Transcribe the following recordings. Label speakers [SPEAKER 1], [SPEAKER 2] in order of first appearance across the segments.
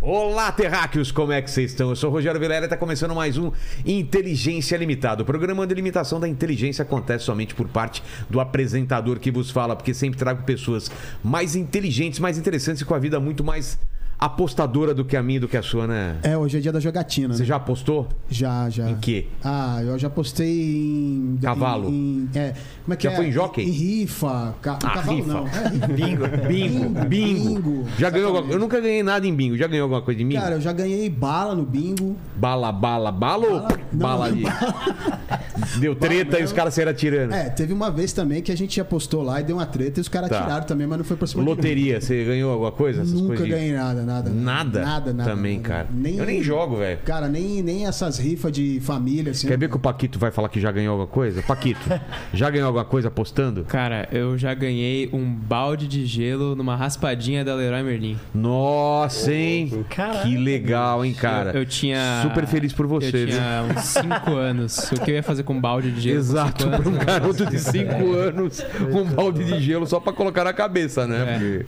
[SPEAKER 1] Olá, terráqueos, como é que vocês estão? Eu sou o Rogério Vilela e está começando mais um Inteligência Limitada. O programa de limitação da inteligência acontece somente por parte do apresentador que vos fala, porque sempre trago pessoas mais inteligentes, mais interessantes e com a vida muito mais apostadora do que a minha, do que a sua, né?
[SPEAKER 2] É, hoje é dia da jogatina,
[SPEAKER 1] Você
[SPEAKER 2] né?
[SPEAKER 1] já apostou?
[SPEAKER 2] Já, já.
[SPEAKER 1] Em quê?
[SPEAKER 2] Ah, eu já postei em.
[SPEAKER 1] Cavalo.
[SPEAKER 2] Em, em- é, como é que
[SPEAKER 1] Já
[SPEAKER 2] é?
[SPEAKER 1] foi em jockey? Ah,
[SPEAKER 2] Em rifa. Ca, cavalo
[SPEAKER 1] rifa.
[SPEAKER 2] não. É, rifa.
[SPEAKER 1] Bingo. Bingo. Bingo.
[SPEAKER 2] É, Bingo.
[SPEAKER 1] Já ganhou alguma... Eu nunca ganhei nada em bingo. Já ganhou alguma coisa em bingo?
[SPEAKER 2] Cara, eu já ganhei bala no bingo.
[SPEAKER 1] Bala, bala, balo?
[SPEAKER 2] Bala- não,
[SPEAKER 1] Bala de... Deu treta e os caras saíram atirando.
[SPEAKER 2] É, teve uma vez também que a gente apostou lá e deu uma treta e os caras
[SPEAKER 1] Tá.
[SPEAKER 2] atiraram também, mas não foi pra cima de mim.
[SPEAKER 1] Loteria, você ganhou alguma coisa? Essas
[SPEAKER 2] Nunca
[SPEAKER 1] coisas de-
[SPEAKER 2] ganhei nada, nada.
[SPEAKER 1] Nada?
[SPEAKER 2] Nada, nada.
[SPEAKER 1] Também,
[SPEAKER 2] nada.
[SPEAKER 1] cara. Eu nem jogo, velho.
[SPEAKER 2] Cara, nem, nem essas rifas de família, assim.
[SPEAKER 1] Quer ver que o Paquito vai falar que já ganhou alguma coisa? Paquito, já ganhou alguma coisa apostando?
[SPEAKER 3] Cara, eu já ganhei um balde de gelo numa raspadinha da Leroy Merlin.
[SPEAKER 1] Nossa, hein?
[SPEAKER 4] Caralho.
[SPEAKER 1] que legal, hein, cara?
[SPEAKER 3] eu, eu tinha.
[SPEAKER 1] Super feliz por você,
[SPEAKER 3] Eu tinha uns 5 anos. O que eu ia fazer com um balde
[SPEAKER 1] viu?
[SPEAKER 3] de gelo? com
[SPEAKER 1] Exato,
[SPEAKER 3] cinco
[SPEAKER 1] pra um
[SPEAKER 3] anos, né?
[SPEAKER 1] garoto de 5 anos, um balde de gelo só pra colocar na cabeça,
[SPEAKER 3] É.
[SPEAKER 1] né?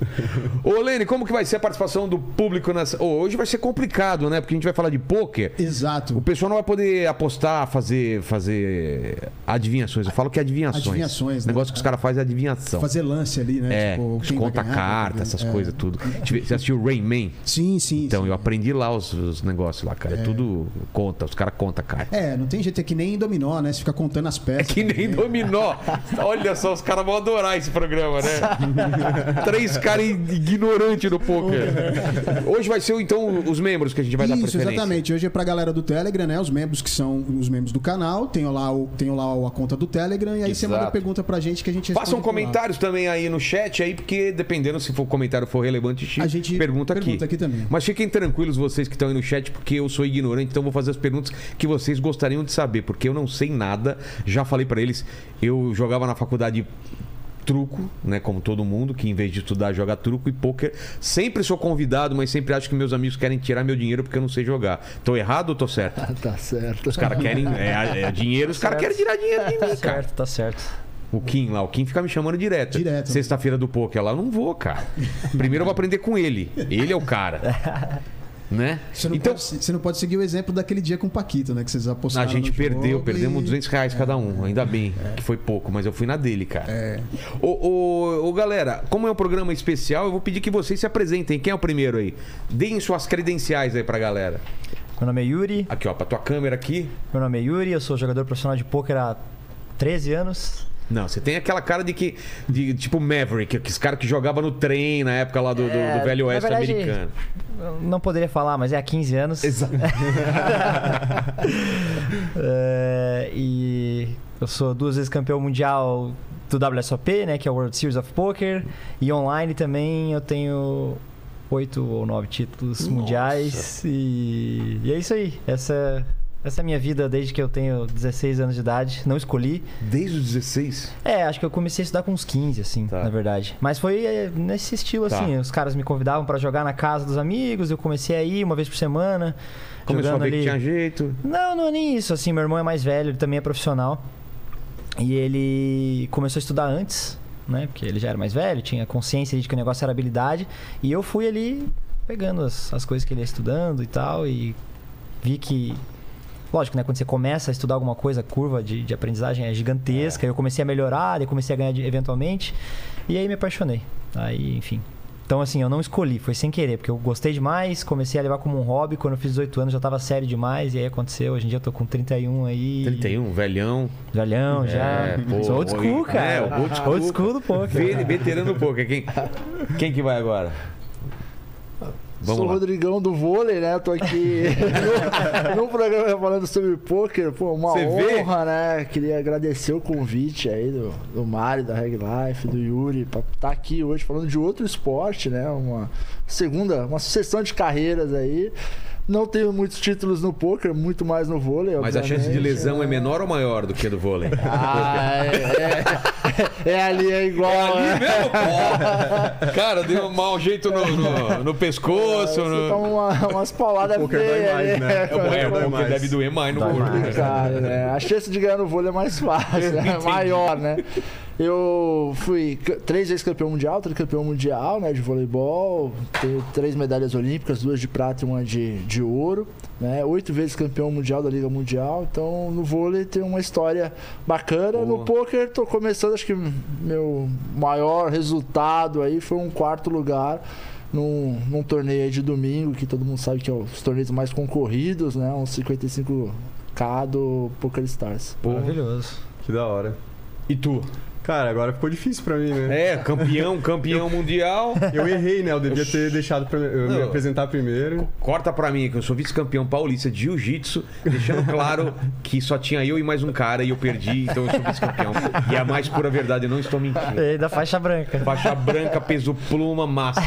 [SPEAKER 1] Porque- Ô, Lene, como que vai ser a participação do público nessa. Ô, hoje vai ser complicado, né? Porque a gente vai falar de pôquer. O
[SPEAKER 2] Exato.
[SPEAKER 1] pessoal não vai poder apostar, fazer, fazer adivinhações. Eu falo que é adivinhações.
[SPEAKER 2] Adivinhações,
[SPEAKER 1] O
[SPEAKER 2] né?
[SPEAKER 1] negócio que os caras fazem é adivinhação.
[SPEAKER 2] Fazer lance ali, né?
[SPEAKER 1] É,
[SPEAKER 2] quem vai
[SPEAKER 1] conta
[SPEAKER 2] ganhar,
[SPEAKER 1] carta,
[SPEAKER 2] né?
[SPEAKER 1] essas
[SPEAKER 2] É.
[SPEAKER 1] coisas, tudo. Tive- Você assistiu Rain Man?
[SPEAKER 2] Sim, sim.
[SPEAKER 1] Então,
[SPEAKER 2] sim.
[SPEAKER 1] eu aprendi lá os, os negócios lá, cara. É. tudo conta, os caras contam carta.
[SPEAKER 2] É, não tem jeito, é que nem dominó, né? Você fica contando as peças.
[SPEAKER 1] É Que nem dominó. Olha só, os caras vão adorar esse programa, né? Três caras ignorantes do poker. Hoje vai ser, então, os membros que a gente vai dar
[SPEAKER 2] Isso,
[SPEAKER 1] preferência.
[SPEAKER 2] exatamente. Hoje é pra galera do Telegram, né? Os membros que são os membros do canal. Tem lá, o, tem lá a conta do Telegram. E aí você
[SPEAKER 1] Exato. um
[SPEAKER 2] manda pergunta pra gente que a gente responde.
[SPEAKER 1] Façam
[SPEAKER 2] por lá.
[SPEAKER 1] comentários também aí no chat aí, porque dependendo se for- o comentário for relevante,
[SPEAKER 2] A gente
[SPEAKER 1] pergunta,
[SPEAKER 2] pergunta aqui também.
[SPEAKER 1] Mas fiquem tranquilos vocês que estão aí no chat, porque eu sou ignorante, então vou fazer as perguntas que vocês gostariam de saber, porque eu não sei nada. Já falei pra eles, eu jogava na faculdade truco, né, como todo mundo, que em vez de estudar joga truco e pôquer. Sempre sou convidado, mas sempre acho que meus amigos querem tirar meu dinheiro porque eu não sei jogar. Tô errado ou tô certo?
[SPEAKER 5] Ah, tá certo.
[SPEAKER 1] Os caras querem é, é dinheiro, os caras querem tirar dinheiro de mim, cara.
[SPEAKER 4] Certo, tá certo.
[SPEAKER 1] O Kim lá, o Kim fica me chamando direto.
[SPEAKER 2] Direto.
[SPEAKER 1] Sexta-feira do poker lá, eu não vou, cara. Primeiro eu vou aprender com ele. Ele é o cara. Né?
[SPEAKER 2] Você não,
[SPEAKER 1] Então,
[SPEAKER 2] pode, você não pode seguir o exemplo daquele dia com o Paquito, né? Que vocês
[SPEAKER 1] a
[SPEAKER 2] apostaram.
[SPEAKER 1] gente
[SPEAKER 2] no
[SPEAKER 1] perdeu,
[SPEAKER 2] jogo
[SPEAKER 1] perdemos
[SPEAKER 2] e-
[SPEAKER 1] 200 reais cada um. Ainda bem que foi pouco, mas eu fui na dele, cara.
[SPEAKER 2] É.
[SPEAKER 1] Ô, ô, ô, galera, como é um programa especial, eu vou pedir que vocês se apresentem. Quem é o primeiro aí? Deem suas credenciais aí pra galera.
[SPEAKER 4] Meu nome é Yuri.
[SPEAKER 1] Aqui, ó, pra tua câmera aqui.
[SPEAKER 4] Meu nome é Yuri, eu sou jogador profissional de pôquer há 13 anos.
[SPEAKER 1] Não, você tem aquela cara de que. De, tipo Maverick, aqueles cara que jogava no trem na época lá do, do- do
[SPEAKER 4] É,
[SPEAKER 1] Velho
[SPEAKER 4] na
[SPEAKER 1] Oeste
[SPEAKER 4] verdade,
[SPEAKER 1] americano.
[SPEAKER 4] Não poderia falar, mas é há 15 anos.
[SPEAKER 1] Exato.
[SPEAKER 4] É, e eu sou duas vezes campeão mundial do WSOP, né, que é o World Series of Poker, e online também eu tenho oito ou nove títulos mundiais e, e é isso aí. Essa essa é a minha vida desde que eu tenho 16 anos de idade. Não escolhi.
[SPEAKER 1] Desde os 16?
[SPEAKER 4] É, acho que eu comecei a estudar com uns 15, assim,
[SPEAKER 1] Tá.
[SPEAKER 4] na verdade. Mas foi é, nesse estilo,
[SPEAKER 1] Tá.
[SPEAKER 4] assim. Os caras me convidavam pra jogar na casa dos amigos, eu comecei a ir uma vez por semana.
[SPEAKER 1] Começou a
[SPEAKER 4] jogando
[SPEAKER 1] ver que
[SPEAKER 4] ali.
[SPEAKER 1] tinha jeito.
[SPEAKER 4] Não, não é nem isso, assim. Meu irmão é mais velho, ele também é profissional. E ele começou a estudar antes, né? Porque ele já era mais velho, tinha consciência de que o negócio era habilidade. E eu fui ali pegando as, as coisas que ele ia estudando e tal. E vi que. Lógico, né? Quando você começa a estudar alguma coisa, a curva de, de aprendizagem é gigantesca. Eu comecei a melhorar, daí comecei a ganhar de- eventualmente. E aí me apaixonei. Aí, enfim. Então, assim, eu não escolhi, foi sem querer, porque eu gostei demais, comecei a levar como um hobby. Quando eu fiz 18 anos já tava sério demais, e aí aconteceu. Hoje em dia eu tô com 31 aí.
[SPEAKER 1] 31, velhão.
[SPEAKER 4] Velhão, já.
[SPEAKER 1] É, pô,
[SPEAKER 4] Sou old school,
[SPEAKER 1] oi.
[SPEAKER 4] cara.
[SPEAKER 1] É, old school.
[SPEAKER 4] Old school do poker.
[SPEAKER 1] Ve- Veterano pouco. Quem, quem que vai agora? Vamos
[SPEAKER 5] Sou o
[SPEAKER 1] lá.
[SPEAKER 5] Rodrigão do vôlei, né? Tô aqui num programa falando sobre pôquer. Pô, uma
[SPEAKER 1] Você vê?
[SPEAKER 5] honra, né? Queria agradecer o convite aí do, do Mário, da Reg Life, do Yuri, pra estar aqui hoje falando de outro esporte, né? Uma segunda, uma sucessão de carreiras aí. Não tenho muitos títulos no pôquer, muito mais no vôlei.
[SPEAKER 1] Mas a chance de
[SPEAKER 5] obviamente,
[SPEAKER 1] lesão é
[SPEAKER 5] né?
[SPEAKER 1] menor ou maior do que a do vôlei?
[SPEAKER 5] Ah, é, é, é ali, é igual. né?
[SPEAKER 1] mesmo, pô. Cara, deu um mau jeito no, no, no pescoço.
[SPEAKER 5] Você
[SPEAKER 1] no-
[SPEAKER 5] toma uma- umas pauladas
[SPEAKER 6] poker dói
[SPEAKER 5] feias.
[SPEAKER 6] tá um mais, né?
[SPEAKER 1] É, bom, é
[SPEAKER 6] Dói
[SPEAKER 1] bom, porque
[SPEAKER 6] mais.
[SPEAKER 1] deve doer mais no
[SPEAKER 4] Dói
[SPEAKER 1] corpo.
[SPEAKER 4] mais.
[SPEAKER 1] né?
[SPEAKER 5] Cara, né? A chance de ganhar no vôlei é mais fácil, é maior, né? Eu fui c- três vezes campeão mundial, tricampeão mundial, né, de voleibol. Tenho três medalhas olímpicas, duas de prata e uma de, de ouro, né? Oito vezes campeão mundial da Liga Mundial. Então, no vôlei tem uma história
[SPEAKER 1] Boa.
[SPEAKER 5] bacana. No poker, tô começando, acho que meu maior resultado aí foi um quarto lugar num, num torneio aí de domingo, que todo mundo sabe que é os torneios mais concorridos, né? Uns 55k do Poker Stars.
[SPEAKER 1] Pô,
[SPEAKER 4] Maravilhoso.
[SPEAKER 6] Que da hora.
[SPEAKER 1] E tu?
[SPEAKER 6] Cara, agora ficou difícil pra mim, né?
[SPEAKER 1] É, campeão, campeão mundial.
[SPEAKER 6] Eu errei, né? Eu devia ter deixado pra eu me
[SPEAKER 1] Não.
[SPEAKER 6] apresentar primeiro.
[SPEAKER 1] Corta pra mim que eu sou vice-campeão paulista de jiu-jitsu, deixando claro que só tinha eu e mais um cara e eu perdi, então eu sou vice-campeão. E é a mais pura verdade, eu não estou mentindo.
[SPEAKER 4] E da faixa branca.
[SPEAKER 1] Faixa branca, peso pluma, master.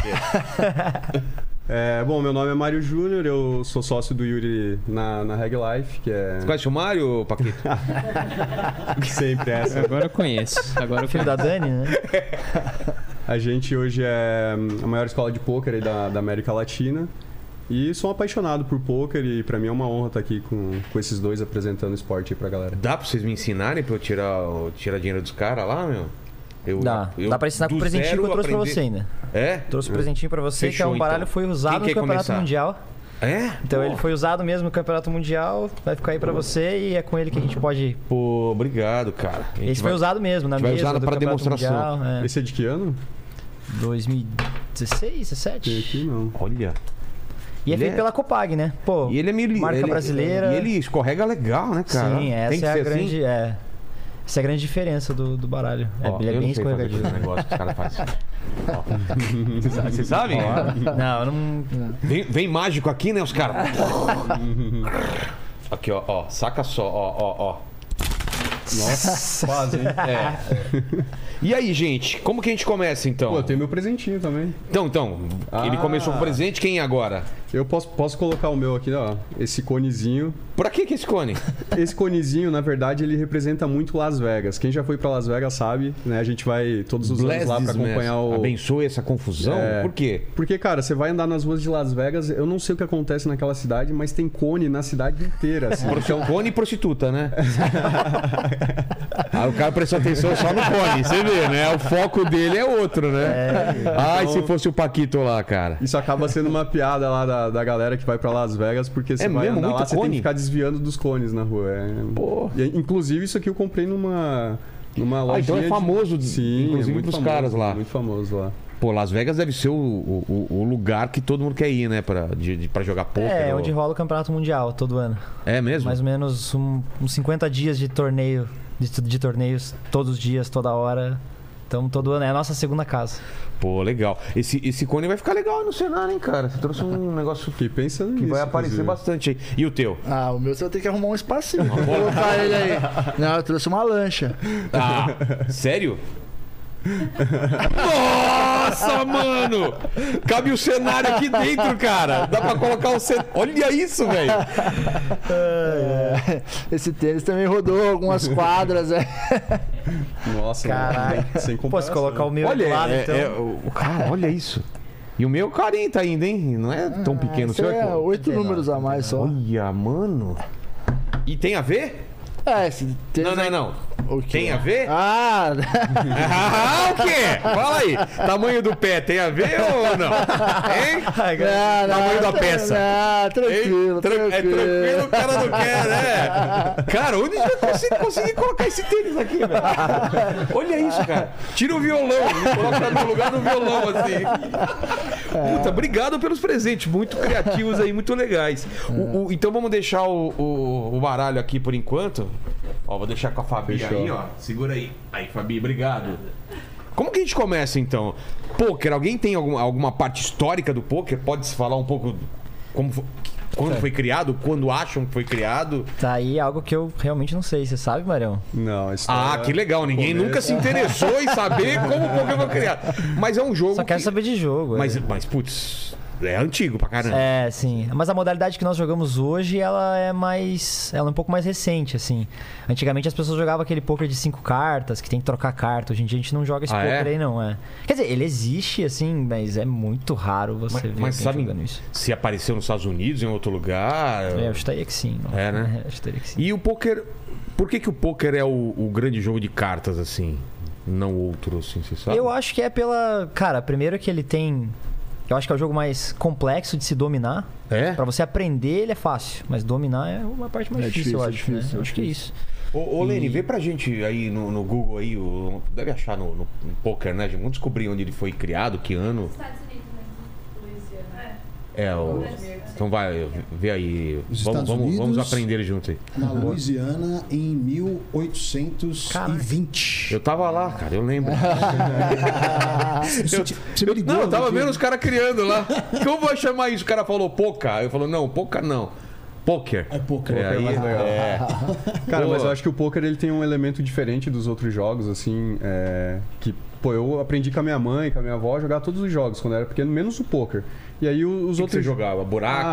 [SPEAKER 6] É, bom, meu nome é Mário Júnior, eu sou sócio do Yuri na, na Reg Life, que é
[SPEAKER 1] Você conhece o Mário, Paquito?
[SPEAKER 6] sempre essa.
[SPEAKER 3] Agora eu conheço. Agora eu
[SPEAKER 4] Filho
[SPEAKER 3] conheço.
[SPEAKER 4] da Dani, né?
[SPEAKER 6] A gente hoje é a maior escola de pôquer aí da, da América Latina. E sou um apaixonado por pôquer e pra mim é uma honra estar aqui com, com esses dois apresentando o esporte aí pra galera.
[SPEAKER 1] Dá pra vocês me ensinarem pra eu tirar, o- tirar dinheiro dos caras lá, meu? Eu,
[SPEAKER 4] Dá.
[SPEAKER 1] eu-
[SPEAKER 4] Dá pra ensinar com o
[SPEAKER 1] do
[SPEAKER 4] presentinho que
[SPEAKER 1] zero
[SPEAKER 4] eu trouxe
[SPEAKER 1] aprender-
[SPEAKER 4] pra você ainda.
[SPEAKER 1] É?
[SPEAKER 4] Trouxe um presentinho pra você, que é
[SPEAKER 1] Fechou,
[SPEAKER 4] um baralho que
[SPEAKER 1] então.
[SPEAKER 4] foi usado
[SPEAKER 1] Quem
[SPEAKER 4] no
[SPEAKER 1] quer
[SPEAKER 4] Campeonato
[SPEAKER 1] começar?
[SPEAKER 4] Mundial.
[SPEAKER 1] É?
[SPEAKER 4] Então
[SPEAKER 1] Pô.
[SPEAKER 4] ele foi usado mesmo no Campeonato Mundial, vai ficar aí pra você e é com ele que a gente pode.
[SPEAKER 1] Pô, obrigado, cara. A gente
[SPEAKER 4] Esse
[SPEAKER 1] vai-
[SPEAKER 4] foi usado mesmo na
[SPEAKER 1] a gente vai
[SPEAKER 4] mesa
[SPEAKER 1] usar
[SPEAKER 4] do
[SPEAKER 1] pra
[SPEAKER 4] Campeonato
[SPEAKER 1] demonstração.
[SPEAKER 4] Mundial. É.
[SPEAKER 6] Esse é de que ano?
[SPEAKER 4] 2016, 17?
[SPEAKER 6] Aqui não.
[SPEAKER 1] Olha.
[SPEAKER 4] E é
[SPEAKER 1] Ele
[SPEAKER 4] feito
[SPEAKER 1] é-
[SPEAKER 4] pela Copag, né? Pô,
[SPEAKER 1] E ele é meio.
[SPEAKER 4] Marca
[SPEAKER 1] ele-
[SPEAKER 4] brasileira.
[SPEAKER 1] E ele escorrega legal, né, cara?
[SPEAKER 4] sim,
[SPEAKER 1] Tem que
[SPEAKER 4] essa é a
[SPEAKER 1] ser assim.
[SPEAKER 4] grande. É, essa é a grande diferença do, do baralho. É,
[SPEAKER 1] Ó,
[SPEAKER 4] ele é
[SPEAKER 1] eu
[SPEAKER 4] bem
[SPEAKER 1] não sei fazer
[SPEAKER 4] escorregadio.
[SPEAKER 1] aquele negócio que os caras fazem. Ó. Vocês sabem- Vocês sabem?
[SPEAKER 4] Não, eu não.
[SPEAKER 1] Vem, vem mágico aqui, né, os caras? aqui, ó, ó. Saca só, ó, ó, ó.
[SPEAKER 6] Nossa, quase, hein? É.
[SPEAKER 1] E aí, gente, como que a gente começa então?
[SPEAKER 6] Pô, eu tenho meu presentinho também.
[SPEAKER 1] Então, então, ele
[SPEAKER 6] Ah.
[SPEAKER 1] começou com presente, quem é agora?
[SPEAKER 6] Eu posso, posso colocar o meu aqui, ó. Esse conezinho.
[SPEAKER 1] Pra que que esse cone?
[SPEAKER 6] Esse conezinho, na verdade, ele representa muito Las Vegas. Quem já foi pra Las Vegas sabe, né? A gente vai todos os anos lá pra
[SPEAKER 1] Bless this
[SPEAKER 6] acompanhar
[SPEAKER 1] mess.
[SPEAKER 6] o.
[SPEAKER 1] Abençoe essa confusão?
[SPEAKER 6] É.
[SPEAKER 1] Por quê?
[SPEAKER 6] Porque, cara, você vai andar nas ruas de Las Vegas, eu não sei o que acontece naquela cidade, mas tem cone na cidade inteira, assim.
[SPEAKER 1] Porque é um cone e prostituta, né? Aí o cara prestou atenção só no cone, você vê, né? O foco dele é outro, né?
[SPEAKER 4] é.
[SPEAKER 1] Ai,
[SPEAKER 4] Então-
[SPEAKER 1] se fosse o Paquito lá, cara.
[SPEAKER 6] Isso acaba sendo uma piada lá da, da galera que vai pra Las Vegas, porque você
[SPEAKER 1] É
[SPEAKER 6] vai
[SPEAKER 1] mesmo?
[SPEAKER 6] andar lá,
[SPEAKER 1] Muito
[SPEAKER 6] você tem
[SPEAKER 1] cone?
[SPEAKER 6] que ficar desviando dos cones na rua. É...
[SPEAKER 1] Pô.
[SPEAKER 6] E, inclusive, isso aqui eu comprei numa.
[SPEAKER 1] Ah,
[SPEAKER 6] Numa
[SPEAKER 1] então é
[SPEAKER 6] lojinha de-
[SPEAKER 1] famoso,
[SPEAKER 6] Sim,
[SPEAKER 1] inclusive,
[SPEAKER 6] é muito
[SPEAKER 1] pros
[SPEAKER 6] famoso,
[SPEAKER 1] caras lá.
[SPEAKER 6] Muito famoso lá.
[SPEAKER 1] Pô, Las Vegas deve ser o, o- o lugar que todo mundo quer ir, né? Pra, de, de- pra jogar poker.
[SPEAKER 4] É,
[SPEAKER 1] ou-
[SPEAKER 4] onde rola o Campeonato Mundial todo ano.
[SPEAKER 1] É mesmo?
[SPEAKER 4] Mais ou menos um- uns 50 dias de torneio, de, de torneios, todos os dias, toda hora. Então, todo ano é a nossa segunda casa.
[SPEAKER 1] Pô, legal. Esse, esse cone vai ficar legal aí no cenário, hein, cara? Você trouxe um negócio que
[SPEAKER 6] Fiquei pensando nisso.
[SPEAKER 1] vai aparecer
[SPEAKER 6] inclusive.
[SPEAKER 1] bastante aí. E o teu?
[SPEAKER 5] Ah, o meu você vai ter que arrumar um espacinho. Vou colocar ele aí. Não, eu trouxe uma lancha.
[SPEAKER 1] Ah, sério? Nossa, mano! Cabe o cenário aqui dentro, cara. Dá pra colocar o cenário. Olha isso, velho.
[SPEAKER 5] Esse tênis também rodou algumas quadras. É.
[SPEAKER 6] Nossa,
[SPEAKER 4] Caraca. Posso
[SPEAKER 6] Sem comparação.
[SPEAKER 4] colocar o meu
[SPEAKER 1] Olha,
[SPEAKER 4] do lado,
[SPEAKER 1] é-
[SPEAKER 4] então?
[SPEAKER 1] é- o cara, olha isso. E o meu 40 ainda, hein? Não é tão pequeno. O
[SPEAKER 5] Isso
[SPEAKER 1] seu é
[SPEAKER 5] é
[SPEAKER 1] qual?
[SPEAKER 5] oito números a mais só.
[SPEAKER 1] Olha, mano. E tem a ver?
[SPEAKER 5] É, esse
[SPEAKER 1] Não, não,
[SPEAKER 5] tênis.
[SPEAKER 1] não.
[SPEAKER 5] não.
[SPEAKER 1] Tem a Tá ver?
[SPEAKER 5] Ah,
[SPEAKER 1] Ah, o quê? Fala aí. Tamanho do pé tem a ver ou não? Hein?
[SPEAKER 5] não, não,
[SPEAKER 1] Tamanho da
[SPEAKER 5] não,
[SPEAKER 1] então peça.
[SPEAKER 5] não, tranquilo,
[SPEAKER 1] Ei, tran-
[SPEAKER 5] tranquilo.
[SPEAKER 1] É tranquilo, o cara não quer, né? Cara, onde eu consigo conseguir colocar esse tênis aqui, velho? Olha isso, cara. Tira o violão, coloca no lugar do violão, assim. Puta, obrigado pelos presentes. Muito criativos aí, muito legais. O- o- então vamos deixar o, o- o baralho aqui por enquanto. Ó, vou deixar com a Fabi
[SPEAKER 6] Fechou.
[SPEAKER 1] aí, ó. Segura aí. Aí, Fabi, obrigado. Como que a gente começa, então? Pôquer, alguém tem alguma, alguma parte histórica do pôquer? Pode se falar um pouco como fo- quando foi criado, quando acham que foi criado?
[SPEAKER 4] Tá aí algo que eu realmente não sei. Você sabe, Marião?
[SPEAKER 6] Não, é- a história-
[SPEAKER 1] Ah, que legal. Ninguém
[SPEAKER 6] Começo.
[SPEAKER 1] nunca se interessou em saber como o pôquer foi criado. Mas é um jogo
[SPEAKER 4] Só quero
[SPEAKER 1] que-
[SPEAKER 4] saber de jogo. é.
[SPEAKER 1] Mas, mas, putz, é antigo pra caramba.
[SPEAKER 4] É, sim. Mas a modalidade que nós jogamos hoje, ela é mais. Ela é um pouco mais recente, assim. Antigamente as pessoas jogavam aquele poker de cinco cartas, que tem que trocar carta. Hoje em dia a gente não joga esse
[SPEAKER 1] Ah,
[SPEAKER 4] poker
[SPEAKER 1] é?
[SPEAKER 4] aí, não, é. Quer dizer, ele existe, assim, mas é muito raro você
[SPEAKER 1] Mas-
[SPEAKER 4] ver
[SPEAKER 1] mas
[SPEAKER 4] alguém
[SPEAKER 1] sabe-
[SPEAKER 4] jogando isso.
[SPEAKER 1] Se apareceu nos Estados Unidos, em outro lugar.
[SPEAKER 4] É, eu chutaria que sim.
[SPEAKER 1] É, né?
[SPEAKER 4] Eu chutaria que sim.
[SPEAKER 1] E o pôquer. Por que, que o pôquer é o, o grande jogo de cartas, assim? Não outro, assim, você sabe?
[SPEAKER 4] Eu acho que é pela. Cara, primeiro que ele tem. Eu acho que é o jogo mais complexo de se dominar.
[SPEAKER 1] É?
[SPEAKER 4] Pra você aprender, ele é fácil, mas dominar é uma parte mais
[SPEAKER 5] É
[SPEAKER 4] difícil, eu acho.
[SPEAKER 5] difícil, é
[SPEAKER 4] né?
[SPEAKER 5] difícil,
[SPEAKER 4] Eu acho que é isso.
[SPEAKER 1] Ô, ô Lene, vê pra gente aí no, no Google aí, o- deve achar no, no poker, né? gente? Vamos descobrir onde ele foi criado, que ano.
[SPEAKER 7] Estados Unidos, né? Louisiana. É.
[SPEAKER 1] É, o... Então vai, vê aí.
[SPEAKER 2] Os
[SPEAKER 1] Vamos,
[SPEAKER 2] Estados
[SPEAKER 1] vamos, vamos
[SPEAKER 2] Unidos.
[SPEAKER 1] aprender junto aí.
[SPEAKER 2] Na Louisiana em 1820.
[SPEAKER 1] Eu tava lá, cara, eu lembro.
[SPEAKER 2] Você te- você me
[SPEAKER 1] Eu-
[SPEAKER 2] ligou,
[SPEAKER 1] não, eu tava
[SPEAKER 2] né,
[SPEAKER 1] vendo
[SPEAKER 2] Diego?
[SPEAKER 1] os caras criando lá. Como vai chamar isso? O cara falou poca. Eu falo, não, poca não. Poker.
[SPEAKER 2] É poker.
[SPEAKER 1] É, aí, é.
[SPEAKER 6] Cara,
[SPEAKER 1] Boa.
[SPEAKER 6] mas eu acho que o poker ele tem um elemento diferente dos outros jogos, assim, é, que pô, eu aprendi com a minha mãe, com a minha avó a jogar todos os jogos quando eu era pequeno, menos o poker. E aí o- os
[SPEAKER 1] Os outros
[SPEAKER 6] outros
[SPEAKER 1] jogava buraco,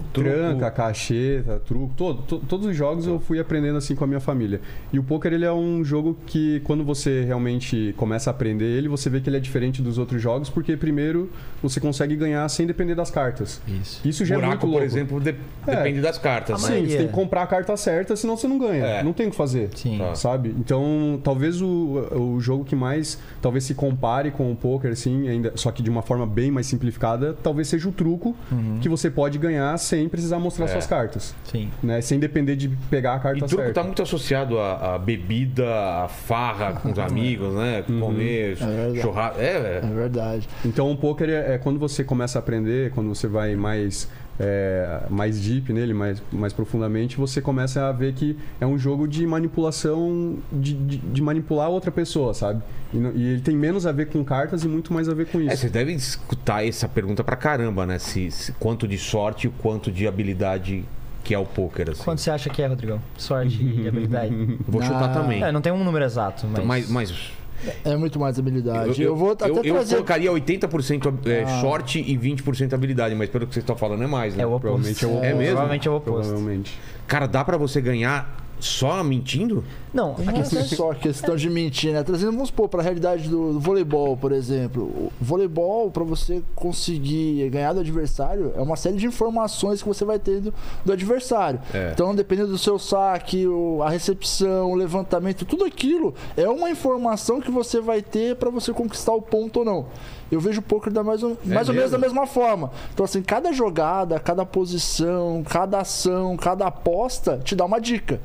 [SPEAKER 6] ah,
[SPEAKER 1] truco.
[SPEAKER 6] tranca, cacheta, truco, todo, to- todos os jogos eu fui aprendendo assim com a minha família. E o poker ele é um jogo que quando você realmente começa a aprender ele, você vê que ele é diferente dos outros jogos porque primeiro você consegue ganhar sem depender das cartas.
[SPEAKER 3] Isso.
[SPEAKER 6] Isso já é muito
[SPEAKER 1] buraco,
[SPEAKER 6] louco.
[SPEAKER 1] por exemplo, de-
[SPEAKER 6] É.
[SPEAKER 1] depende das cartas,
[SPEAKER 4] Ah,
[SPEAKER 1] né?
[SPEAKER 4] mas-
[SPEAKER 6] Sim, você tem que comprar a carta certa, senão você não ganha.
[SPEAKER 1] É.
[SPEAKER 6] Não tem o que fazer.
[SPEAKER 4] Sim.
[SPEAKER 1] Tá.
[SPEAKER 6] Sabe? Então, talvez o, o jogo que mais talvez se compare com o poker, assim, ainda, só que de uma forma bem mais simplificada, talvez seja o truco que você pode ganhar sem precisar mostrar
[SPEAKER 1] É.
[SPEAKER 6] suas cartas.
[SPEAKER 4] Sim.
[SPEAKER 6] Né? Sem depender de pegar a
[SPEAKER 1] E
[SPEAKER 6] carta
[SPEAKER 1] truco
[SPEAKER 6] certa.
[SPEAKER 1] tá muito associado à, à bebida, à farra com os amigos, né? Comer,
[SPEAKER 5] verdade.
[SPEAKER 1] churrasco. É, é.
[SPEAKER 5] É verdade.
[SPEAKER 6] Então, o poker é, é quando você começa a aprender, quando você vai mais é, mais deep nele, mais, mais profundamente, você começa a ver que é um jogo de manipulação, de, de, de manipular outra pessoa, sabe? E, não- e ele tem menos a ver com cartas e muito mais a ver com
[SPEAKER 1] É,
[SPEAKER 6] isso.
[SPEAKER 1] vocês devem escutar essa pergunta pra caramba, né? Se, se- quanto de sorte e o quanto de habilidade que é o poker, assim.
[SPEAKER 4] Quanto você acha que é, Rodrigão? Sorte e habilidade.
[SPEAKER 1] Vou chutar
[SPEAKER 5] Ah,
[SPEAKER 1] também.
[SPEAKER 4] É, não tem um número exato, mas.
[SPEAKER 1] mas, mas
[SPEAKER 5] É muito mais habilidade. Eu, vou até
[SPEAKER 1] eu- eu
[SPEAKER 5] trazer.
[SPEAKER 1] colocaria 80% é, sorte e 20% habilidade, mas pelo que vocês estão falando é mais, né?
[SPEAKER 4] É o oposto.
[SPEAKER 6] Provavelmente é o
[SPEAKER 1] É mesmo?
[SPEAKER 4] Provavelmente é o oposto.
[SPEAKER 6] Provavelmente.
[SPEAKER 1] Cara, dá pra você ganhar só mentindo?
[SPEAKER 4] Não, a
[SPEAKER 5] Não é
[SPEAKER 4] questão
[SPEAKER 5] só questão de mentir, né? Trazendo, vamos supor, para a realidade do, do voleibol, por exemplo. O voleibol, para você conseguir ganhar do adversário, é uma série de informações que você vai tendo do adversário.
[SPEAKER 1] É.
[SPEAKER 5] Então, dependendo do seu saque, o- a recepção, o levantamento, tudo aquilo é uma informação que você vai ter para você conquistar o ponto ou não. Eu vejo o poker da mais ou, mais ou menos da
[SPEAKER 1] É mesmo?
[SPEAKER 5] mesma forma. Então, assim, cada jogada, cada posição, cada ação, cada aposta te dá uma dica.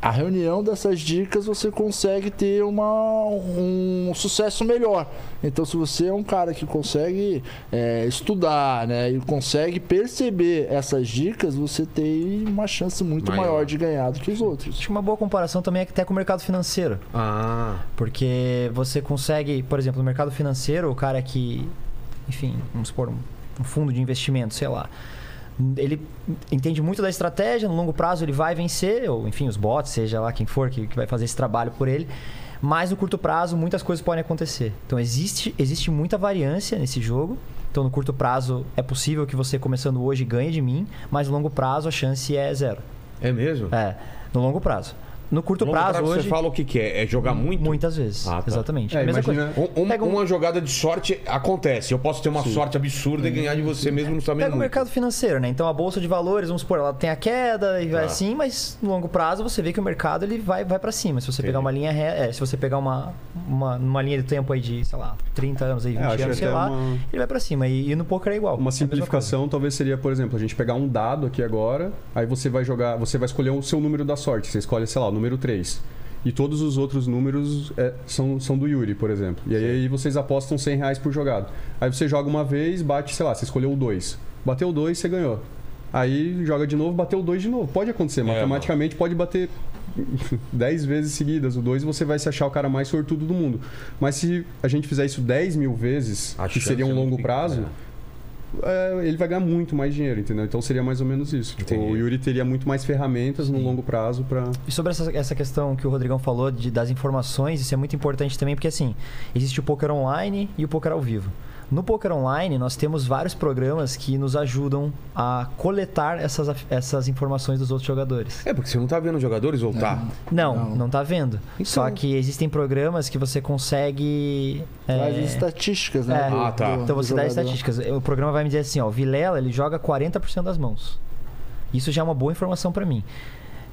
[SPEAKER 5] A reunião dessas dicas você consegue ter uma, um sucesso melhor. Então, se você é um cara que consegue é, estudar né, e consegue perceber essas dicas, você tem uma chance muito
[SPEAKER 1] Maior.
[SPEAKER 5] maior, de ganhar do que os outros.
[SPEAKER 4] Acho que uma boa comparação também é até com o mercado financeiro.
[SPEAKER 1] Ah,
[SPEAKER 4] Porque você consegue, por exemplo, no mercado financeiro, o cara que, enfim, vamos supor, um, um fundo de investimento, sei lá. Ele entende muito da estratégia, no longo prazo ele vai vencer, ou enfim, os bots, seja lá quem for que, que vai fazer esse trabalho por ele. Mas no curto prazo muitas coisas podem acontecer. Então existe, existe muita variância nesse jogo. Então no curto prazo é possível que você começando hoje ganhe de mim, mas no longo prazo a chance é zero.
[SPEAKER 1] é mesmo?
[SPEAKER 4] É, no longo prazo. No curto
[SPEAKER 1] Longo
[SPEAKER 4] prazo,
[SPEAKER 1] prazo,
[SPEAKER 4] hoje.
[SPEAKER 1] Você fala o que, que é? É jogar muito?
[SPEAKER 4] Muitas vezes.
[SPEAKER 1] Ah, tá.
[SPEAKER 4] Exatamente.
[SPEAKER 6] É,
[SPEAKER 4] Mesma
[SPEAKER 6] imagina-
[SPEAKER 4] coisa.
[SPEAKER 1] Um- um-
[SPEAKER 4] Pega um-
[SPEAKER 1] Uma jogada de sorte acontece. Eu posso ter uma sorte absurda e ganhar de você mesmo não sabendo
[SPEAKER 4] Pega o
[SPEAKER 1] muito.
[SPEAKER 4] mercado financeiro, né? Então a bolsa de valores, vamos supor, ela tem a queda e vai
[SPEAKER 1] Tá.
[SPEAKER 4] assim, mas no longo prazo você vê que o mercado ele vai, vai para cima. Se você pegar uma linha ré, é, se você pegar uma, uma, uma linha de tempo aí de, sei lá, 30 anos aí, 20
[SPEAKER 6] É, acho que
[SPEAKER 4] anos, sei
[SPEAKER 6] até
[SPEAKER 4] lá,
[SPEAKER 6] uma-
[SPEAKER 4] ele vai para cima. E, e no poker é igual. É a
[SPEAKER 6] Uma
[SPEAKER 4] mesma coisa.
[SPEAKER 6] simplificação talvez seria, por exemplo, a gente pegar um dado aqui agora, aí você vai jogar, você vai escolher o seu número da sorte, você escolhe, sei lá, o número 3. E todos os outros números é, são, são do Yuri, por exemplo. E aí, aí vocês apostam 100 reais por jogado. Aí você joga uma vez, bate, sei lá, você escolheu o 2. Bateu o 2, você ganhou. Aí joga de novo, bateu o 2 de novo. Pode acontecer,
[SPEAKER 1] mano.
[SPEAKER 6] matematicamente pode bater 10 vezes seguidas o 2 e você vai se achar o cara mais sortudo do mundo. Mas se a gente fizer isso 10 mil vezes,
[SPEAKER 1] A
[SPEAKER 6] que
[SPEAKER 1] chance
[SPEAKER 6] seria
[SPEAKER 1] é
[SPEAKER 6] um
[SPEAKER 1] muito
[SPEAKER 6] longo
[SPEAKER 1] pequena.
[SPEAKER 6] prazo, é, ele vai ganhar muito mais dinheiro, entendeu? Então seria mais ou menos isso. Tipo,
[SPEAKER 1] Entendi.
[SPEAKER 6] o Yuri teria muito mais ferramentas no longo prazo pra.
[SPEAKER 4] E sobre essa, essa questão que o Rodrigão falou de- das informações, isso é muito importante também, porque assim, existe o poker online e o poker ao vivo. No poker online, nós temos vários programas que nos ajudam a coletar essas, af- essas informações dos outros jogadores.
[SPEAKER 1] É, porque você não tá vendo os jogadores voltar.
[SPEAKER 4] Não, não,
[SPEAKER 5] Não. Então.
[SPEAKER 4] tá vendo. Só que existem programas que você consegue. é,
[SPEAKER 5] Traz estatísticas, né?
[SPEAKER 4] É.
[SPEAKER 5] do-
[SPEAKER 1] Ah, tá.
[SPEAKER 5] do-
[SPEAKER 4] então
[SPEAKER 5] do
[SPEAKER 4] você dá
[SPEAKER 5] jogador.
[SPEAKER 4] estatísticas. O programa vai me dizer assim, ó, o Vilela ele joga 40% das mãos. Isso já é uma boa informação pra mim.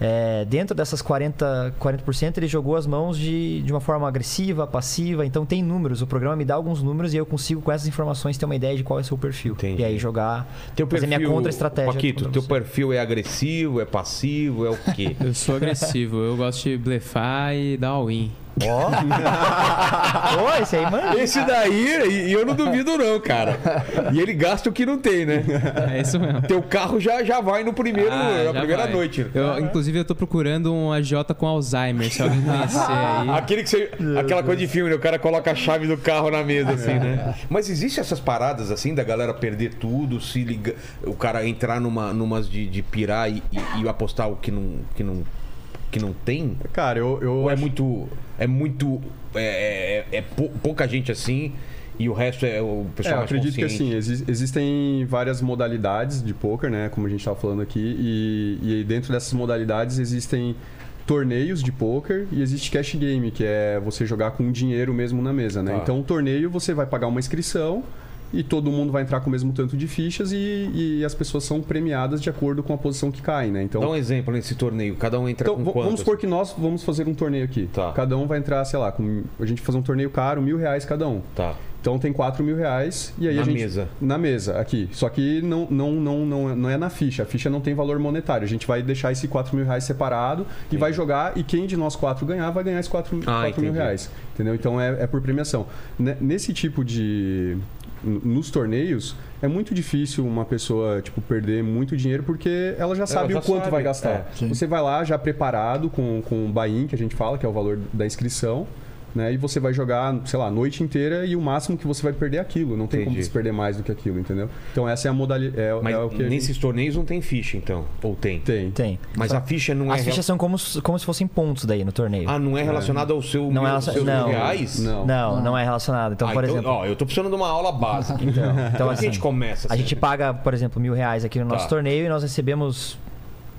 [SPEAKER 4] É, dentro dessas 40, 40%, ele jogou as mãos de, de uma forma agressiva, passiva. Então tem números. O programa me dá alguns números e eu consigo, com essas informações, ter uma ideia de qual é o seu perfil.
[SPEAKER 1] Entendi.
[SPEAKER 4] E aí jogar.
[SPEAKER 1] Teu
[SPEAKER 4] fazer
[SPEAKER 1] perfil,
[SPEAKER 4] é minha contra-estratégia.
[SPEAKER 1] Paquito,
[SPEAKER 4] contra
[SPEAKER 1] teu
[SPEAKER 4] você.
[SPEAKER 1] perfil é agressivo, é passivo, é o quê?
[SPEAKER 3] Eu sou agressivo, eu gosto de blefar e dar all-in.
[SPEAKER 4] Ó! Pô, esse aí, mano.
[SPEAKER 1] Esse daí, e e eu não duvido não, cara. E ele gasta o que não tem, né?
[SPEAKER 3] É isso mesmo.
[SPEAKER 1] Teu carro já, já vai no primeiro,
[SPEAKER 3] Ah,
[SPEAKER 1] na
[SPEAKER 3] já
[SPEAKER 1] primeira
[SPEAKER 3] vai.
[SPEAKER 1] noite.
[SPEAKER 3] Eu, inclusive, eu tô procurando um AJ com Alzheimer, se alguém conhecer aí.
[SPEAKER 1] Aquele que você, aquela coisa de filme, né? O cara coloca a chave do carro na mesa, assim, né? Mas existe essas paradas, assim, da galera perder tudo, se liga, o cara entrar numa, numas de, de pirar e, e- e apostar o que não, que não, que não tem?
[SPEAKER 6] Cara, eu. eu
[SPEAKER 1] Ou é
[SPEAKER 6] acho-
[SPEAKER 1] muito. É muito. É, é- é pou- pouca gente assim e o resto é o
[SPEAKER 6] É,
[SPEAKER 1] pessoal
[SPEAKER 6] eu
[SPEAKER 1] mais
[SPEAKER 6] acredito que
[SPEAKER 1] consciente.
[SPEAKER 6] assim, exi- existem várias modalidades de pôquer, né? Como a gente estava falando aqui, e, e aí dentro dessas modalidades existem torneios de pôquer e existe cash game, que é você jogar com dinheiro mesmo na mesa, né?
[SPEAKER 1] Tá.
[SPEAKER 6] Então, o torneio você vai pagar uma inscrição e todo mundo vai entrar com o mesmo tanto de fichas e, e as pessoas são premiadas de acordo com a posição que caem, né? Então,
[SPEAKER 1] Dá um exemplo nesse torneio, cada um entra
[SPEAKER 6] então,
[SPEAKER 1] com
[SPEAKER 6] va-
[SPEAKER 1] quantos?
[SPEAKER 6] vamos supor que nós vamos fazer um torneio aqui.
[SPEAKER 1] Tá.
[SPEAKER 6] Cada um vai entrar, sei lá, com, a gente vai fazer um torneio caro, mil reais cada um.
[SPEAKER 1] Tá.
[SPEAKER 6] Então tem 4 mil reais e aí
[SPEAKER 1] Na
[SPEAKER 6] a gente.
[SPEAKER 1] mesa.
[SPEAKER 6] Na mesa, aqui. Só que não, não, não, não, é- não é na ficha. A ficha não tem valor monetário. A gente vai deixar esse 4 mil reais separado e vai jogar. E quem de nós quatro ganhar vai ganhar esses 4,
[SPEAKER 1] Ah,
[SPEAKER 6] mil
[SPEAKER 1] entendi.
[SPEAKER 6] reais. Entendeu? Então é, é por premiação. Ne- Nesse tipo de. n- Nos torneios, é muito difícil uma pessoa tipo, perder muito dinheiro porque ela já sabe
[SPEAKER 1] já
[SPEAKER 6] o quanto
[SPEAKER 1] sabe,
[SPEAKER 6] vai gastar.
[SPEAKER 2] é.
[SPEAKER 6] você vai lá já preparado com, com o buy-in, que a gente fala, que é o valor da inscrição, né? E você vai jogar, sei lá, a noite inteira e o máximo que você vai perder é aquilo. Não tem como
[SPEAKER 1] Entendi.
[SPEAKER 6] se perder mais do que aquilo, entendeu? Então essa é a modalidade. É,
[SPEAKER 1] Mas
[SPEAKER 6] é o que a gente
[SPEAKER 1] nesses torneios não tem ficha, então. Ou tem.
[SPEAKER 6] tem.
[SPEAKER 4] Tem.
[SPEAKER 1] Mas a ficha não
[SPEAKER 4] As
[SPEAKER 1] é.
[SPEAKER 4] fichas são como, s- como se fossem pontos daí no torneio.
[SPEAKER 1] Ah, não é relacionado ao seu
[SPEAKER 4] Não é
[SPEAKER 1] aos
[SPEAKER 4] relacion-
[SPEAKER 1] seus
[SPEAKER 4] não.
[SPEAKER 1] reais?
[SPEAKER 6] Não.
[SPEAKER 4] não, não, é relacionado. Então,
[SPEAKER 1] Ah,
[SPEAKER 4] por
[SPEAKER 1] então,
[SPEAKER 4] exemplo.
[SPEAKER 1] Ó, eu tô precisando de uma aula básica. Então,
[SPEAKER 4] Então,
[SPEAKER 1] então
[SPEAKER 4] assim,
[SPEAKER 1] a gente começa.
[SPEAKER 4] A
[SPEAKER 1] assim?
[SPEAKER 4] gente paga, por exemplo, mil reais aqui no nosso
[SPEAKER 1] Tá.
[SPEAKER 4] torneio e nós recebemos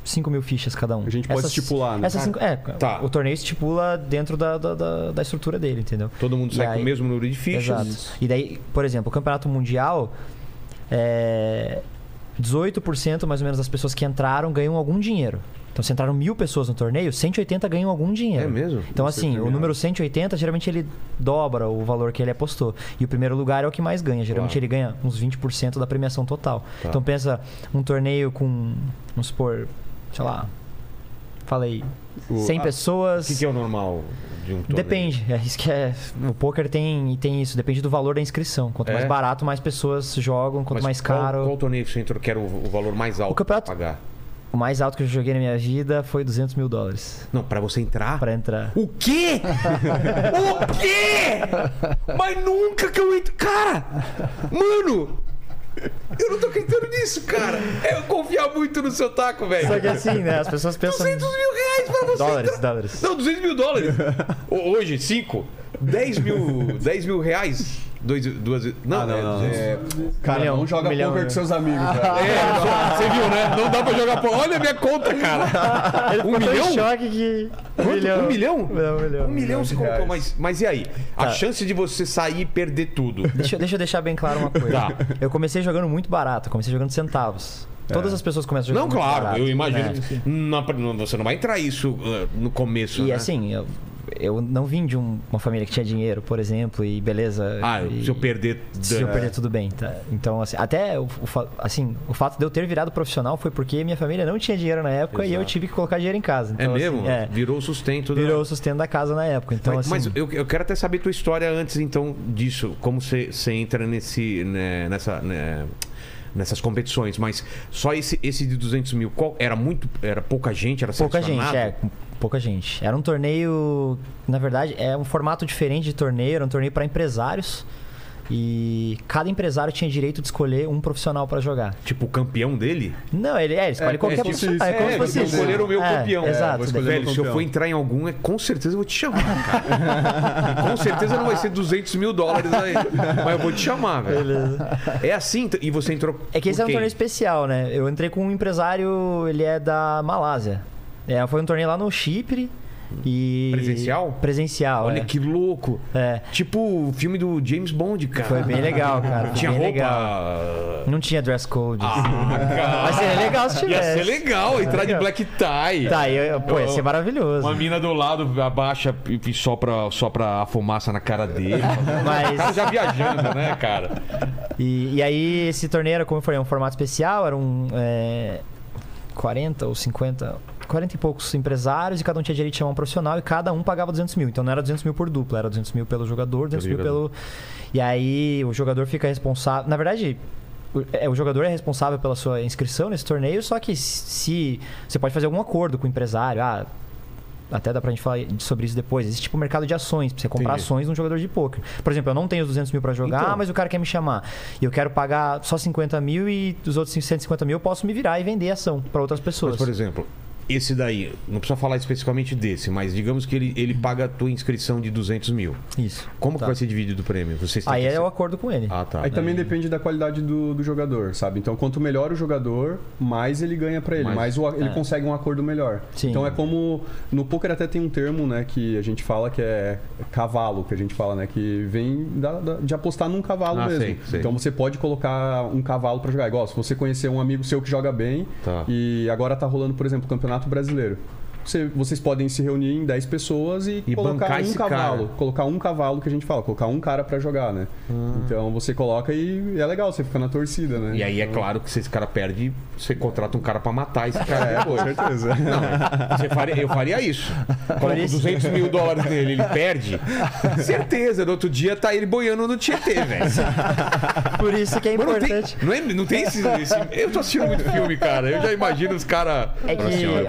[SPEAKER 4] 5 mil fichas cada um.
[SPEAKER 6] A gente pode estipular, né?
[SPEAKER 4] Essas cinco- é,
[SPEAKER 1] Tá.
[SPEAKER 4] o torneio estipula dentro da, da, da- da estrutura dele, entendeu?
[SPEAKER 1] Todo mundo sai
[SPEAKER 4] E
[SPEAKER 1] com o
[SPEAKER 4] aí-
[SPEAKER 1] mesmo número de fichas.
[SPEAKER 4] Exato. E daí, por exemplo, o campeonato mundial é. 18% mais ou menos das pessoas que entraram ganham algum dinheiro. Então, se entraram mil pessoas no torneio, 180 ganham algum dinheiro.
[SPEAKER 1] É mesmo?
[SPEAKER 4] Então,
[SPEAKER 6] Isso é
[SPEAKER 4] assim, o
[SPEAKER 6] premiado.
[SPEAKER 4] número 180, geralmente ele dobra o valor que ele apostou. E o primeiro lugar é o que mais ganha. Geralmente
[SPEAKER 1] Claro.
[SPEAKER 4] ele ganha uns 20% da premiação total.
[SPEAKER 1] Tá.
[SPEAKER 4] Então, pensa um torneio com, vamos supor, sei lá, falei,
[SPEAKER 6] O-
[SPEAKER 4] 100
[SPEAKER 6] ah,
[SPEAKER 1] O
[SPEAKER 4] pessoas.
[SPEAKER 1] que, que é o normal de um torneio?
[SPEAKER 4] Depende, é isso que é. O poker tem, tem isso, depende do valor da inscrição. Quanto
[SPEAKER 1] É?
[SPEAKER 4] mais barato, mais pessoas jogam, quanto
[SPEAKER 1] Mas
[SPEAKER 4] mais
[SPEAKER 1] qual-
[SPEAKER 4] caro.
[SPEAKER 1] Qual, torneio que você entrou que era o, o valor mais alto
[SPEAKER 4] O campeonato-
[SPEAKER 1] pra pagar?
[SPEAKER 4] O mais alto que eu joguei na minha vida foi 200 mil dólares
[SPEAKER 1] Não, pra você entrar.
[SPEAKER 4] pra entrar.
[SPEAKER 1] O quê? o quê? Mas nunca que eu entro. Cara! Mano! Eu não tô acreditando nisso, cara! É Eu confiar muito no seu taco, velho!
[SPEAKER 4] Só que assim, né? As pessoas pensam.
[SPEAKER 1] 200 mil reais pra você então.
[SPEAKER 4] Dólares,
[SPEAKER 1] entrar.
[SPEAKER 4] dólares.
[SPEAKER 1] Não, 200 mil dólares. Ho- Hoje, 5. 10 mil, 10 mil reais. Dois, duas, não,
[SPEAKER 6] Ah, não,
[SPEAKER 1] é,
[SPEAKER 6] não.
[SPEAKER 1] é,
[SPEAKER 6] Cara,
[SPEAKER 4] milhão,
[SPEAKER 6] não joga
[SPEAKER 4] um milhão,
[SPEAKER 6] poker
[SPEAKER 4] né?
[SPEAKER 6] com seus amigos, cara.
[SPEAKER 1] é, só- você viu, né? Não dá pra jogar por. Olha a minha conta, cara. Um
[SPEAKER 4] Ele ficou tão em
[SPEAKER 1] milhão?
[SPEAKER 4] um choque que.
[SPEAKER 1] Quanto? Um milhão?
[SPEAKER 4] Um milhão. Tá.
[SPEAKER 1] Um milhão você colocou,
[SPEAKER 6] reais.
[SPEAKER 1] mas, mas e aí? A chance de você sair e perder tudo.
[SPEAKER 4] Deixa, eu- deixa eu deixar bem claro uma coisa.
[SPEAKER 1] Tá.
[SPEAKER 4] Eu comecei jogando muito barato, comecei jogando centavos. Todas as pessoas começam
[SPEAKER 1] É.
[SPEAKER 4] jogando
[SPEAKER 1] Não,
[SPEAKER 4] muito
[SPEAKER 1] claro,
[SPEAKER 4] barato,
[SPEAKER 1] eu imagino.
[SPEAKER 4] né?
[SPEAKER 1] que não, não- você não vai entrar isso ah, no começo.
[SPEAKER 4] E
[SPEAKER 1] né?
[SPEAKER 4] assim, eu, eu não vim de um- uma família que tinha dinheiro, por exemplo, e beleza.
[SPEAKER 1] Ah,
[SPEAKER 4] e,
[SPEAKER 1] se eu perder. né?
[SPEAKER 4] se eu perder tudo bem, tá? Então, assim, até o, o fa- assim, o fato de eu ter virado profissional foi porque minha família não tinha dinheiro na época e eu
[SPEAKER 1] Exato.
[SPEAKER 4] tive que colocar dinheiro em casa.
[SPEAKER 1] É
[SPEAKER 4] Então, assim,
[SPEAKER 1] mesmo?
[SPEAKER 4] é,
[SPEAKER 1] Virou o sustento. né? da-
[SPEAKER 4] virou o sustento da casa na época. Então,
[SPEAKER 1] mas
[SPEAKER 4] assim,
[SPEAKER 1] mas eu, eu quero até saber tua história antes, então, disso. Como você você entra nesse, né, nessa, né, nessas competições. Mas só esse, esse de 200 mil, qual, era muito. Era pouca gente? Era
[SPEAKER 4] pouca
[SPEAKER 1] selecionado?
[SPEAKER 4] gente, é, pouca gente. Era um torneio, na verdade, é um formato diferente de torneio, era um torneio para empresários. E cada empresário tinha direito de escolher um profissional para jogar.
[SPEAKER 1] Tipo, o campeão dele?
[SPEAKER 4] Não, ele é, ele escolhe
[SPEAKER 6] É,
[SPEAKER 4] qualquer
[SPEAKER 6] é tipo
[SPEAKER 4] profissional.
[SPEAKER 6] isso.
[SPEAKER 4] É como
[SPEAKER 6] É,
[SPEAKER 4] se fosse
[SPEAKER 6] vou
[SPEAKER 4] isso.
[SPEAKER 1] escolher o meu
[SPEAKER 4] É,
[SPEAKER 1] campeão. É,
[SPEAKER 4] Exato.
[SPEAKER 6] vou escolher
[SPEAKER 1] Velho,
[SPEAKER 6] meu
[SPEAKER 1] se eu
[SPEAKER 6] campeão.
[SPEAKER 1] for entrar em algum, é, com certeza eu vou te chamar, cara. com certeza não vai ser 200 mil dólares aí. Mas eu vou te chamar, velho. É assim, então- e você entrou.
[SPEAKER 4] É que esse
[SPEAKER 1] por
[SPEAKER 4] é um
[SPEAKER 1] quem?
[SPEAKER 4] torneio especial, né? Eu entrei com um empresário, ele é da Malásia. É, foi um torneio lá no Chipre. E...
[SPEAKER 1] Presencial?
[SPEAKER 4] Presencial.
[SPEAKER 1] Olha
[SPEAKER 4] é.
[SPEAKER 1] que louco.
[SPEAKER 4] É.
[SPEAKER 1] Tipo o filme do James Bond, cara.
[SPEAKER 4] Foi bem legal, cara. Foi
[SPEAKER 1] Tinha
[SPEAKER 4] bem
[SPEAKER 1] roupa.
[SPEAKER 4] legal. Não tinha dress code. assim.
[SPEAKER 1] Ah, cara.
[SPEAKER 4] Mas seria legal
[SPEAKER 1] Ia
[SPEAKER 4] se tivesse.
[SPEAKER 1] ser legal entrar de
[SPEAKER 4] legal.
[SPEAKER 1] black tie.
[SPEAKER 4] Tá, eu, eu- pô, ia ser maravilhoso.
[SPEAKER 1] Uma mina do lado abaixa e e sopra, sopra a fumaça na cara dele.
[SPEAKER 4] Mas.
[SPEAKER 1] Já viajando, né, cara?
[SPEAKER 4] E, e aí, esse torneio era, como eu falei, um formato especial, eram é, 40 ou 50, 40 e poucos empresários, e cada um tinha direito de chamar um profissional, e cada um pagava 200 mil. Então não era 200 mil por dupla, era 200 mil pelo jogador, 200 mil
[SPEAKER 1] jogador.
[SPEAKER 4] pelo. E aí, o jogador fica responsável. Na verdade. o- é, O jogador é responsável pela sua inscrição nesse torneio, só que se você pode fazer algum acordo com o empresário, ah, até dá pra gente falar sobre isso depois. Existe tipo mercado de ações, pra você comprar
[SPEAKER 1] Entendi.
[SPEAKER 4] ações num jogador de pôquer. Por exemplo, eu não tenho os 200 mil pra jogar,
[SPEAKER 1] Então.
[SPEAKER 4] mas o cara quer me chamar. E eu quero pagar só 50 mil e os outros 150 mil eu posso me virar e vender ação pra outras pessoas.
[SPEAKER 1] Mas, por exemplo, esse daí, não precisa falar especificamente desse, mas digamos que ele, ele paga a tua inscrição de 200 mil.
[SPEAKER 4] Isso.
[SPEAKER 1] Como
[SPEAKER 4] Tá.
[SPEAKER 1] que vai ser dividido o prêmio? Vocês têm
[SPEAKER 4] Aí
[SPEAKER 1] que
[SPEAKER 4] é
[SPEAKER 1] ser-
[SPEAKER 4] o acordo com ele.
[SPEAKER 1] Ah, tá.
[SPEAKER 6] Aí também depende da qualidade do, do jogador, sabe? Então, quanto melhor o jogador, mais ele ganha pra ele,
[SPEAKER 1] Mais- é.
[SPEAKER 6] mais, o a- ele consegue um acordo melhor.
[SPEAKER 4] Sim.
[SPEAKER 6] Então é como no poker até tem um termo, né, que a gente fala que é cavalo, que a gente fala, né, que vem da- da- de apostar num cavalo
[SPEAKER 1] Ah,
[SPEAKER 6] mesmo.
[SPEAKER 1] sei, sei.
[SPEAKER 6] Então você pode colocar um cavalo pra jogar. Igual se você conhecer um amigo seu que joga bem
[SPEAKER 1] Tá.
[SPEAKER 6] e agora tá rolando, por exemplo, o Campeonato Brasileiro. Você- vocês podem se reunir em 10 pessoas e,
[SPEAKER 1] E bancar
[SPEAKER 6] colocar um
[SPEAKER 1] esse
[SPEAKER 6] cavalo
[SPEAKER 1] cara.
[SPEAKER 6] colocar um cavalo que a gente fala, colocar um cara pra jogar, né? Então você coloca e é legal, você fica na torcida, né?
[SPEAKER 1] Ah. E aí é claro que se esse cara perde, você contrata um cara pra matar esse cara
[SPEAKER 6] É, com
[SPEAKER 1] depois.
[SPEAKER 6] certeza.
[SPEAKER 1] Não, é, você faria- eu faria isso. Coloco 200 mil dólares nele, ele perde. Certeza, no outro dia tá ele boiando no Tietê, velho.
[SPEAKER 4] Por isso que é
[SPEAKER 1] Ah. Mas não tem,
[SPEAKER 4] importante.
[SPEAKER 1] não, é, não tem esse, esse- Eu tô assistindo muito filme, cara. Eu já imagino os caras.
[SPEAKER 4] É que-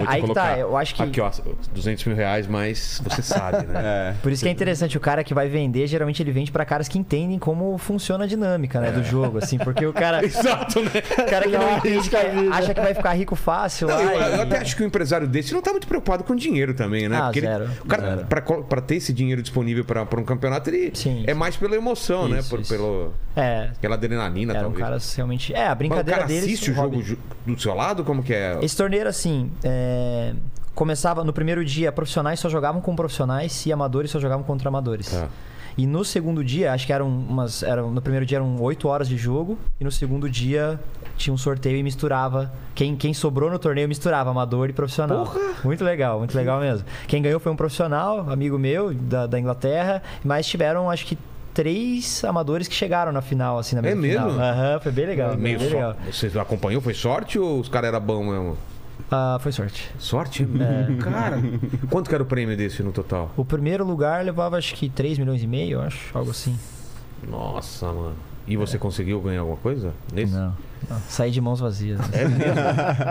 [SPEAKER 4] aí que tá, eu acho que-
[SPEAKER 1] Aqui, ó, 200 mil reais, mas você sabe, né?
[SPEAKER 6] É.
[SPEAKER 4] Por isso que é interessante, o cara que vai vender, geralmente ele vende pra caras que entendem como funciona a dinâmica, né,
[SPEAKER 1] É.
[SPEAKER 4] do jogo, assim, porque o cara,
[SPEAKER 1] Exato, né?
[SPEAKER 4] o cara que não entende,
[SPEAKER 5] arrisca a vida.
[SPEAKER 4] acha que vai ficar rico fácil
[SPEAKER 1] é Não,
[SPEAKER 4] lá.
[SPEAKER 1] eu,
[SPEAKER 4] e-
[SPEAKER 1] eu até acho que um empresário desse não tá muito preocupado com dinheiro também, né?
[SPEAKER 4] né? Ah,
[SPEAKER 1] ele-
[SPEAKER 4] zero,
[SPEAKER 1] o cara,
[SPEAKER 4] zero.
[SPEAKER 1] pra, co- pra ter esse dinheiro disponível pra, pra um campeonato, ele
[SPEAKER 4] Sim,
[SPEAKER 1] é
[SPEAKER 4] sim.
[SPEAKER 1] mais pela emoção, né?
[SPEAKER 4] Isso,
[SPEAKER 1] Por,
[SPEAKER 4] isso.
[SPEAKER 1] pelo,
[SPEAKER 4] É,
[SPEAKER 1] pela adrenalina,
[SPEAKER 4] eram
[SPEAKER 1] talvez.
[SPEAKER 4] caras realmente... É, a
[SPEAKER 1] Mas o
[SPEAKER 4] brincadeira
[SPEAKER 1] cara
[SPEAKER 4] deles...
[SPEAKER 1] assiste o
[SPEAKER 4] um
[SPEAKER 1] jogo
[SPEAKER 4] hobby.
[SPEAKER 1] ju- do seu lado? Como que é?
[SPEAKER 4] Esse torneio era assim. é, Começava no primeiro dia, profissionais só jogavam com profissionais e amadores só jogavam contra amadores.
[SPEAKER 1] Tá.
[SPEAKER 4] E no segundo dia, acho que eram umas. Eram, no primeiro dia eram 8 horas de jogo, e no segundo dia tinha um sorteio e misturava. Quem, quem sobrou no torneio misturava amador e profissional. Muito legal, muito legal mesmo. Quem ganhou foi um profissional, amigo meu, da, da Inglaterra, mas tiveram, acho que. Três amadores que chegaram na final, assim, na
[SPEAKER 1] É
[SPEAKER 4] mesma final.
[SPEAKER 1] mesmo?
[SPEAKER 4] Aham, foi bem legal.
[SPEAKER 1] Meio
[SPEAKER 4] bem
[SPEAKER 1] só-
[SPEAKER 4] legal.
[SPEAKER 1] Você acompanhou? Foi sorte ou os caras eram bons mesmo?
[SPEAKER 4] Ah, foi sorte.
[SPEAKER 1] Sorte?
[SPEAKER 4] É.
[SPEAKER 1] Cara, quanto que era o prêmio desse no total?
[SPEAKER 4] O primeiro lugar levava acho que 3 milhões e meio, eu acho, algo assim.
[SPEAKER 1] Nossa, mano. E você conseguiu ganhar alguma coisa? Nesse?
[SPEAKER 4] Não. não. Saí de mãos vazias.
[SPEAKER 1] É mesmo?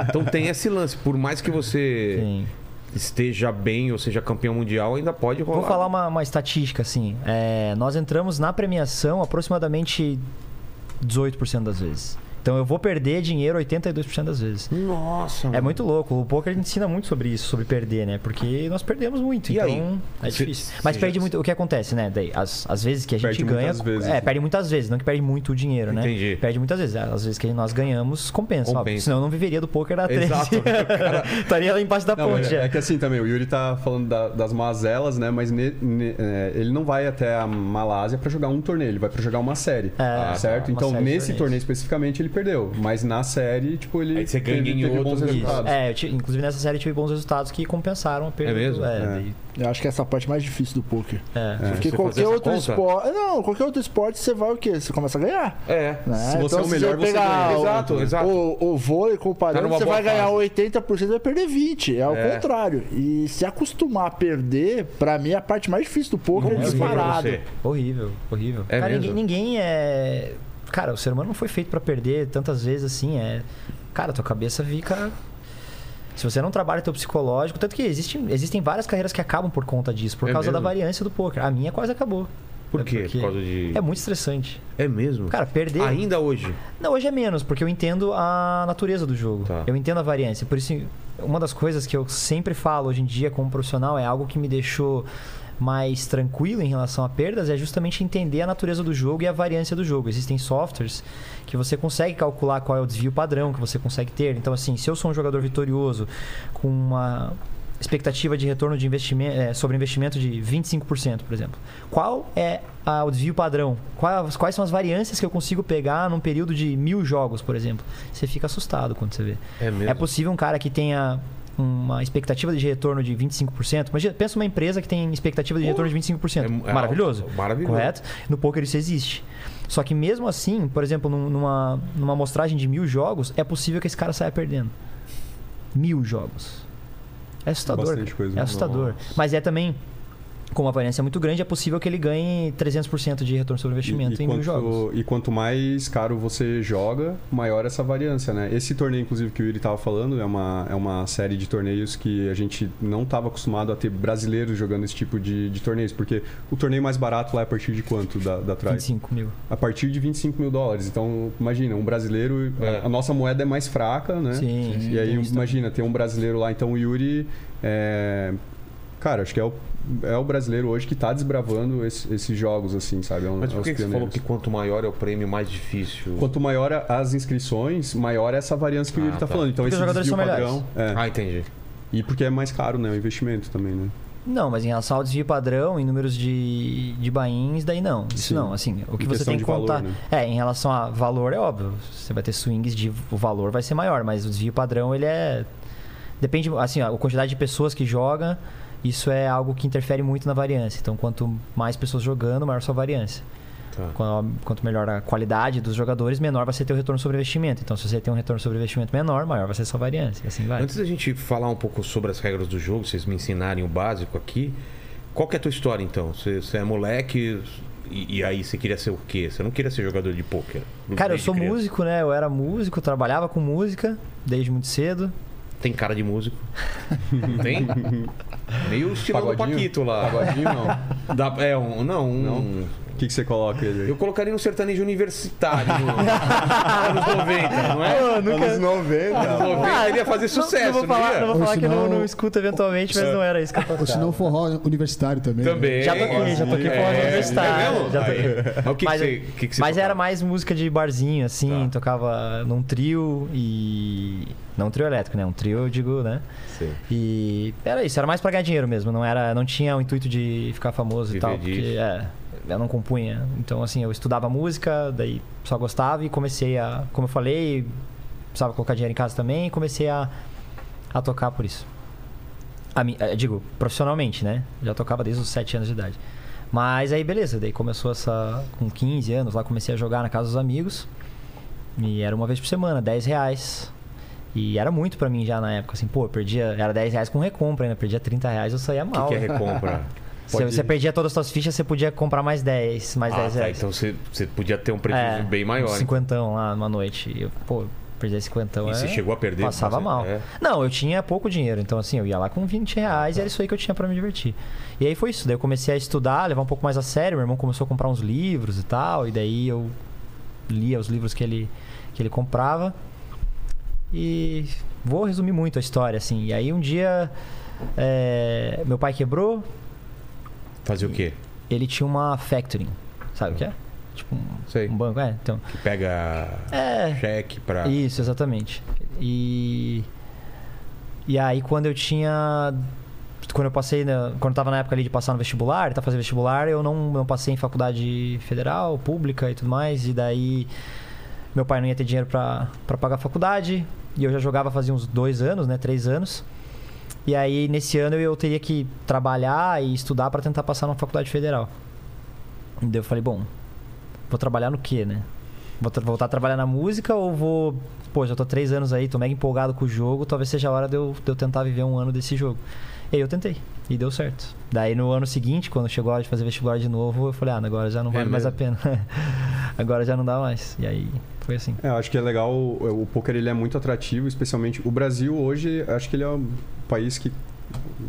[SPEAKER 1] então tem esse lance. Por mais que você
[SPEAKER 4] Sim.
[SPEAKER 1] esteja bem ou seja campeão mundial, ainda pode rolar.
[SPEAKER 4] Vou falar uma, uma estatística, assim. É, nós entramos na premiação aproximadamente 18% das vezes. Então eu vou perder dinheiro 82% das vezes.
[SPEAKER 1] Nossa,
[SPEAKER 4] É muito louco. O poker ensina muito sobre isso, sobre perder, né? Porque nós perdemos muito.
[SPEAKER 1] E
[SPEAKER 4] então
[SPEAKER 1] aí?
[SPEAKER 4] é
[SPEAKER 1] Cê-
[SPEAKER 4] difícil.
[SPEAKER 1] cê
[SPEAKER 4] Mas
[SPEAKER 1] já-
[SPEAKER 4] perde muito. O que acontece, né? Daí, as, as vezes que a gente
[SPEAKER 6] Perde
[SPEAKER 4] ganha.
[SPEAKER 6] muitas vezes.
[SPEAKER 4] É, perde muitas vezes. Não que perde muito o dinheiro, né?
[SPEAKER 1] assim. Entendi.
[SPEAKER 4] Perde muitas vezes. As vezes que nós ganhamos, compensa. óbvio.
[SPEAKER 1] Compensa.
[SPEAKER 4] Senão eu não viveria do poker da 13.
[SPEAKER 1] Exato.
[SPEAKER 4] Estaria lá embaixo da
[SPEAKER 6] Não,
[SPEAKER 4] ponte.
[SPEAKER 6] é,
[SPEAKER 4] é.
[SPEAKER 6] é que assim também, o Yuri tá falando da- das mazelas, né? Mas ne- ne- é, ele não vai até a Malásia pra jogar um torneio, ele vai pra jogar uma série.
[SPEAKER 4] É,
[SPEAKER 6] certo?
[SPEAKER 4] uma
[SPEAKER 6] então,
[SPEAKER 4] série de
[SPEAKER 6] nesse
[SPEAKER 4] torneios.
[SPEAKER 6] torneio especificamente, ele perdeu. Mas na série, tipo, ele
[SPEAKER 1] Aí você ganha em outros
[SPEAKER 6] bons
[SPEAKER 1] níveis.
[SPEAKER 6] resultados.
[SPEAKER 4] É, eu tive- inclusive nessa série eu tive bons resultados que compensaram a perda.
[SPEAKER 1] É mesmo?
[SPEAKER 4] do- É,
[SPEAKER 6] É.
[SPEAKER 4] daí-
[SPEAKER 5] Eu acho que essa é a parte mais difícil do poker.
[SPEAKER 4] é.
[SPEAKER 1] Você
[SPEAKER 5] Porque
[SPEAKER 1] fazer
[SPEAKER 5] qualquer
[SPEAKER 1] essa
[SPEAKER 5] outro
[SPEAKER 1] conta?
[SPEAKER 5] esporte. Não, qualquer outro esporte você vai o quê? Você começa a ganhar.
[SPEAKER 1] É.
[SPEAKER 5] né?
[SPEAKER 6] Se você é o
[SPEAKER 5] se
[SPEAKER 6] melhor, você
[SPEAKER 5] pegar
[SPEAKER 6] ganha.
[SPEAKER 5] o-
[SPEAKER 1] Exato, exato.
[SPEAKER 5] O, o vôlei
[SPEAKER 1] Tá
[SPEAKER 5] comparando,
[SPEAKER 1] numa
[SPEAKER 5] você
[SPEAKER 1] boa
[SPEAKER 5] vai ganhar
[SPEAKER 1] fase.
[SPEAKER 5] 80% e vai perder 20%. É ao
[SPEAKER 1] É.
[SPEAKER 5] contrário. E se acostumar a perder, pra mim, a parte mais difícil do poker é
[SPEAKER 1] Como que foi pra
[SPEAKER 5] disparado.
[SPEAKER 1] você?
[SPEAKER 4] É, Horrível, horrível.
[SPEAKER 1] É
[SPEAKER 4] cara,
[SPEAKER 1] mesmo?
[SPEAKER 4] Ninguém, ninguém é. Cara, o ser humano não foi feito pra perder tantas vezes assim. É. Cara, tua cabeça fica. Se você não trabalha teu psicológico, tanto que existe, existem várias carreiras que acabam por conta disso, por
[SPEAKER 1] É
[SPEAKER 4] causa
[SPEAKER 1] mesmo?
[SPEAKER 4] da variância do poker. A minha quase acabou.
[SPEAKER 1] Por
[SPEAKER 4] É
[SPEAKER 1] quê?
[SPEAKER 4] porque
[SPEAKER 1] Por causa de.
[SPEAKER 4] É muito estressante.
[SPEAKER 1] É, mesmo?
[SPEAKER 4] Cara, perder.
[SPEAKER 1] Ainda hoje.
[SPEAKER 4] Não, hoje é menos, porque eu entendo a natureza do jogo.
[SPEAKER 1] Tá.
[SPEAKER 4] Eu entendo a variância. Por isso, uma das coisas que eu sempre falo hoje em dia como profissional é algo que me deixou mais tranquilo em relação a perdas é justamente entender a natureza do jogo e a variância do jogo. Existem softwares que você consegue calcular qual é o desvio padrão que você consegue ter. Então, assim, se eu sou um jogador vitorioso com uma expectativa de retorno de investimento, é, sobre investimento de 25%, por exemplo. Qual é a- o desvio padrão? Quais, quais são as variâncias que eu consigo pegar num período de mil jogos, por exemplo? Você fica assustado quando você vê.
[SPEAKER 1] É mesmo.
[SPEAKER 4] É possível um cara que tenha uma expectativa de retorno de 25%. Imagina, pensa uma empresa que tem expectativa de retorno de 25%.
[SPEAKER 1] É- é
[SPEAKER 4] Maravilhoso.
[SPEAKER 1] alto, maravilhoso.
[SPEAKER 4] Correto? No poker isso existe. Só que mesmo assim, por exemplo, num- numa, numa amostragem de mil jogos, é possível que esse cara saia perdendo. Mil jogos. É assustador.
[SPEAKER 6] Bastante
[SPEAKER 4] cara.
[SPEAKER 6] coisa.
[SPEAKER 4] É assustador. Mas é também, com uma variância muito grande, é possível que ele ganhe 300% de retorno sobre investimento em mil
[SPEAKER 6] quanto,
[SPEAKER 4] jogos.
[SPEAKER 6] e quanto mais caro você joga, maior essa variância, né? Esse torneio, inclusive, que o Yuri estava falando, é uma, é uma série de torneios que a gente não estava acostumado a ter brasileiros jogando esse tipo de, de torneios, porque o torneio mais barato lá é a partir de quanto da, da Tribe?
[SPEAKER 4] 25 mil.
[SPEAKER 6] A partir de 25 mil dólares. Então, imagina, um brasileiro,
[SPEAKER 1] É.
[SPEAKER 6] a nossa moeda é mais fraca, né?
[SPEAKER 4] Sim, sim,
[SPEAKER 6] E aí,
[SPEAKER 4] tem isso também.
[SPEAKER 6] imagina, tem um brasileiro lá, então o Yuri. é, Cara, acho que é o, é o brasileiro hoje que tá desbravando esse- esses jogos, assim, sabe? É um,
[SPEAKER 1] Mas
[SPEAKER 6] é
[SPEAKER 1] por
[SPEAKER 6] os
[SPEAKER 1] que, que você
[SPEAKER 6] pioneiros.
[SPEAKER 1] falou que quanto maior é o prêmio, mais difícil?
[SPEAKER 6] Quanto maior a- as inscrições, maior é essa variância que o
[SPEAKER 1] Ah,
[SPEAKER 6] Yuri tá,
[SPEAKER 1] tá.
[SPEAKER 6] falando. Então,
[SPEAKER 4] Porque os
[SPEAKER 6] esse
[SPEAKER 4] jogadores
[SPEAKER 6] desvio
[SPEAKER 4] são
[SPEAKER 6] padrão. É.
[SPEAKER 1] Ah, entendi.
[SPEAKER 6] E porque é mais caro, né? O investimento também, né?
[SPEAKER 4] Não, mas em relação ao desvio padrão, em números de, de bains, daí não. Isso
[SPEAKER 6] Sim.
[SPEAKER 4] não, assim, o que
[SPEAKER 6] Em
[SPEAKER 4] você
[SPEAKER 6] questão
[SPEAKER 4] tem que
[SPEAKER 6] de valor,
[SPEAKER 4] contar.
[SPEAKER 6] né?
[SPEAKER 4] É, em relação a valor, é óbvio. Você vai ter swings de. O valor vai ser maior, mas o desvio padrão, ele é. Depende, assim, ó, a quantidade de pessoas que joga, isso é algo que interfere muito na variância. Então, quanto mais pessoas jogando, maior sua variância.
[SPEAKER 1] Tá.
[SPEAKER 4] Quando- Quanto melhor a qualidade dos jogadores, menor vai ser teu retorno sobre investimento. Então, se você tem um retorno sobre investimento menor, maior vai ser sua variância. E assim vai.
[SPEAKER 1] Antes da gente falar um pouco sobre as regras do jogo, vocês me ensinarem o básico aqui, qual que é a tua história então? Você, você é moleque e, e aí você queria ser o quê? Você não queria ser jogador de pôquer?
[SPEAKER 4] Cara, eu
[SPEAKER 1] desde
[SPEAKER 4] sou
[SPEAKER 1] criança?
[SPEAKER 4] músico, né? Eu era músico, trabalhava com música desde muito cedo.
[SPEAKER 1] Tem cara de músico? Tem? Meio estilo do
[SPEAKER 6] Pagodinho?
[SPEAKER 1] Paquito lá.
[SPEAKER 6] Pagodinho, não.
[SPEAKER 1] Dá- é um, não, um...
[SPEAKER 6] Não? O que, que você coloca ele aí?
[SPEAKER 1] Eu colocaria um sertanejo universitário no, anos 90, não é?
[SPEAKER 6] Anos 90.
[SPEAKER 1] Anos 90 iria fazer sucesso,
[SPEAKER 4] Ah, não, não vou falar,
[SPEAKER 1] ia?
[SPEAKER 4] não vou
[SPEAKER 2] Ou
[SPEAKER 4] falar que
[SPEAKER 2] senão-
[SPEAKER 4] não, não escuto eventualmente, mas não era isso que eu
[SPEAKER 2] Ou se não, forró universitário também. né?
[SPEAKER 1] Também.
[SPEAKER 4] Já toquei, já toquei
[SPEAKER 1] É,
[SPEAKER 4] forró
[SPEAKER 1] é
[SPEAKER 4] universitário,
[SPEAKER 1] mesmo?
[SPEAKER 4] já
[SPEAKER 1] Aí.
[SPEAKER 4] toquei.
[SPEAKER 1] Mas o que, que
[SPEAKER 4] Mas eu-
[SPEAKER 1] você, que que você
[SPEAKER 4] Mas era
[SPEAKER 1] tocava? Tá.
[SPEAKER 4] mais música de barzinho, assim, tocava num trio e. Não um trio elétrico, né? Um trio, eu digo, né?
[SPEAKER 1] Sim.
[SPEAKER 4] E era isso, era mais pra ganhar dinheiro mesmo, não era, não tinha o intuito de ficar famoso e
[SPEAKER 1] Viver
[SPEAKER 4] tal, porque
[SPEAKER 1] disso.
[SPEAKER 4] é, eu não compunha. Então assim, eu estudava música, daí só gostava e comecei a, como eu falei, precisava colocar dinheiro em casa também e comecei a, a tocar por isso. A mi- eh, digo, profissionalmente, né? Já tocava desde os 7 anos de idade. Mas aí beleza, daí começou essa com 15 anos, lá comecei a jogar na casa dos amigos. E era uma vez por semana, 10 reais. E era muito pra mim já na época, assim, pô, eu perdia. Era 10 reais com recompra ainda, perdia 30 reais, eu saía
[SPEAKER 1] O
[SPEAKER 4] mal.
[SPEAKER 1] que, que é recompra?
[SPEAKER 4] você,
[SPEAKER 6] Pode-
[SPEAKER 4] você perdia todas as suas fichas, você podia comprar mais 10, mais
[SPEAKER 1] Ah,
[SPEAKER 4] 10
[SPEAKER 1] tá,
[SPEAKER 4] reais.
[SPEAKER 1] Então você, você podia ter um prejuízo
[SPEAKER 4] É,
[SPEAKER 1] bem
[SPEAKER 4] uns
[SPEAKER 1] maior. hein?
[SPEAKER 4] Cinquentão lá numa noite. E eu, pô, perdia cinquentão.
[SPEAKER 1] E
[SPEAKER 4] é-
[SPEAKER 1] você chegou a perder.
[SPEAKER 4] Passava
[SPEAKER 1] você-
[SPEAKER 4] mal.
[SPEAKER 1] é.
[SPEAKER 4] Não, eu tinha pouco dinheiro, então assim, eu ia lá com 20 reais e era isso aí que eu tinha pra me divertir. E aí foi isso, daí eu comecei a estudar, levar um pouco mais a sério, meu irmão começou a comprar uns livros e tal, e daí eu lia os livros que ele, que ele comprava. E vou resumir muito a história, assim. E aí um dia é, meu pai quebrou,
[SPEAKER 1] Fazer o quê?
[SPEAKER 4] ele tinha uma factoring, sabe o que é? Tipo um,
[SPEAKER 1] Sei.
[SPEAKER 4] um banco, é? Então,
[SPEAKER 1] Que pega
[SPEAKER 4] é,
[SPEAKER 1] cheque pra.
[SPEAKER 4] isso, exatamente. E. E aí quando eu tinha. Quando eu passei. na- quando eu tava na época ali de passar no vestibular, tá fazendo vestibular, eu não, não passei em faculdade federal, pública e tudo mais. E daí meu pai não ia ter dinheiro pra, pra pagar a faculdade. E eu já jogava fazia uns dois anos, né? Três anos. E aí, nesse ano, eu teria que trabalhar e estudar pra tentar passar numa faculdade federal. E daí eu falei, bom, vou trabalhar no quê, né? Vou tra- voltar a trabalhar na música ou vou. Pô, já tô três anos aí, tô mega empolgado com o jogo, talvez seja a hora de eu, de eu tentar viver um ano desse jogo. E aí eu tentei, e deu certo. Daí no ano seguinte, quando chegou a hora de fazer vestibular de novo, eu falei, ah, agora já não
[SPEAKER 1] É
[SPEAKER 4] vale mais a
[SPEAKER 1] mesmo?
[SPEAKER 4] pena. agora já não dá mais. E aí foi assim.
[SPEAKER 6] É, eu acho que é legal, o, o poker ele é muito atrativo, especialmente o Brasil hoje, acho que ele é um país que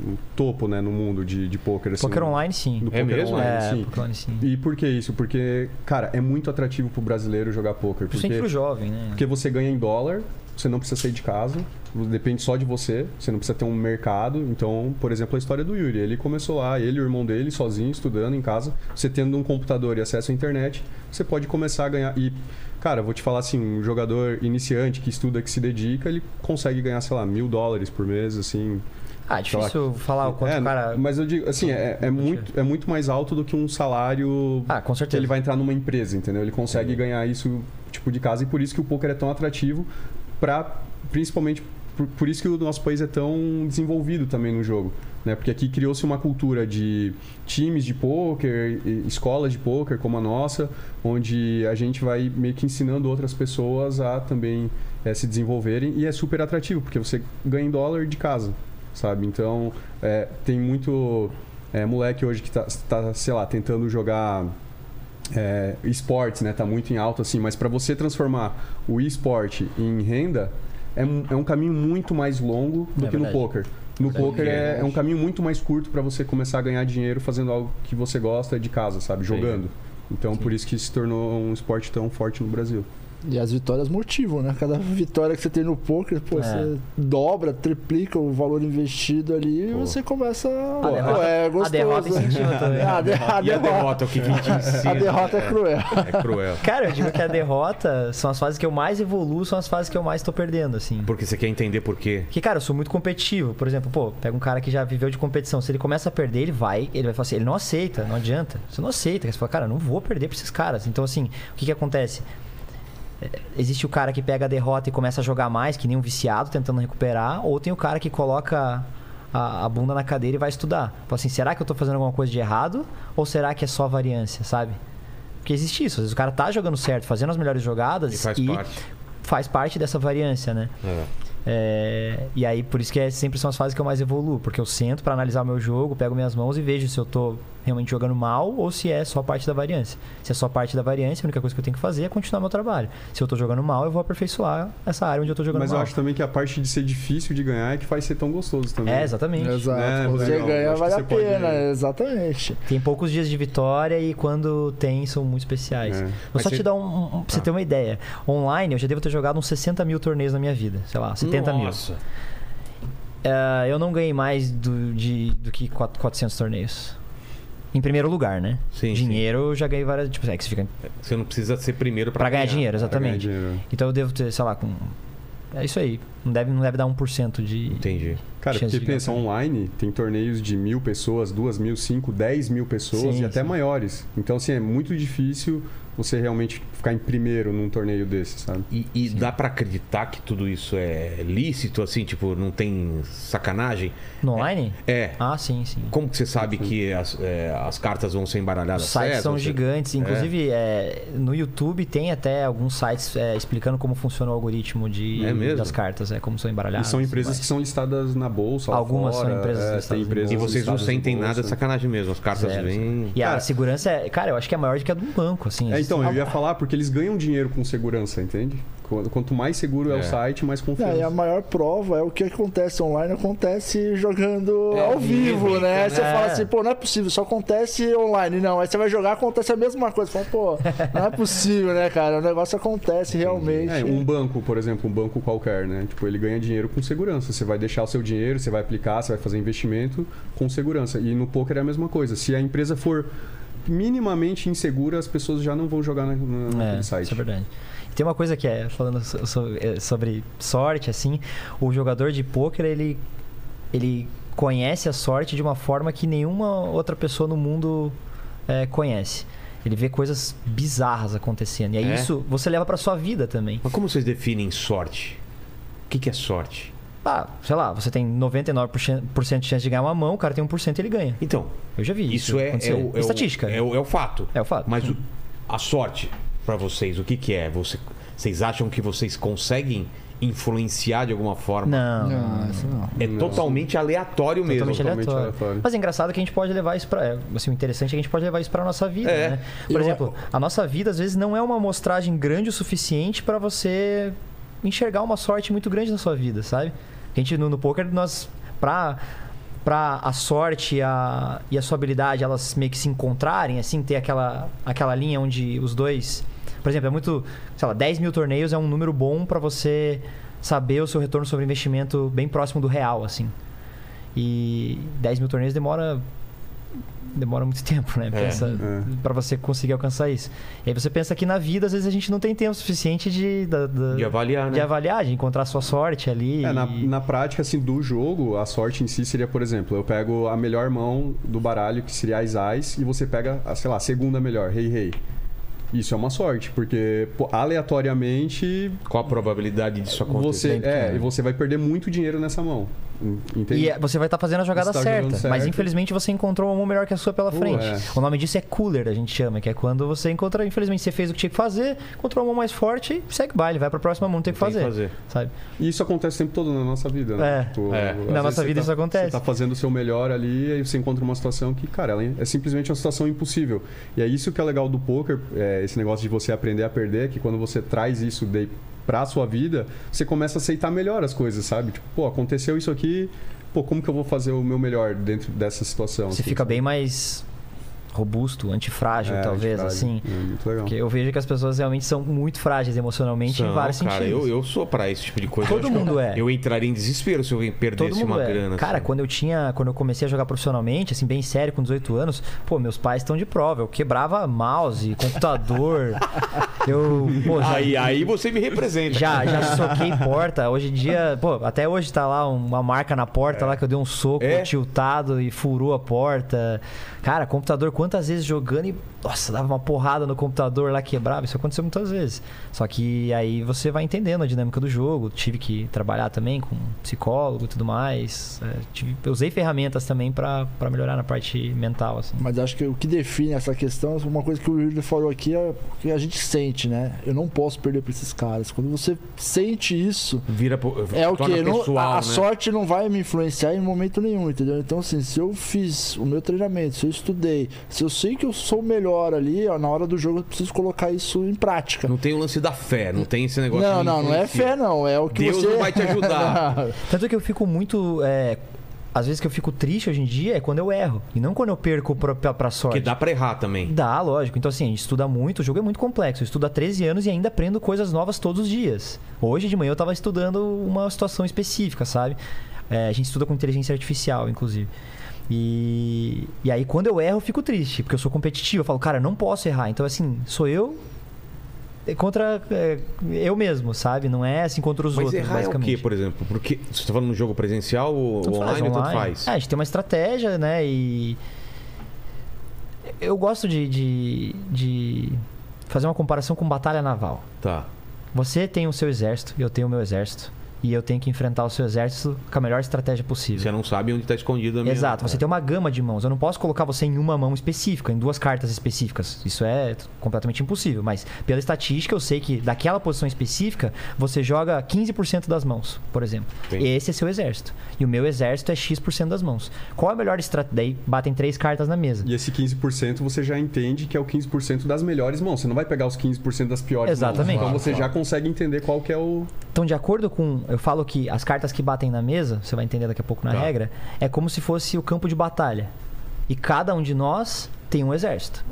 [SPEAKER 6] um topo, né, no mundo de, de poker assim.
[SPEAKER 4] Poker online, sim.
[SPEAKER 6] Do
[SPEAKER 1] É
[SPEAKER 6] poker
[SPEAKER 1] mesmo?
[SPEAKER 6] online,
[SPEAKER 4] é,
[SPEAKER 6] sim.
[SPEAKER 4] poker online, sim.
[SPEAKER 6] E por que isso? Porque, cara, é muito atrativo pro brasileiro jogar poker,
[SPEAKER 4] Principalmente
[SPEAKER 6] porque
[SPEAKER 4] pro jovem, né?
[SPEAKER 6] porque você ganha em dólar, você não precisa sair de casa, depende só de você, você não precisa ter um mercado. Então, por exemplo, a história do Yuri. Ele começou lá, ele e o irmão dele, sozinho, estudando em casa. Você tendo um computador e acesso à internet, você pode começar a ganhar. E Cara, eu vou te falar assim, um jogador iniciante que estuda, que se dedica, ele consegue ganhar, sei lá, mil dólares por mês, assim.
[SPEAKER 4] Ah, é difícil falar o quanto
[SPEAKER 6] é,
[SPEAKER 4] o cara.
[SPEAKER 6] Mas eu digo, assim, é, é muito, é muito mais alto do que um salário
[SPEAKER 4] Ah, com
[SPEAKER 6] que
[SPEAKER 4] certeza.
[SPEAKER 6] ele vai entrar numa empresa, entendeu? Ele consegue ganhar isso, tipo, de casa. E por isso que o poker é tão atrativo para principalmente... Por, por isso que o nosso país é tão desenvolvido também no jogo. Né? Porque aqui criou-se uma cultura de times de pôquer, e- escolas de pôquer como a nossa, onde a gente vai meio que ensinando outras pessoas a também eh, se desenvolverem. E é super atrativo, porque você ganha em dólar de casa, sabe? Então, eh, tem muito eh, moleque hoje que tá, tá, sei lá, tentando jogar é, esportes, né? Tá muito em alta, assim, mas para você transformar o esporte em renda é um, é um caminho muito mais longo do
[SPEAKER 4] É
[SPEAKER 6] que
[SPEAKER 4] verdade.
[SPEAKER 6] no poker. No poker é, é um caminho muito mais curto para você começar a ganhar dinheiro fazendo algo que você gosta de casa, sabe? Jogando. Então, por isso que se tornou um esporte tão forte no Brasil.
[SPEAKER 5] E as vitórias motivam, né? Cada vitória que você tem no poker, pô,
[SPEAKER 4] É.
[SPEAKER 5] você dobra, triplica o valor investido ali e você começa. Pô,
[SPEAKER 4] derrota-
[SPEAKER 5] é
[SPEAKER 4] a derrota incentiva também.
[SPEAKER 5] É, a de-
[SPEAKER 1] E
[SPEAKER 5] a
[SPEAKER 1] a
[SPEAKER 5] derrota,
[SPEAKER 1] derrota, é o que que te ensina?
[SPEAKER 5] a derrota é cruel.
[SPEAKER 1] É cruel.
[SPEAKER 4] Cara, eu digo que a derrota são as fases que eu mais evoluo, são as fases que eu mais tô perdendo, assim.
[SPEAKER 1] Porque você quer entender por quê.
[SPEAKER 4] Porque, cara, eu sou muito competitivo. Por exemplo, pô, pega um cara que já viveu de competição. Se ele começa a perder, ele vai, ele vai falar assim, ele não aceita, não adianta. Você não aceita. Você fala, cara, eu não vou perder pra esses caras. Então, assim, o que que acontece? É, Existe o cara que pega a derrota e começa a jogar mais, que nem um viciado, tentando recuperar. Ou tem o cara que coloca a, a bunda na cadeira e vai estudar. Fala assim, será que eu tô fazendo alguma coisa de errado? Ou será que é só variância, sabe? Porque existe isso. Às vezes o cara tá jogando certo, fazendo as melhores jogadas
[SPEAKER 1] E faz parte.
[SPEAKER 4] faz parte dessa variância, né?
[SPEAKER 1] É.
[SPEAKER 4] É, e aí, por isso que é, sempre são as fases que eu mais evoluo, porque eu sento pra analisar o meu jogo, pego minhas mãos e vejo se eu tô realmente jogando mal ou se é só parte da variância. Se é só parte da variância, a única coisa que eu tenho que fazer é continuar meu trabalho. Se eu tô jogando mal, eu vou aperfeiçoar essa área onde eu tô jogando
[SPEAKER 6] Mas
[SPEAKER 4] mal.
[SPEAKER 6] eu acho também que a parte de ser difícil de ganhar é que faz ser tão gostoso também.
[SPEAKER 4] É, exatamente.
[SPEAKER 5] Exato.
[SPEAKER 6] É,
[SPEAKER 5] Quando você
[SPEAKER 6] legal.
[SPEAKER 5] ganha,
[SPEAKER 6] Acho que
[SPEAKER 5] vale a
[SPEAKER 6] você pode-
[SPEAKER 5] pena, exatamente.
[SPEAKER 4] Tem poucos dias de vitória e quando tem, são muito especiais.
[SPEAKER 6] É. Tá.
[SPEAKER 4] Vou
[SPEAKER 1] Mas
[SPEAKER 4] só
[SPEAKER 1] você-
[SPEAKER 4] te dar um, um- pra você ter uma ideia. Online, eu já devo ter jogado uns 60 mil torneios na minha vida. Sei lá, 70 mil.
[SPEAKER 1] Nossa.
[SPEAKER 4] É, eu não ganhei mais do, de, do que quat- 400 torneios. Em primeiro lugar, né?
[SPEAKER 1] Sim,
[SPEAKER 4] dinheiro eu já ganhei várias. Tipo, é que você fica. Pra,
[SPEAKER 1] sim. Você não precisa ser primeiro pra,
[SPEAKER 4] ganhar, dinheiro,
[SPEAKER 6] Pra ganhar
[SPEAKER 4] exatamente.
[SPEAKER 6] dinheiro.
[SPEAKER 4] Então eu devo ter, sei lá, com. É isso aí. Não deve, não deve dar 1% de.
[SPEAKER 1] Entendi.
[SPEAKER 6] Cara,
[SPEAKER 4] Chance
[SPEAKER 6] porque
[SPEAKER 4] de ganhar
[SPEAKER 6] pensa,
[SPEAKER 4] também.
[SPEAKER 6] online tem torneios de mil pessoas, duas mil, cinco, dez mil pessoas
[SPEAKER 4] Sim,
[SPEAKER 6] e até
[SPEAKER 4] sim.
[SPEAKER 6] maiores. Então, assim, é muito difícil você realmente ficar em primeiro num torneio desse, sabe?
[SPEAKER 1] E, e dá pra acreditar que tudo isso é lícito, assim, tipo, não tem sacanagem?
[SPEAKER 4] No online?
[SPEAKER 1] É.
[SPEAKER 4] Ah, sim, sim.
[SPEAKER 1] Como que você sabe que as, é, as cartas vão ser embaralhadas?
[SPEAKER 4] Os sites
[SPEAKER 1] certo?
[SPEAKER 4] são
[SPEAKER 1] Você-
[SPEAKER 4] gigantes. Inclusive, é, no YouTube tem até alguns sites é, explicando como funciona o algoritmo de,
[SPEAKER 1] É mesmo?
[SPEAKER 4] das cartas, é, como são
[SPEAKER 6] E
[SPEAKER 4] embaralhadas.
[SPEAKER 6] são empresas que
[SPEAKER 4] tudo
[SPEAKER 6] são listadas na bolsa. lá
[SPEAKER 4] Algumas são
[SPEAKER 6] fora,
[SPEAKER 4] empresas
[SPEAKER 6] é, tem
[SPEAKER 4] listadas na
[SPEAKER 6] empresas
[SPEAKER 1] E vocês não
[SPEAKER 6] listadas na
[SPEAKER 1] sentem nada
[SPEAKER 6] bolsa.
[SPEAKER 1] de sacanagem mesmo. As cartas
[SPEAKER 4] Zero,
[SPEAKER 1] vêm.
[SPEAKER 4] mais. E a
[SPEAKER 6] Cara-
[SPEAKER 4] segurança, é, cara, eu acho que é maior do que a do banco, assim.
[SPEAKER 6] É, então, eu ia falar porque eles ganham dinheiro com segurança, entende? Qu- Quanto mais seguro é,
[SPEAKER 1] É.
[SPEAKER 6] o site, mais
[SPEAKER 5] É,
[SPEAKER 6] confiança.
[SPEAKER 5] e a maior prova é o que acontece online, acontece jogando
[SPEAKER 1] É,
[SPEAKER 5] ao
[SPEAKER 1] vivo,
[SPEAKER 5] vivo, né?
[SPEAKER 1] né?
[SPEAKER 5] Aí Você
[SPEAKER 4] É.
[SPEAKER 5] fala assim, pô, não é possível, só acontece online. Não, aí você vai jogar, acontece a mesma coisa. Você fala, pô, não é possível, né, cara? O negócio acontece realmente.
[SPEAKER 6] É, um banco, por exemplo, um banco qualquer, né? Tipo, ele ganha dinheiro com segurança. Você vai deixar o seu dinheiro, você vai aplicar, você vai fazer investimento com segurança. E no poker é a mesma coisa. Se a empresa for minimamente insegura, as pessoas já não vão jogar na, na, naquele
[SPEAKER 4] É,
[SPEAKER 6] site.
[SPEAKER 4] isso é verdade. E Tem uma coisa que é, falando so- so- é, sobre sorte, assim, o jogador de pôquer, ele, ele conhece a sorte de uma forma que nenhuma outra pessoa no mundo é, conhece. Ele vê coisas bizarras acontecendo. E aí
[SPEAKER 1] É?
[SPEAKER 4] isso você leva pra sua vida também.
[SPEAKER 1] Mas como vocês definem sorte? O que, que é sorte?
[SPEAKER 4] Ah, sei lá, você tem 99% de chance de ganhar uma mão, o cara tem 1% e ele ganha.
[SPEAKER 1] Então,
[SPEAKER 4] Eu já vi isso.
[SPEAKER 1] isso, é, é,
[SPEAKER 4] acontecer.
[SPEAKER 1] o, é o-
[SPEAKER 4] Estatística.
[SPEAKER 1] É o, é o fato.
[SPEAKER 4] É o fato.
[SPEAKER 1] Mas o- a sorte pra vocês, o que, que é? Você- vocês acham que vocês conseguem influenciar de alguma forma?
[SPEAKER 4] Não, não,
[SPEAKER 5] Não, isso não.
[SPEAKER 1] É totalmente aleatório mesmo.
[SPEAKER 4] Totalmente
[SPEAKER 6] totalmente
[SPEAKER 4] aleatório.
[SPEAKER 6] aleatório.
[SPEAKER 4] Mas é engraçado que a gente pode levar isso pra. é, Assim, o interessante é que a gente pode levar isso pra nossa vida,
[SPEAKER 1] É.
[SPEAKER 4] né? Por
[SPEAKER 5] Eu-
[SPEAKER 4] exemplo, a nossa vida às vezes não é uma amostragem grande o suficiente pra você enxergar uma sorte muito grande na sua vida, sabe? A gente no, no poker nós pra para a sorte e a, e a sua habilidade elas meio que se encontrarem, assim, ter aquela, aquela linha onde os dois. Por exemplo, é muito. Sei lá, 10 mil torneios é um número bom pra você saber o seu retorno sobre investimento bem próximo do real, assim. E 10 mil torneios demora demora muito tempo, né?
[SPEAKER 8] É.
[SPEAKER 4] Pensa, Pra você conseguir alcançar isso. E aí você pensa que na vida, às vezes, a gente não tem tempo suficiente de, da- da-
[SPEAKER 1] De avaliar, né?
[SPEAKER 4] de avaliar, de encontrar a sua sorte ali.
[SPEAKER 6] É, na,
[SPEAKER 4] e-
[SPEAKER 6] na prática, assim, do jogo, a sorte em si seria, por exemplo, eu pego a melhor mão do baralho, que seria as ais, e você pega, a, sei lá, a segunda melhor, rei, rei. Isso é uma sorte, porque pô, aleatoriamente
[SPEAKER 1] Qual a probabilidade disso acontecer?
[SPEAKER 6] você, é, e você vai perder muito dinheiro nessa mão. Entende?
[SPEAKER 4] né? E é, você vai estar fazendo a jogada
[SPEAKER 6] Você tá
[SPEAKER 4] certa,
[SPEAKER 6] jogando
[SPEAKER 4] mas
[SPEAKER 6] certo.
[SPEAKER 4] infelizmente você encontrou uma mão melhor que a sua pela frente.
[SPEAKER 6] é.
[SPEAKER 4] O nome disso é cooler, a gente chama, que é quando você encontra, infelizmente você fez o que tinha que fazer, encontrou uma mão mais forte, segue o baile, vai pra próxima mão, não tem o que fazer, sabe?
[SPEAKER 6] E isso acontece o tempo todo na nossa vida, né?
[SPEAKER 4] É.
[SPEAKER 6] Tipo,
[SPEAKER 1] É.
[SPEAKER 6] às
[SPEAKER 1] Na
[SPEAKER 6] vezes
[SPEAKER 4] nossa
[SPEAKER 6] você
[SPEAKER 4] vida isso acontece.
[SPEAKER 6] Você tá fazendo o seu melhor ali e você encontra uma situação que, cara, ela é simplesmente uma situação impossível. E é isso que é legal do poker, é, esse negócio de você aprender a perder, que quando você traz isso de, pra sua vida, você começa a aceitar melhor as coisas, sabe? Tipo, pô, aconteceu isso aqui, pô, como que eu vou fazer o meu melhor dentro dessa situação?
[SPEAKER 4] Você
[SPEAKER 6] assim,
[SPEAKER 4] fica
[SPEAKER 6] sabe?
[SPEAKER 4] bem mais robusto, antifrágil,
[SPEAKER 6] É,
[SPEAKER 4] talvez,
[SPEAKER 6] antifrágil.
[SPEAKER 4] assim.
[SPEAKER 6] É, muito legal.
[SPEAKER 4] Porque eu vejo que as pessoas realmente são muito frágeis emocionalmente em
[SPEAKER 1] Não,
[SPEAKER 4] vários
[SPEAKER 1] cara,
[SPEAKER 4] sentidos.
[SPEAKER 1] eu, eu sou pra esse tipo de coisa.
[SPEAKER 4] Todo
[SPEAKER 1] Eu acho que
[SPEAKER 4] mundo
[SPEAKER 1] eu-
[SPEAKER 4] é.
[SPEAKER 1] Eu entraria em desespero se eu
[SPEAKER 4] Todo
[SPEAKER 1] perdesse
[SPEAKER 4] mundo
[SPEAKER 1] uma
[SPEAKER 4] é.
[SPEAKER 1] grana.
[SPEAKER 4] Cara,
[SPEAKER 1] assim.
[SPEAKER 4] quando eu tinha, quando eu comecei a jogar profissionalmente, assim, bem sério, com 18 anos, pô, meus pais estão de prova. Eu quebrava mouse, computador. eu, pô, já,
[SPEAKER 1] Aí, aí você me representa.
[SPEAKER 4] já, já soquei porta. Hoje em dia, pô, até hoje tá lá uma marca na porta lá que eu dei um soco
[SPEAKER 1] É?
[SPEAKER 4] tiltado e furou a porta. Cara, computador, quantas vezes jogando e. Nossa, dava uma porrada no computador lá, quebrava. Isso aconteceu muitas vezes. Só que aí você vai entendendo a dinâmica do jogo. Tive que trabalhar também com psicólogo e tudo mais. É, tive- eu usei ferramentas também pra pra melhorar na parte mental, assim.
[SPEAKER 5] Mas acho que o que define essa questão, uma coisa que o Yuri falou aqui é o que a gente sente, né? Eu não posso perder pra esses caras. Quando você sente isso,
[SPEAKER 1] Vira po-
[SPEAKER 5] é o
[SPEAKER 1] torna
[SPEAKER 5] que? Não-
[SPEAKER 1] pessoal,
[SPEAKER 5] a, a
[SPEAKER 1] né?
[SPEAKER 5] sorte não vai me influenciar em momento nenhum, entendeu? Então, assim, se eu fiz o meu treinamento, se eu estudei, se eu sei que eu sou o melhor ali, ó, na hora do jogo eu preciso colocar isso em prática.
[SPEAKER 1] Não tem o lance da fé, não tem esse negócio.
[SPEAKER 5] Não,
[SPEAKER 1] de
[SPEAKER 5] não, não é
[SPEAKER 1] influencia.
[SPEAKER 5] fé, não. É o que
[SPEAKER 1] Deus
[SPEAKER 5] você.
[SPEAKER 1] não vai te ajudar.
[SPEAKER 5] Não.
[SPEAKER 4] Tanto que eu fico muito. é, às vezes que eu fico triste hoje em dia é quando eu erro. E não quando eu perco pra, pra, pra sorte.
[SPEAKER 1] Porque dá pra errar também.
[SPEAKER 4] Dá, lógico. Então, assim, a gente estuda muito, o jogo é muito complexo. Eu estudo há 13 anos e ainda aprendo coisas novas todos os dias. Hoje de manhã eu tava estudando uma situação específica, sabe? É, a gente estuda com inteligência artificial, inclusive. E, e aí, quando eu erro, eu fico triste, porque eu sou competitivo. Eu falo, cara, não posso errar. Então, assim, sou eu contra é, eu mesmo, sabe? Não é assim contra os
[SPEAKER 1] Mas
[SPEAKER 4] outros,
[SPEAKER 1] errar é o
[SPEAKER 4] basicamente.
[SPEAKER 1] quê, por exemplo? Porque você tá falando no jogo presencial ou
[SPEAKER 4] Tanto
[SPEAKER 1] online, tanto faz.
[SPEAKER 4] É, a gente tem uma estratégia, né? E. Eu gosto de, de, de fazer uma comparação com batalha naval.
[SPEAKER 1] Tá.
[SPEAKER 4] Você tem o seu exército, eu tenho o meu exército. E eu tenho que enfrentar o seu exército com a melhor estratégia possível.
[SPEAKER 1] Você não sabe onde tá escondido a minha.
[SPEAKER 4] Exato, você tem uma gama de mãos. Eu não posso colocar você em uma mão específica, em duas cartas específicas. Isso é t- completamente impossível. Mas pela estatística, eu sei que daquela posição específica, você joga 15% das mãos, por exemplo.
[SPEAKER 1] Entendi.
[SPEAKER 4] Esse é seu exército. E o meu exército é X% das mãos. Qual a melhor estratégia? Daí batem três cartas na mesa.
[SPEAKER 6] E esse 15% você já entende que é o 15% das melhores mãos. Você não vai pegar os 15% das piores
[SPEAKER 4] Exatamente.
[SPEAKER 6] mãos. Então você já consegue entender qual que é o...
[SPEAKER 4] Então, de acordo com. Eu falo que as cartas que batem na mesa, você vai entender daqui a pouco na
[SPEAKER 1] Tá.
[SPEAKER 4] regra, é como se fosse o campo de batalha. E cada um de nós tem um exército.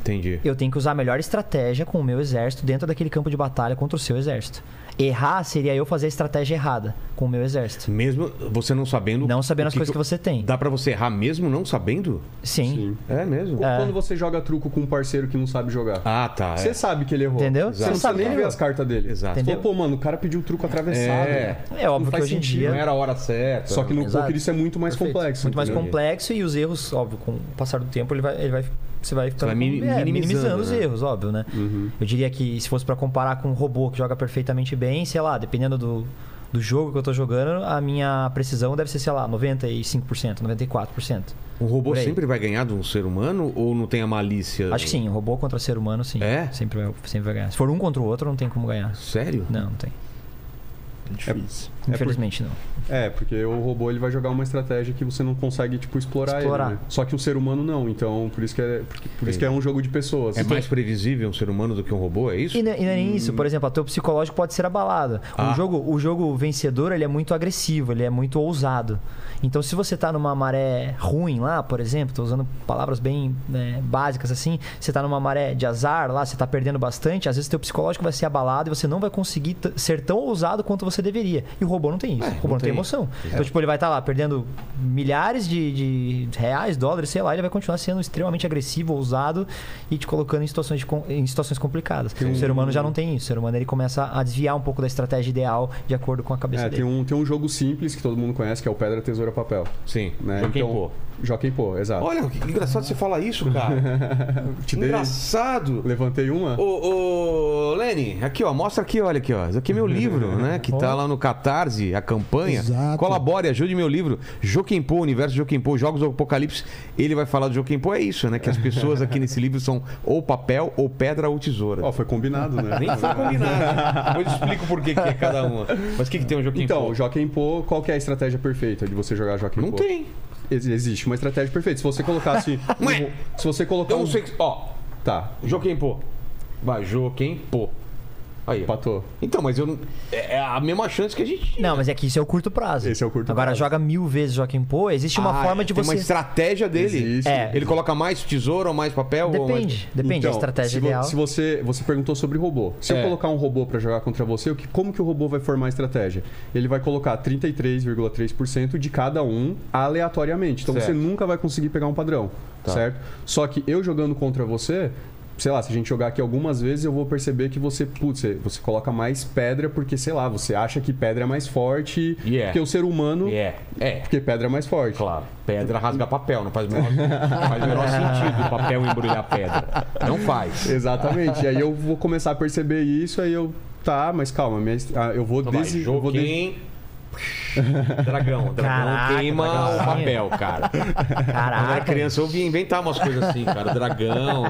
[SPEAKER 1] Entendi.
[SPEAKER 4] eu tenho que usar a melhor estratégia com o meu exército dentro daquele campo de batalha contra o seu exército. Errar seria eu fazer a estratégia errada com o meu exército.
[SPEAKER 1] Mesmo você não sabendo.
[SPEAKER 4] Não sabendo
[SPEAKER 1] o
[SPEAKER 4] as coisas que você tem.
[SPEAKER 1] Dá pra você errar mesmo não sabendo?
[SPEAKER 4] Sim.
[SPEAKER 6] Sim.
[SPEAKER 1] É mesmo?
[SPEAKER 4] É.
[SPEAKER 6] Quando você joga truco com um parceiro que não sabe jogar.
[SPEAKER 1] Ah, tá.
[SPEAKER 6] Você
[SPEAKER 1] é.
[SPEAKER 6] sabe que ele errou.
[SPEAKER 4] Entendeu?
[SPEAKER 6] Você não
[SPEAKER 4] Exato.
[SPEAKER 6] sabe nem ver as cartas dele.
[SPEAKER 1] Exato.
[SPEAKER 6] Você falou,
[SPEAKER 4] Entendeu?
[SPEAKER 6] pô, mano, o cara pediu o truco atravessado.
[SPEAKER 1] É.
[SPEAKER 6] né?
[SPEAKER 4] É óbvio
[SPEAKER 6] Não
[SPEAKER 4] que
[SPEAKER 6] faz
[SPEAKER 4] hoje em
[SPEAKER 6] sentido.
[SPEAKER 4] dia-
[SPEAKER 1] Não era a hora certa.
[SPEAKER 6] Só que no
[SPEAKER 4] Exato.
[SPEAKER 6] poker isso é muito mais
[SPEAKER 4] Perfeito.
[SPEAKER 6] complexo.
[SPEAKER 4] Muito mais
[SPEAKER 6] entendeu?
[SPEAKER 4] complexo e os erros, óbvio, com o passar do tempo, ele vai, ele vai, você vai ficando
[SPEAKER 1] vai
[SPEAKER 4] com-
[SPEAKER 1] mi-
[SPEAKER 4] é,
[SPEAKER 1] minimizando,
[SPEAKER 4] os
[SPEAKER 1] né?
[SPEAKER 4] erros, óbvio, né?
[SPEAKER 6] Uhum.
[SPEAKER 4] Eu diria que se fosse pra comparar com um robô que joga perfeitamente bem, sei lá, dependendo do, do jogo que eu tô jogando, a minha precisão deve ser, sei lá, 95%, 94%.
[SPEAKER 1] Um robô
[SPEAKER 4] Por aí.
[SPEAKER 1] sempre vai ganhar de um ser humano ou não tem a malícia?
[SPEAKER 4] Acho que sim, um robô contra ser humano, sim.
[SPEAKER 1] É?
[SPEAKER 4] Sempre vai, sempre vai ganhar. Se for um contra o outro, não tem como ganhar.
[SPEAKER 1] Sério?
[SPEAKER 4] Não, não tem.
[SPEAKER 1] É
[SPEAKER 5] Difícil.
[SPEAKER 4] Infelizmente não.
[SPEAKER 6] É, porque o robô ele vai jogar uma estratégia que você não consegue, tipo, explorar,
[SPEAKER 4] Explorar.
[SPEAKER 6] ele. Né? Só que o ser humano não. Então, por isso que é, por, por isso que é um jogo de pessoas.
[SPEAKER 1] É mais previsível um ser humano do que um robô, é isso?
[SPEAKER 4] E não, e não é nem isso, por exemplo, o teu psicológico pode ser abalado.
[SPEAKER 1] Hum. Ah.
[SPEAKER 4] O, jogo, o jogo vencedor ele é muito agressivo, ele é muito ousado. Então, se você tá numa maré ruim lá, por exemplo, tô usando palavras bem né, básicas assim, você tá numa maré de azar lá, você tá perdendo bastante, às vezes teu psicológico vai ser abalado e você não vai conseguir t- ser tão ousado quanto você deveria. E o robô não tem isso. o robô
[SPEAKER 1] É, não
[SPEAKER 4] não tem
[SPEAKER 1] tem.
[SPEAKER 4] emoção. Então, tipo, ele vai estar lá perdendo milhares de, de reais, dólares, sei lá, ele vai continuar sendo extremamente agressivo, ousado e te colocando em situações, de com- em situações complicadas. O
[SPEAKER 6] um-
[SPEAKER 4] ser humano já não tem isso. O ser humano ele começa a desviar um pouco da estratégia ideal de acordo com a cabeça
[SPEAKER 6] É,
[SPEAKER 4] dele.
[SPEAKER 6] tem um, tem um jogo simples que todo mundo conhece, que é o Pedra, Tesoura, Papel.
[SPEAKER 1] Sim.
[SPEAKER 6] Né?
[SPEAKER 1] Joaquim
[SPEAKER 6] Então-
[SPEAKER 1] Pô.
[SPEAKER 6] Joaquim Pô, exato.
[SPEAKER 1] Olha, que engraçado você falar isso, cara.
[SPEAKER 6] Te dei-
[SPEAKER 1] engraçado.
[SPEAKER 6] Levantei uma.
[SPEAKER 1] Ô, ô, Lene, aqui ó, mostra aqui, olha aqui ó. Isso aqui é meu livro, né? Que tá lá no Catarse, a campanha.
[SPEAKER 2] Exato.
[SPEAKER 1] Colabore, ajude meu livro. Joaquim Pô, Universo Joaquim Pô, Jogos do Apocalipse. Ele vai falar do Joaquim Pô, é isso, né? Que as pessoas aqui nesse livro são ou papel, ou pedra, ou tesoura.
[SPEAKER 6] Ó, foi combinado, né?
[SPEAKER 1] Nem foi combinado. né? Depois eu explico por que, que é cada uma. Mas o que, que tem um o Joaquim
[SPEAKER 6] Então,
[SPEAKER 1] Pô?
[SPEAKER 6] o Joaquim Pô, qual que é a estratégia perfeita de você jogar Joaquim
[SPEAKER 1] Não
[SPEAKER 6] Pô?
[SPEAKER 1] tem.
[SPEAKER 6] Ex- existe uma estratégia perfeita. Se você colocasse. um-
[SPEAKER 1] Ué.
[SPEAKER 6] se você colocar.
[SPEAKER 1] Eu não
[SPEAKER 6] um-
[SPEAKER 1] sei. que- Então, Ó,
[SPEAKER 6] Tá,
[SPEAKER 1] Joaquim Pô. Vai, Joaquim Pô. Aí, ó.
[SPEAKER 6] empatou.
[SPEAKER 1] Então, mas eu não. É é a mesma chance que a gente
[SPEAKER 4] Não, mas é que isso é o curto prazo.
[SPEAKER 6] um- Esse é o curto
[SPEAKER 4] Agora,
[SPEAKER 6] prazo.
[SPEAKER 4] joga mil vezes Joaquim Pô, existe uma
[SPEAKER 1] Ah,
[SPEAKER 4] forma de
[SPEAKER 1] tem
[SPEAKER 4] você.
[SPEAKER 1] uma estratégia dele.
[SPEAKER 6] Existe.
[SPEAKER 4] É.
[SPEAKER 1] Ele coloca mais tesoura ou mais papel? Ou mais...
[SPEAKER 4] Depende, depende da
[SPEAKER 6] Então,
[SPEAKER 4] estratégia
[SPEAKER 6] se vo-
[SPEAKER 4] ideal.
[SPEAKER 6] Se você, você perguntou sobre robô. Se
[SPEAKER 1] É.
[SPEAKER 6] eu colocar um robô pra jogar contra você, o que, como que o robô vai formar a estratégia? Ele vai colocar 33,3% de cada um aleatoriamente. Então você
[SPEAKER 1] Certo.
[SPEAKER 6] nunca vai conseguir pegar um padrão,
[SPEAKER 1] Tá.
[SPEAKER 6] certo? Só que eu jogando contra você, sei lá, se a gente jogar aqui algumas vezes, eu vou perceber que você, putz, você- você coloca mais pedra porque, sei lá, você acha que pedra é mais forte
[SPEAKER 1] Yeah.
[SPEAKER 6] que o ser humano,
[SPEAKER 1] É, é.
[SPEAKER 6] porque pedra é mais forte.
[SPEAKER 1] Claro, pedra rasga papel, não faz o menor, não faz o menor sentido papel embrulhar pedra. Não faz.
[SPEAKER 6] Exatamente. e aí eu vou começar a perceber isso, aí eu. Tá, mas calma, minha est- ah, eu vou
[SPEAKER 1] Então vai,
[SPEAKER 6] desi- eu vou de-
[SPEAKER 1] Joaquim. Dragão, dragão
[SPEAKER 4] Caraca,
[SPEAKER 1] queima o
[SPEAKER 4] dragãozinho.
[SPEAKER 1] papel, cara. Quando eu era
[SPEAKER 4] Caraca.
[SPEAKER 1] criança, eu via inventar umas coisas assim, cara. Dragão.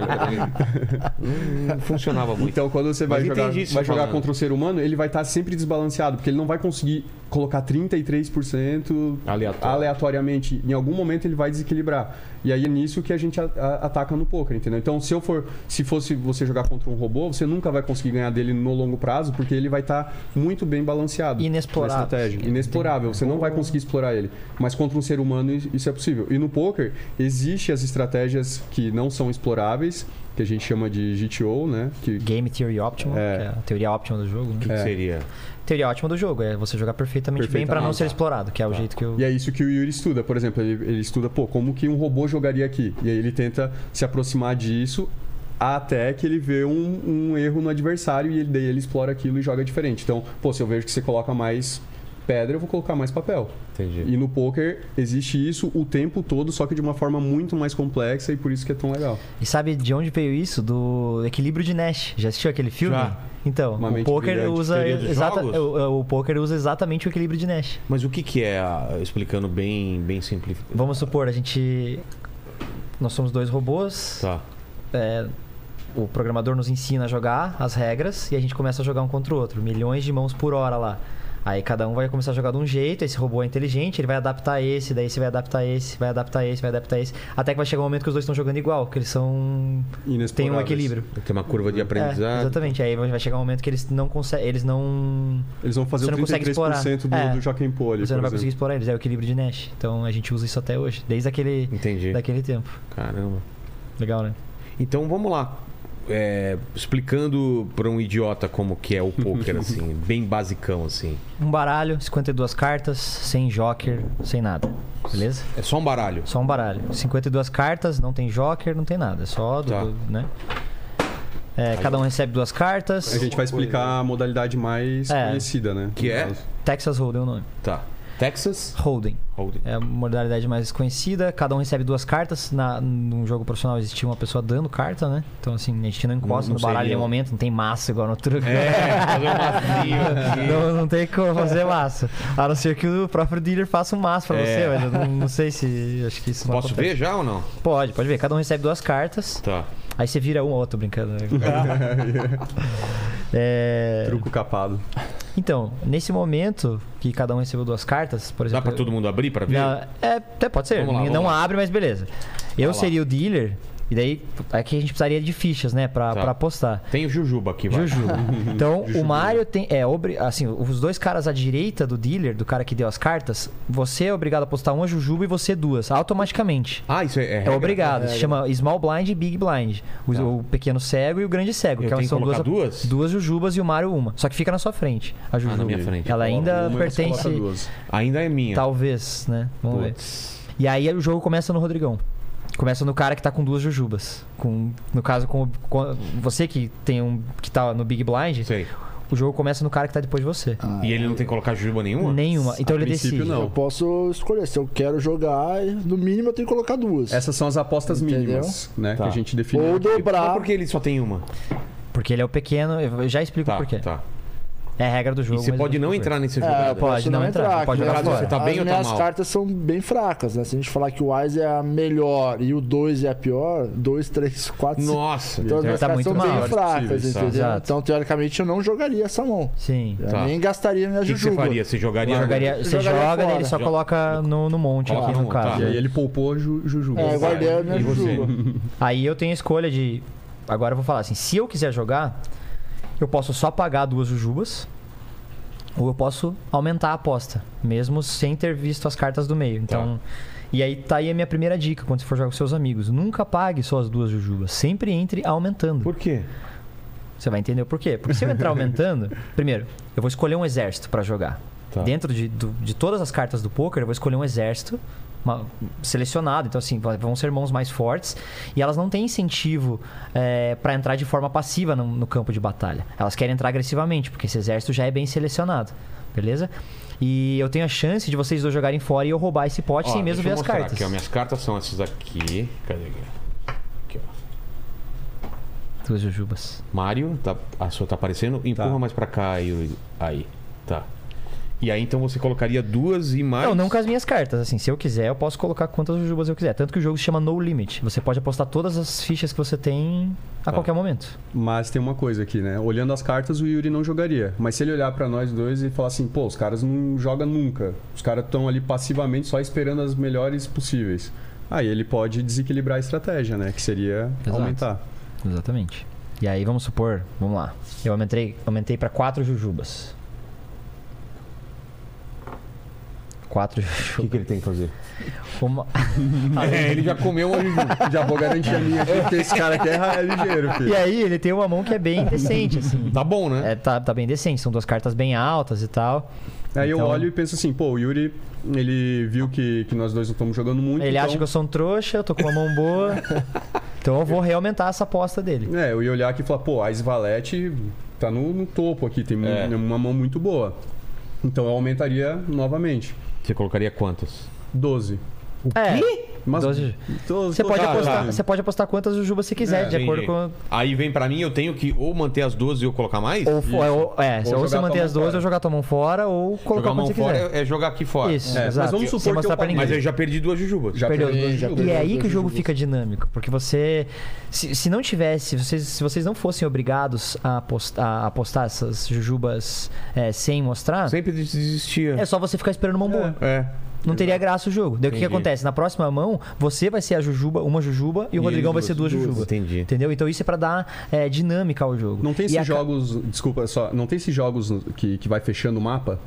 [SPEAKER 1] Hum, Não funcionava muito.
[SPEAKER 6] Então, quando você vai
[SPEAKER 1] Mas
[SPEAKER 6] jogar,
[SPEAKER 1] entendi isso
[SPEAKER 6] vai
[SPEAKER 1] que você tá
[SPEAKER 6] jogar
[SPEAKER 1] falando.
[SPEAKER 6] contra o ser humano, ele vai estar sempre desbalanceado, porque ele não vai conseguir colocar 33%
[SPEAKER 1] Aleatório.
[SPEAKER 6] aleatoriamente. Em algum momento ele vai desequilibrar. E aí é nisso que a gente a- a- ataca no poker, entendeu? Então, se eu for, se fosse você jogar contra um robô, você nunca vai conseguir ganhar dele no longo prazo, porque ele vai estar muito bem balanceado.
[SPEAKER 4] Inexplorado.
[SPEAKER 6] Na estratégia. Inexplorável, você não vai conseguir explorar ele. Mas contra um ser humano i- isso é possível. E no poker existem as estratégias que não são exploráveis, que a gente chama de GTO, né? Que
[SPEAKER 4] Game Theory Optimal,
[SPEAKER 6] É.
[SPEAKER 4] que é a teoria óptima do jogo. Né?
[SPEAKER 1] o que, que seria?
[SPEAKER 4] Teoria ótima do jogo é você jogar perfeitamente, bem pra não
[SPEAKER 6] Perfeitamente.
[SPEAKER 4] ser explorado, que é o jeito que eu.
[SPEAKER 6] E é isso que o Yuri estuda, por exemplo, ele, ele estuda, pô, como que um robô jogaria aqui? E aí ele tenta se aproximar disso até que ele vê um, um erro no adversário e ele, daí ele explora aquilo e joga diferente. Então, pô, se eu vejo que você coloca mais pedra, eu vou colocar mais papel.
[SPEAKER 1] Entendi.
[SPEAKER 6] E no poker existe isso o tempo todo, só que de uma forma muito mais complexa e por isso que é tão legal.
[SPEAKER 4] E sabe de onde veio isso? Do equilíbrio de Nash. Já assistiu aquele filme?
[SPEAKER 1] Já.
[SPEAKER 4] Então,
[SPEAKER 6] Uma
[SPEAKER 4] o
[SPEAKER 6] mente
[SPEAKER 4] poker,
[SPEAKER 6] brilhante.
[SPEAKER 4] usa
[SPEAKER 1] Teoria dos
[SPEAKER 4] exata, é,
[SPEAKER 1] jogos?
[SPEAKER 4] o, o poker usa exatamente o equilíbrio de Nash.
[SPEAKER 1] Mas o que, que é, ah, explicando bem, bem simplificado?
[SPEAKER 4] Vamos supor, a gente. Nós somos dois robôs.
[SPEAKER 1] Tá.
[SPEAKER 4] é, o programador nos ensina a jogar as regras e a gente começa a jogar um contra o outro. Milhões de mãos por hora lá. Aí cada um vai começar a jogar de um jeito, esse robô é inteligente, ele vai adaptar esse, daí você vai adaptar esse, vai adaptar esse, vai adaptar esse. Até que vai chegar um momento que os dois estão jogando igual, que eles são. têm um
[SPEAKER 6] Inexploráveis.
[SPEAKER 4] equilíbrio.
[SPEAKER 1] Tem uma curva de
[SPEAKER 4] É,
[SPEAKER 1] aprendizado.
[SPEAKER 4] exatamente. Aí vai chegar um momento que eles não conseguem. Eles não.
[SPEAKER 6] Eles vão fazer
[SPEAKER 4] Você
[SPEAKER 6] o
[SPEAKER 4] não consegue
[SPEAKER 6] 33% do,
[SPEAKER 4] explorar. É.
[SPEAKER 6] do Joaquim Pô ali,
[SPEAKER 4] Você não
[SPEAKER 6] por
[SPEAKER 4] vai conseguir
[SPEAKER 6] exemplo.
[SPEAKER 4] explorar eles. É o equilíbrio de Nash. Então a gente usa isso até hoje, desde aquele,
[SPEAKER 1] Entendi.
[SPEAKER 4] daquele tempo.
[SPEAKER 1] Caramba.
[SPEAKER 4] Legal, né?
[SPEAKER 1] Então vamos lá. É, explicando pra um idiota como que é o poker assim, bem basicão assim.
[SPEAKER 4] Um baralho, 52 cartas, sem joker, sem nada. Beleza?
[SPEAKER 1] É só um baralho.
[SPEAKER 4] Só um baralho. 52 cartas, não tem joker, não tem nada. É só do,
[SPEAKER 1] Tá.
[SPEAKER 4] do- né? É, cada um recebe duas cartas.
[SPEAKER 6] A gente vai explicar a modalidade mais
[SPEAKER 4] É.
[SPEAKER 6] conhecida, né?
[SPEAKER 1] Que
[SPEAKER 6] No
[SPEAKER 1] é?
[SPEAKER 6] caso.
[SPEAKER 4] Texas Hold'em é o nome.
[SPEAKER 1] Tá. Texas
[SPEAKER 4] Hold'em.
[SPEAKER 1] Hold'em.
[SPEAKER 4] É a modalidade mais conhecida. Cada um recebe duas cartas. Na, num jogo profissional existia uma pessoa dando carta, né? Então, assim, a gente não encosta
[SPEAKER 1] Não- não
[SPEAKER 4] no baralho em
[SPEAKER 1] seria.
[SPEAKER 4] nenhum momento. Não tem massa igual no truque.
[SPEAKER 1] É, fazer um macio aqui.
[SPEAKER 4] Não, não tem como fazer massa. A não ser que o próprio dealer faça um massa pra
[SPEAKER 1] É.
[SPEAKER 4] você, mas eu não, não sei se. Acho que isso não
[SPEAKER 1] Posso
[SPEAKER 4] acontece.
[SPEAKER 1] ver já ou não?
[SPEAKER 4] Pode, pode ver. Cada um recebe duas cartas.
[SPEAKER 1] Tá.
[SPEAKER 4] Aí você vira um ou outro brincando. né? É,
[SPEAKER 6] Truco capado.
[SPEAKER 4] Então, nesse momento que cada um recebeu duas cartas, por
[SPEAKER 1] Dá
[SPEAKER 4] exemplo.
[SPEAKER 1] pra todo mundo abrir pra ver?
[SPEAKER 4] Não, é, até pode ser.
[SPEAKER 1] Vamos lá,
[SPEAKER 4] não
[SPEAKER 1] vamos lá.
[SPEAKER 4] abre, mas beleza. Eu
[SPEAKER 1] Vai lá.
[SPEAKER 4] seria o dealer E daí, aqui a gente precisaria de fichas, né? Pra,
[SPEAKER 1] Tá.
[SPEAKER 4] pra apostar.
[SPEAKER 1] Tem o Jujuba aqui, vai.
[SPEAKER 4] Jujuba.
[SPEAKER 1] Uhum.
[SPEAKER 4] Então,
[SPEAKER 1] Jujuba.
[SPEAKER 4] o Mário tem. É, obri- assim, os dois caras à direita do dealer, do cara que deu as cartas, você é obrigado a postar uma Jujuba e você duas, automaticamente.
[SPEAKER 1] Ah, isso é. É,
[SPEAKER 4] É
[SPEAKER 1] regra?
[SPEAKER 4] obrigado. Se chama Small Blind e Big Blind. O,
[SPEAKER 1] Tá.
[SPEAKER 4] o pequeno cego e o grande cego.
[SPEAKER 1] Eu
[SPEAKER 4] que
[SPEAKER 1] tenho que
[SPEAKER 4] são duas,
[SPEAKER 1] colocar duas?
[SPEAKER 4] duas Jujubas e o Mário uma. Só que fica na sua frente a Jujuba.
[SPEAKER 1] Ah, na minha frente.
[SPEAKER 4] Ela
[SPEAKER 6] Coloca
[SPEAKER 4] ainda
[SPEAKER 6] uma e você
[SPEAKER 4] pertence.
[SPEAKER 6] coloca duas.
[SPEAKER 1] Ainda é minha.
[SPEAKER 4] Talvez, né? Vamos ver. E aí o jogo começa no Rodrigão. Começa no cara que tá com duas jujubas. Com, no caso, com, o- com- você que tem um. que tá no Big Blind,
[SPEAKER 1] Sei.
[SPEAKER 4] o jogo começa no cara que tá depois de você.
[SPEAKER 1] E ele não tem que colocar Jujuba nenhuma?
[SPEAKER 4] Nenhuma. Então
[SPEAKER 6] A
[SPEAKER 4] ele
[SPEAKER 6] princípio,
[SPEAKER 4] decide.
[SPEAKER 6] não.
[SPEAKER 5] Eu posso escolher. Se eu quero jogar, no mínimo eu tenho que colocar duas.
[SPEAKER 6] Essas são as apostas
[SPEAKER 5] Entendeu?
[SPEAKER 6] mínimas, né?
[SPEAKER 1] Tá.
[SPEAKER 6] Que a gente definiu.
[SPEAKER 5] Ou
[SPEAKER 1] Mas
[SPEAKER 5] dobrar.
[SPEAKER 1] por que ele só tem uma?
[SPEAKER 4] Porque ele é o pequeno. Eu já explico
[SPEAKER 1] Tá,
[SPEAKER 4] por quê.
[SPEAKER 1] tá.
[SPEAKER 4] É a regra do
[SPEAKER 1] E
[SPEAKER 4] jogo.
[SPEAKER 1] você
[SPEAKER 4] mas eu
[SPEAKER 1] pode não
[SPEAKER 4] explico por
[SPEAKER 1] entrar nesse jogo.
[SPEAKER 5] É,
[SPEAKER 1] nada.
[SPEAKER 5] eu posso não, entrar.
[SPEAKER 4] pode
[SPEAKER 5] porque
[SPEAKER 4] jogar
[SPEAKER 5] as-
[SPEAKER 4] fora.
[SPEAKER 1] Você tá bem
[SPEAKER 5] as
[SPEAKER 1] ou tá
[SPEAKER 5] minhas
[SPEAKER 1] mal?
[SPEAKER 5] cartas são bem fracas, né? Se a gente falar que o Wise é a melhor e o 2 é a pior, 2, 3, 4, 5.
[SPEAKER 1] Nossa.
[SPEAKER 5] Então as
[SPEAKER 4] Tá
[SPEAKER 5] minhas cartas
[SPEAKER 4] muito
[SPEAKER 5] são
[SPEAKER 4] mal.
[SPEAKER 5] bem fracas,
[SPEAKER 6] Possíveis, tá.
[SPEAKER 5] entendeu?
[SPEAKER 4] Exato.
[SPEAKER 5] Então, teoricamente, eu não jogaria essa mão.
[SPEAKER 4] quê. Sim.
[SPEAKER 5] Eu
[SPEAKER 1] Tá.
[SPEAKER 5] nem gastaria minha
[SPEAKER 1] O que, que você
[SPEAKER 5] jujuba.
[SPEAKER 1] faria? Você jogaria. tá.
[SPEAKER 4] Jogaria-
[SPEAKER 5] Eu
[SPEAKER 4] você
[SPEAKER 5] jogaria
[SPEAKER 4] joga, daí ele
[SPEAKER 5] fora.
[SPEAKER 4] só
[SPEAKER 1] Jo-
[SPEAKER 4] coloca no, no monte
[SPEAKER 1] Coloca
[SPEAKER 4] aqui
[SPEAKER 1] no
[SPEAKER 4] no
[SPEAKER 1] monte,
[SPEAKER 4] caso.
[SPEAKER 6] E aí ele poupou a ju Jujuba.
[SPEAKER 5] É, eu guardei a minha
[SPEAKER 1] E você?
[SPEAKER 5] jujuba.
[SPEAKER 4] Aí eu tenho a escolha de. Agora eu vou falar assim: se eu quiser jogar, eu posso só pagar duas jujubas. Ou eu posso aumentar a aposta, mesmo sem ter visto as cartas do meio. Então. E aí tá aí a minha primeira dica quando você for jogar com seus amigos. Nunca pague só as duas jujubas. Sempre entre aumentando.
[SPEAKER 1] Por quê?
[SPEAKER 4] Você vai entender o porquê. Porque se eu entrar aumentando, primeiro, eu vou escolher um exército pra jogar.
[SPEAKER 1] Tá.
[SPEAKER 4] Dentro de, do- de todas as cartas do poker, eu vou escolher um exército uma- selecionado. Então, assim, va- vão ser mãos mais fortes. E elas não têm incentivo é, para entrar de forma passiva no, no campo de batalha. Elas querem entrar agressivamente, porque esse exército já é bem selecionado. Beleza? E eu tenho a chance de vocês dois jogarem fora e eu roubar esse pote
[SPEAKER 1] Ó,
[SPEAKER 4] sem
[SPEAKER 1] deixa
[SPEAKER 4] mesmo ver
[SPEAKER 1] eu
[SPEAKER 4] as
[SPEAKER 1] mostrar
[SPEAKER 4] cartas.
[SPEAKER 1] Aqui, ó, minhas cartas são essas aqui. Cadê? Aqui, ó.
[SPEAKER 4] Duas jujubas.
[SPEAKER 1] Mário, tá, a sua tá aparecendo. Empurra mais pra cá. e aí. Tá. E aí então você colocaria duas e mais.
[SPEAKER 4] Não, não com as minhas cartas. Assim, se eu quiser, eu posso colocar quantas jujubas eu quiser. Tanto que o jogo se chama No Limit. Você pode apostar todas as fichas que você tem a qualquer momento.
[SPEAKER 6] Mas tem uma coisa aqui, né? Olhando as cartas, o Yuri não jogaria. Mas se ele olhar pra nós dois e falar assim, pô, os caras não jogam nunca. Os caras estão ali passivamente só esperando as melhores possíveis. Aí ele pode desequilibrar a estratégia, né? Que seria
[SPEAKER 4] Exato.
[SPEAKER 6] aumentar.
[SPEAKER 4] Exatamente. E aí, vamos supor, vamos lá. Eu aumentei, aumentei para quatro jujubas. Quatro
[SPEAKER 1] O que,
[SPEAKER 4] jujubas.
[SPEAKER 1] que ele tem que fazer?
[SPEAKER 4] Uma- Ah,
[SPEAKER 1] É, ele já comeu uma jujuba.
[SPEAKER 6] Já vou garantir a minha aqui, porque esse cara aqui é ra- é ligeiro,
[SPEAKER 4] E
[SPEAKER 6] filho.
[SPEAKER 4] aí, ele tem uma mão que é bem decente, assim.
[SPEAKER 1] Tá bom, né?
[SPEAKER 4] É, tá, tá bem decente, são duas cartas bem altas e tal.
[SPEAKER 6] Aí eu
[SPEAKER 4] Então-
[SPEAKER 6] olho e penso assim, pô, o Yuri, ele viu que, que nós dois não estamos jogando muito.
[SPEAKER 4] Ele
[SPEAKER 6] então...
[SPEAKER 4] acha que eu sou um trouxa, eu tô com uma mão boa. Então eu vou reaumentar essa aposta dele.
[SPEAKER 6] É, eu ia olhar aqui e falar, pô, a Svalete tá no, no topo aqui, tem mu-
[SPEAKER 1] É.
[SPEAKER 6] uma mão muito boa. Então eu aumentaria novamente.
[SPEAKER 1] Você colocaria quantas?
[SPEAKER 6] 12.
[SPEAKER 4] É,
[SPEAKER 6] Mas
[SPEAKER 4] 12.
[SPEAKER 6] tô-
[SPEAKER 4] Você
[SPEAKER 6] tô-
[SPEAKER 4] pode,
[SPEAKER 6] tá,
[SPEAKER 4] apostar,
[SPEAKER 6] tá.
[SPEAKER 4] você pode apostar quantas jujubas você quiser,
[SPEAKER 6] É,
[SPEAKER 4] de acordo com.
[SPEAKER 1] Aí vem pra mim, eu tenho que ou manter as 12 ou colocar mais?
[SPEAKER 4] Ou, fo- é, ou, é,
[SPEAKER 6] Ou
[SPEAKER 4] ou você
[SPEAKER 6] jogar
[SPEAKER 4] manter
[SPEAKER 6] tua
[SPEAKER 4] as
[SPEAKER 6] mão
[SPEAKER 4] duas,
[SPEAKER 6] fora.
[SPEAKER 4] ou jogar tua mão fora, ou
[SPEAKER 1] jogar
[SPEAKER 4] colocar
[SPEAKER 1] a
[SPEAKER 4] quanto
[SPEAKER 1] mão
[SPEAKER 4] você
[SPEAKER 1] fora
[SPEAKER 4] quiser.
[SPEAKER 1] é, é jogar aqui fora.
[SPEAKER 4] Isso,
[SPEAKER 6] É, mas
[SPEAKER 4] exato.
[SPEAKER 6] vamos supor
[SPEAKER 4] Sem
[SPEAKER 6] que
[SPEAKER 4] mostrar
[SPEAKER 6] eu é
[SPEAKER 4] pra
[SPEAKER 6] paguei.
[SPEAKER 4] ninguém.
[SPEAKER 1] Mas eu já perdi duas jujubas.
[SPEAKER 6] Já
[SPEAKER 4] Perdeu
[SPEAKER 6] perdi
[SPEAKER 5] duas
[SPEAKER 6] duas
[SPEAKER 5] jogos.
[SPEAKER 4] E
[SPEAKER 6] jogos.
[SPEAKER 4] é
[SPEAKER 5] duas
[SPEAKER 4] aí que o jogo
[SPEAKER 5] jujubas.
[SPEAKER 4] fica dinâmico, porque você. Se, se não tivesse, vocês, se vocês não fossem obrigados a apostar, a apostar essas jujubas é, sem mostrar,
[SPEAKER 1] Ah. Sempre des- desistia.
[SPEAKER 4] é só você ficar esperando mão boa.
[SPEAKER 1] É.
[SPEAKER 4] Não teria graça o jogo. Daí o que, que
[SPEAKER 1] Entendi.
[SPEAKER 4] acontece? Na próxima mão, você vai ser a jujuba, uma jujuba, e o
[SPEAKER 6] E
[SPEAKER 4] Rodrigão
[SPEAKER 6] ele
[SPEAKER 4] vai ser duas,
[SPEAKER 6] duas, duas.
[SPEAKER 4] jujubas.
[SPEAKER 1] Entendi.
[SPEAKER 4] Entendeu? Então isso é pra dar é, dinâmica ao jogo.
[SPEAKER 6] Não tem
[SPEAKER 4] E
[SPEAKER 6] esses
[SPEAKER 4] a ca-
[SPEAKER 6] jogos. Desculpa, só. Não tem esses jogos que, que vai fechando o mapa?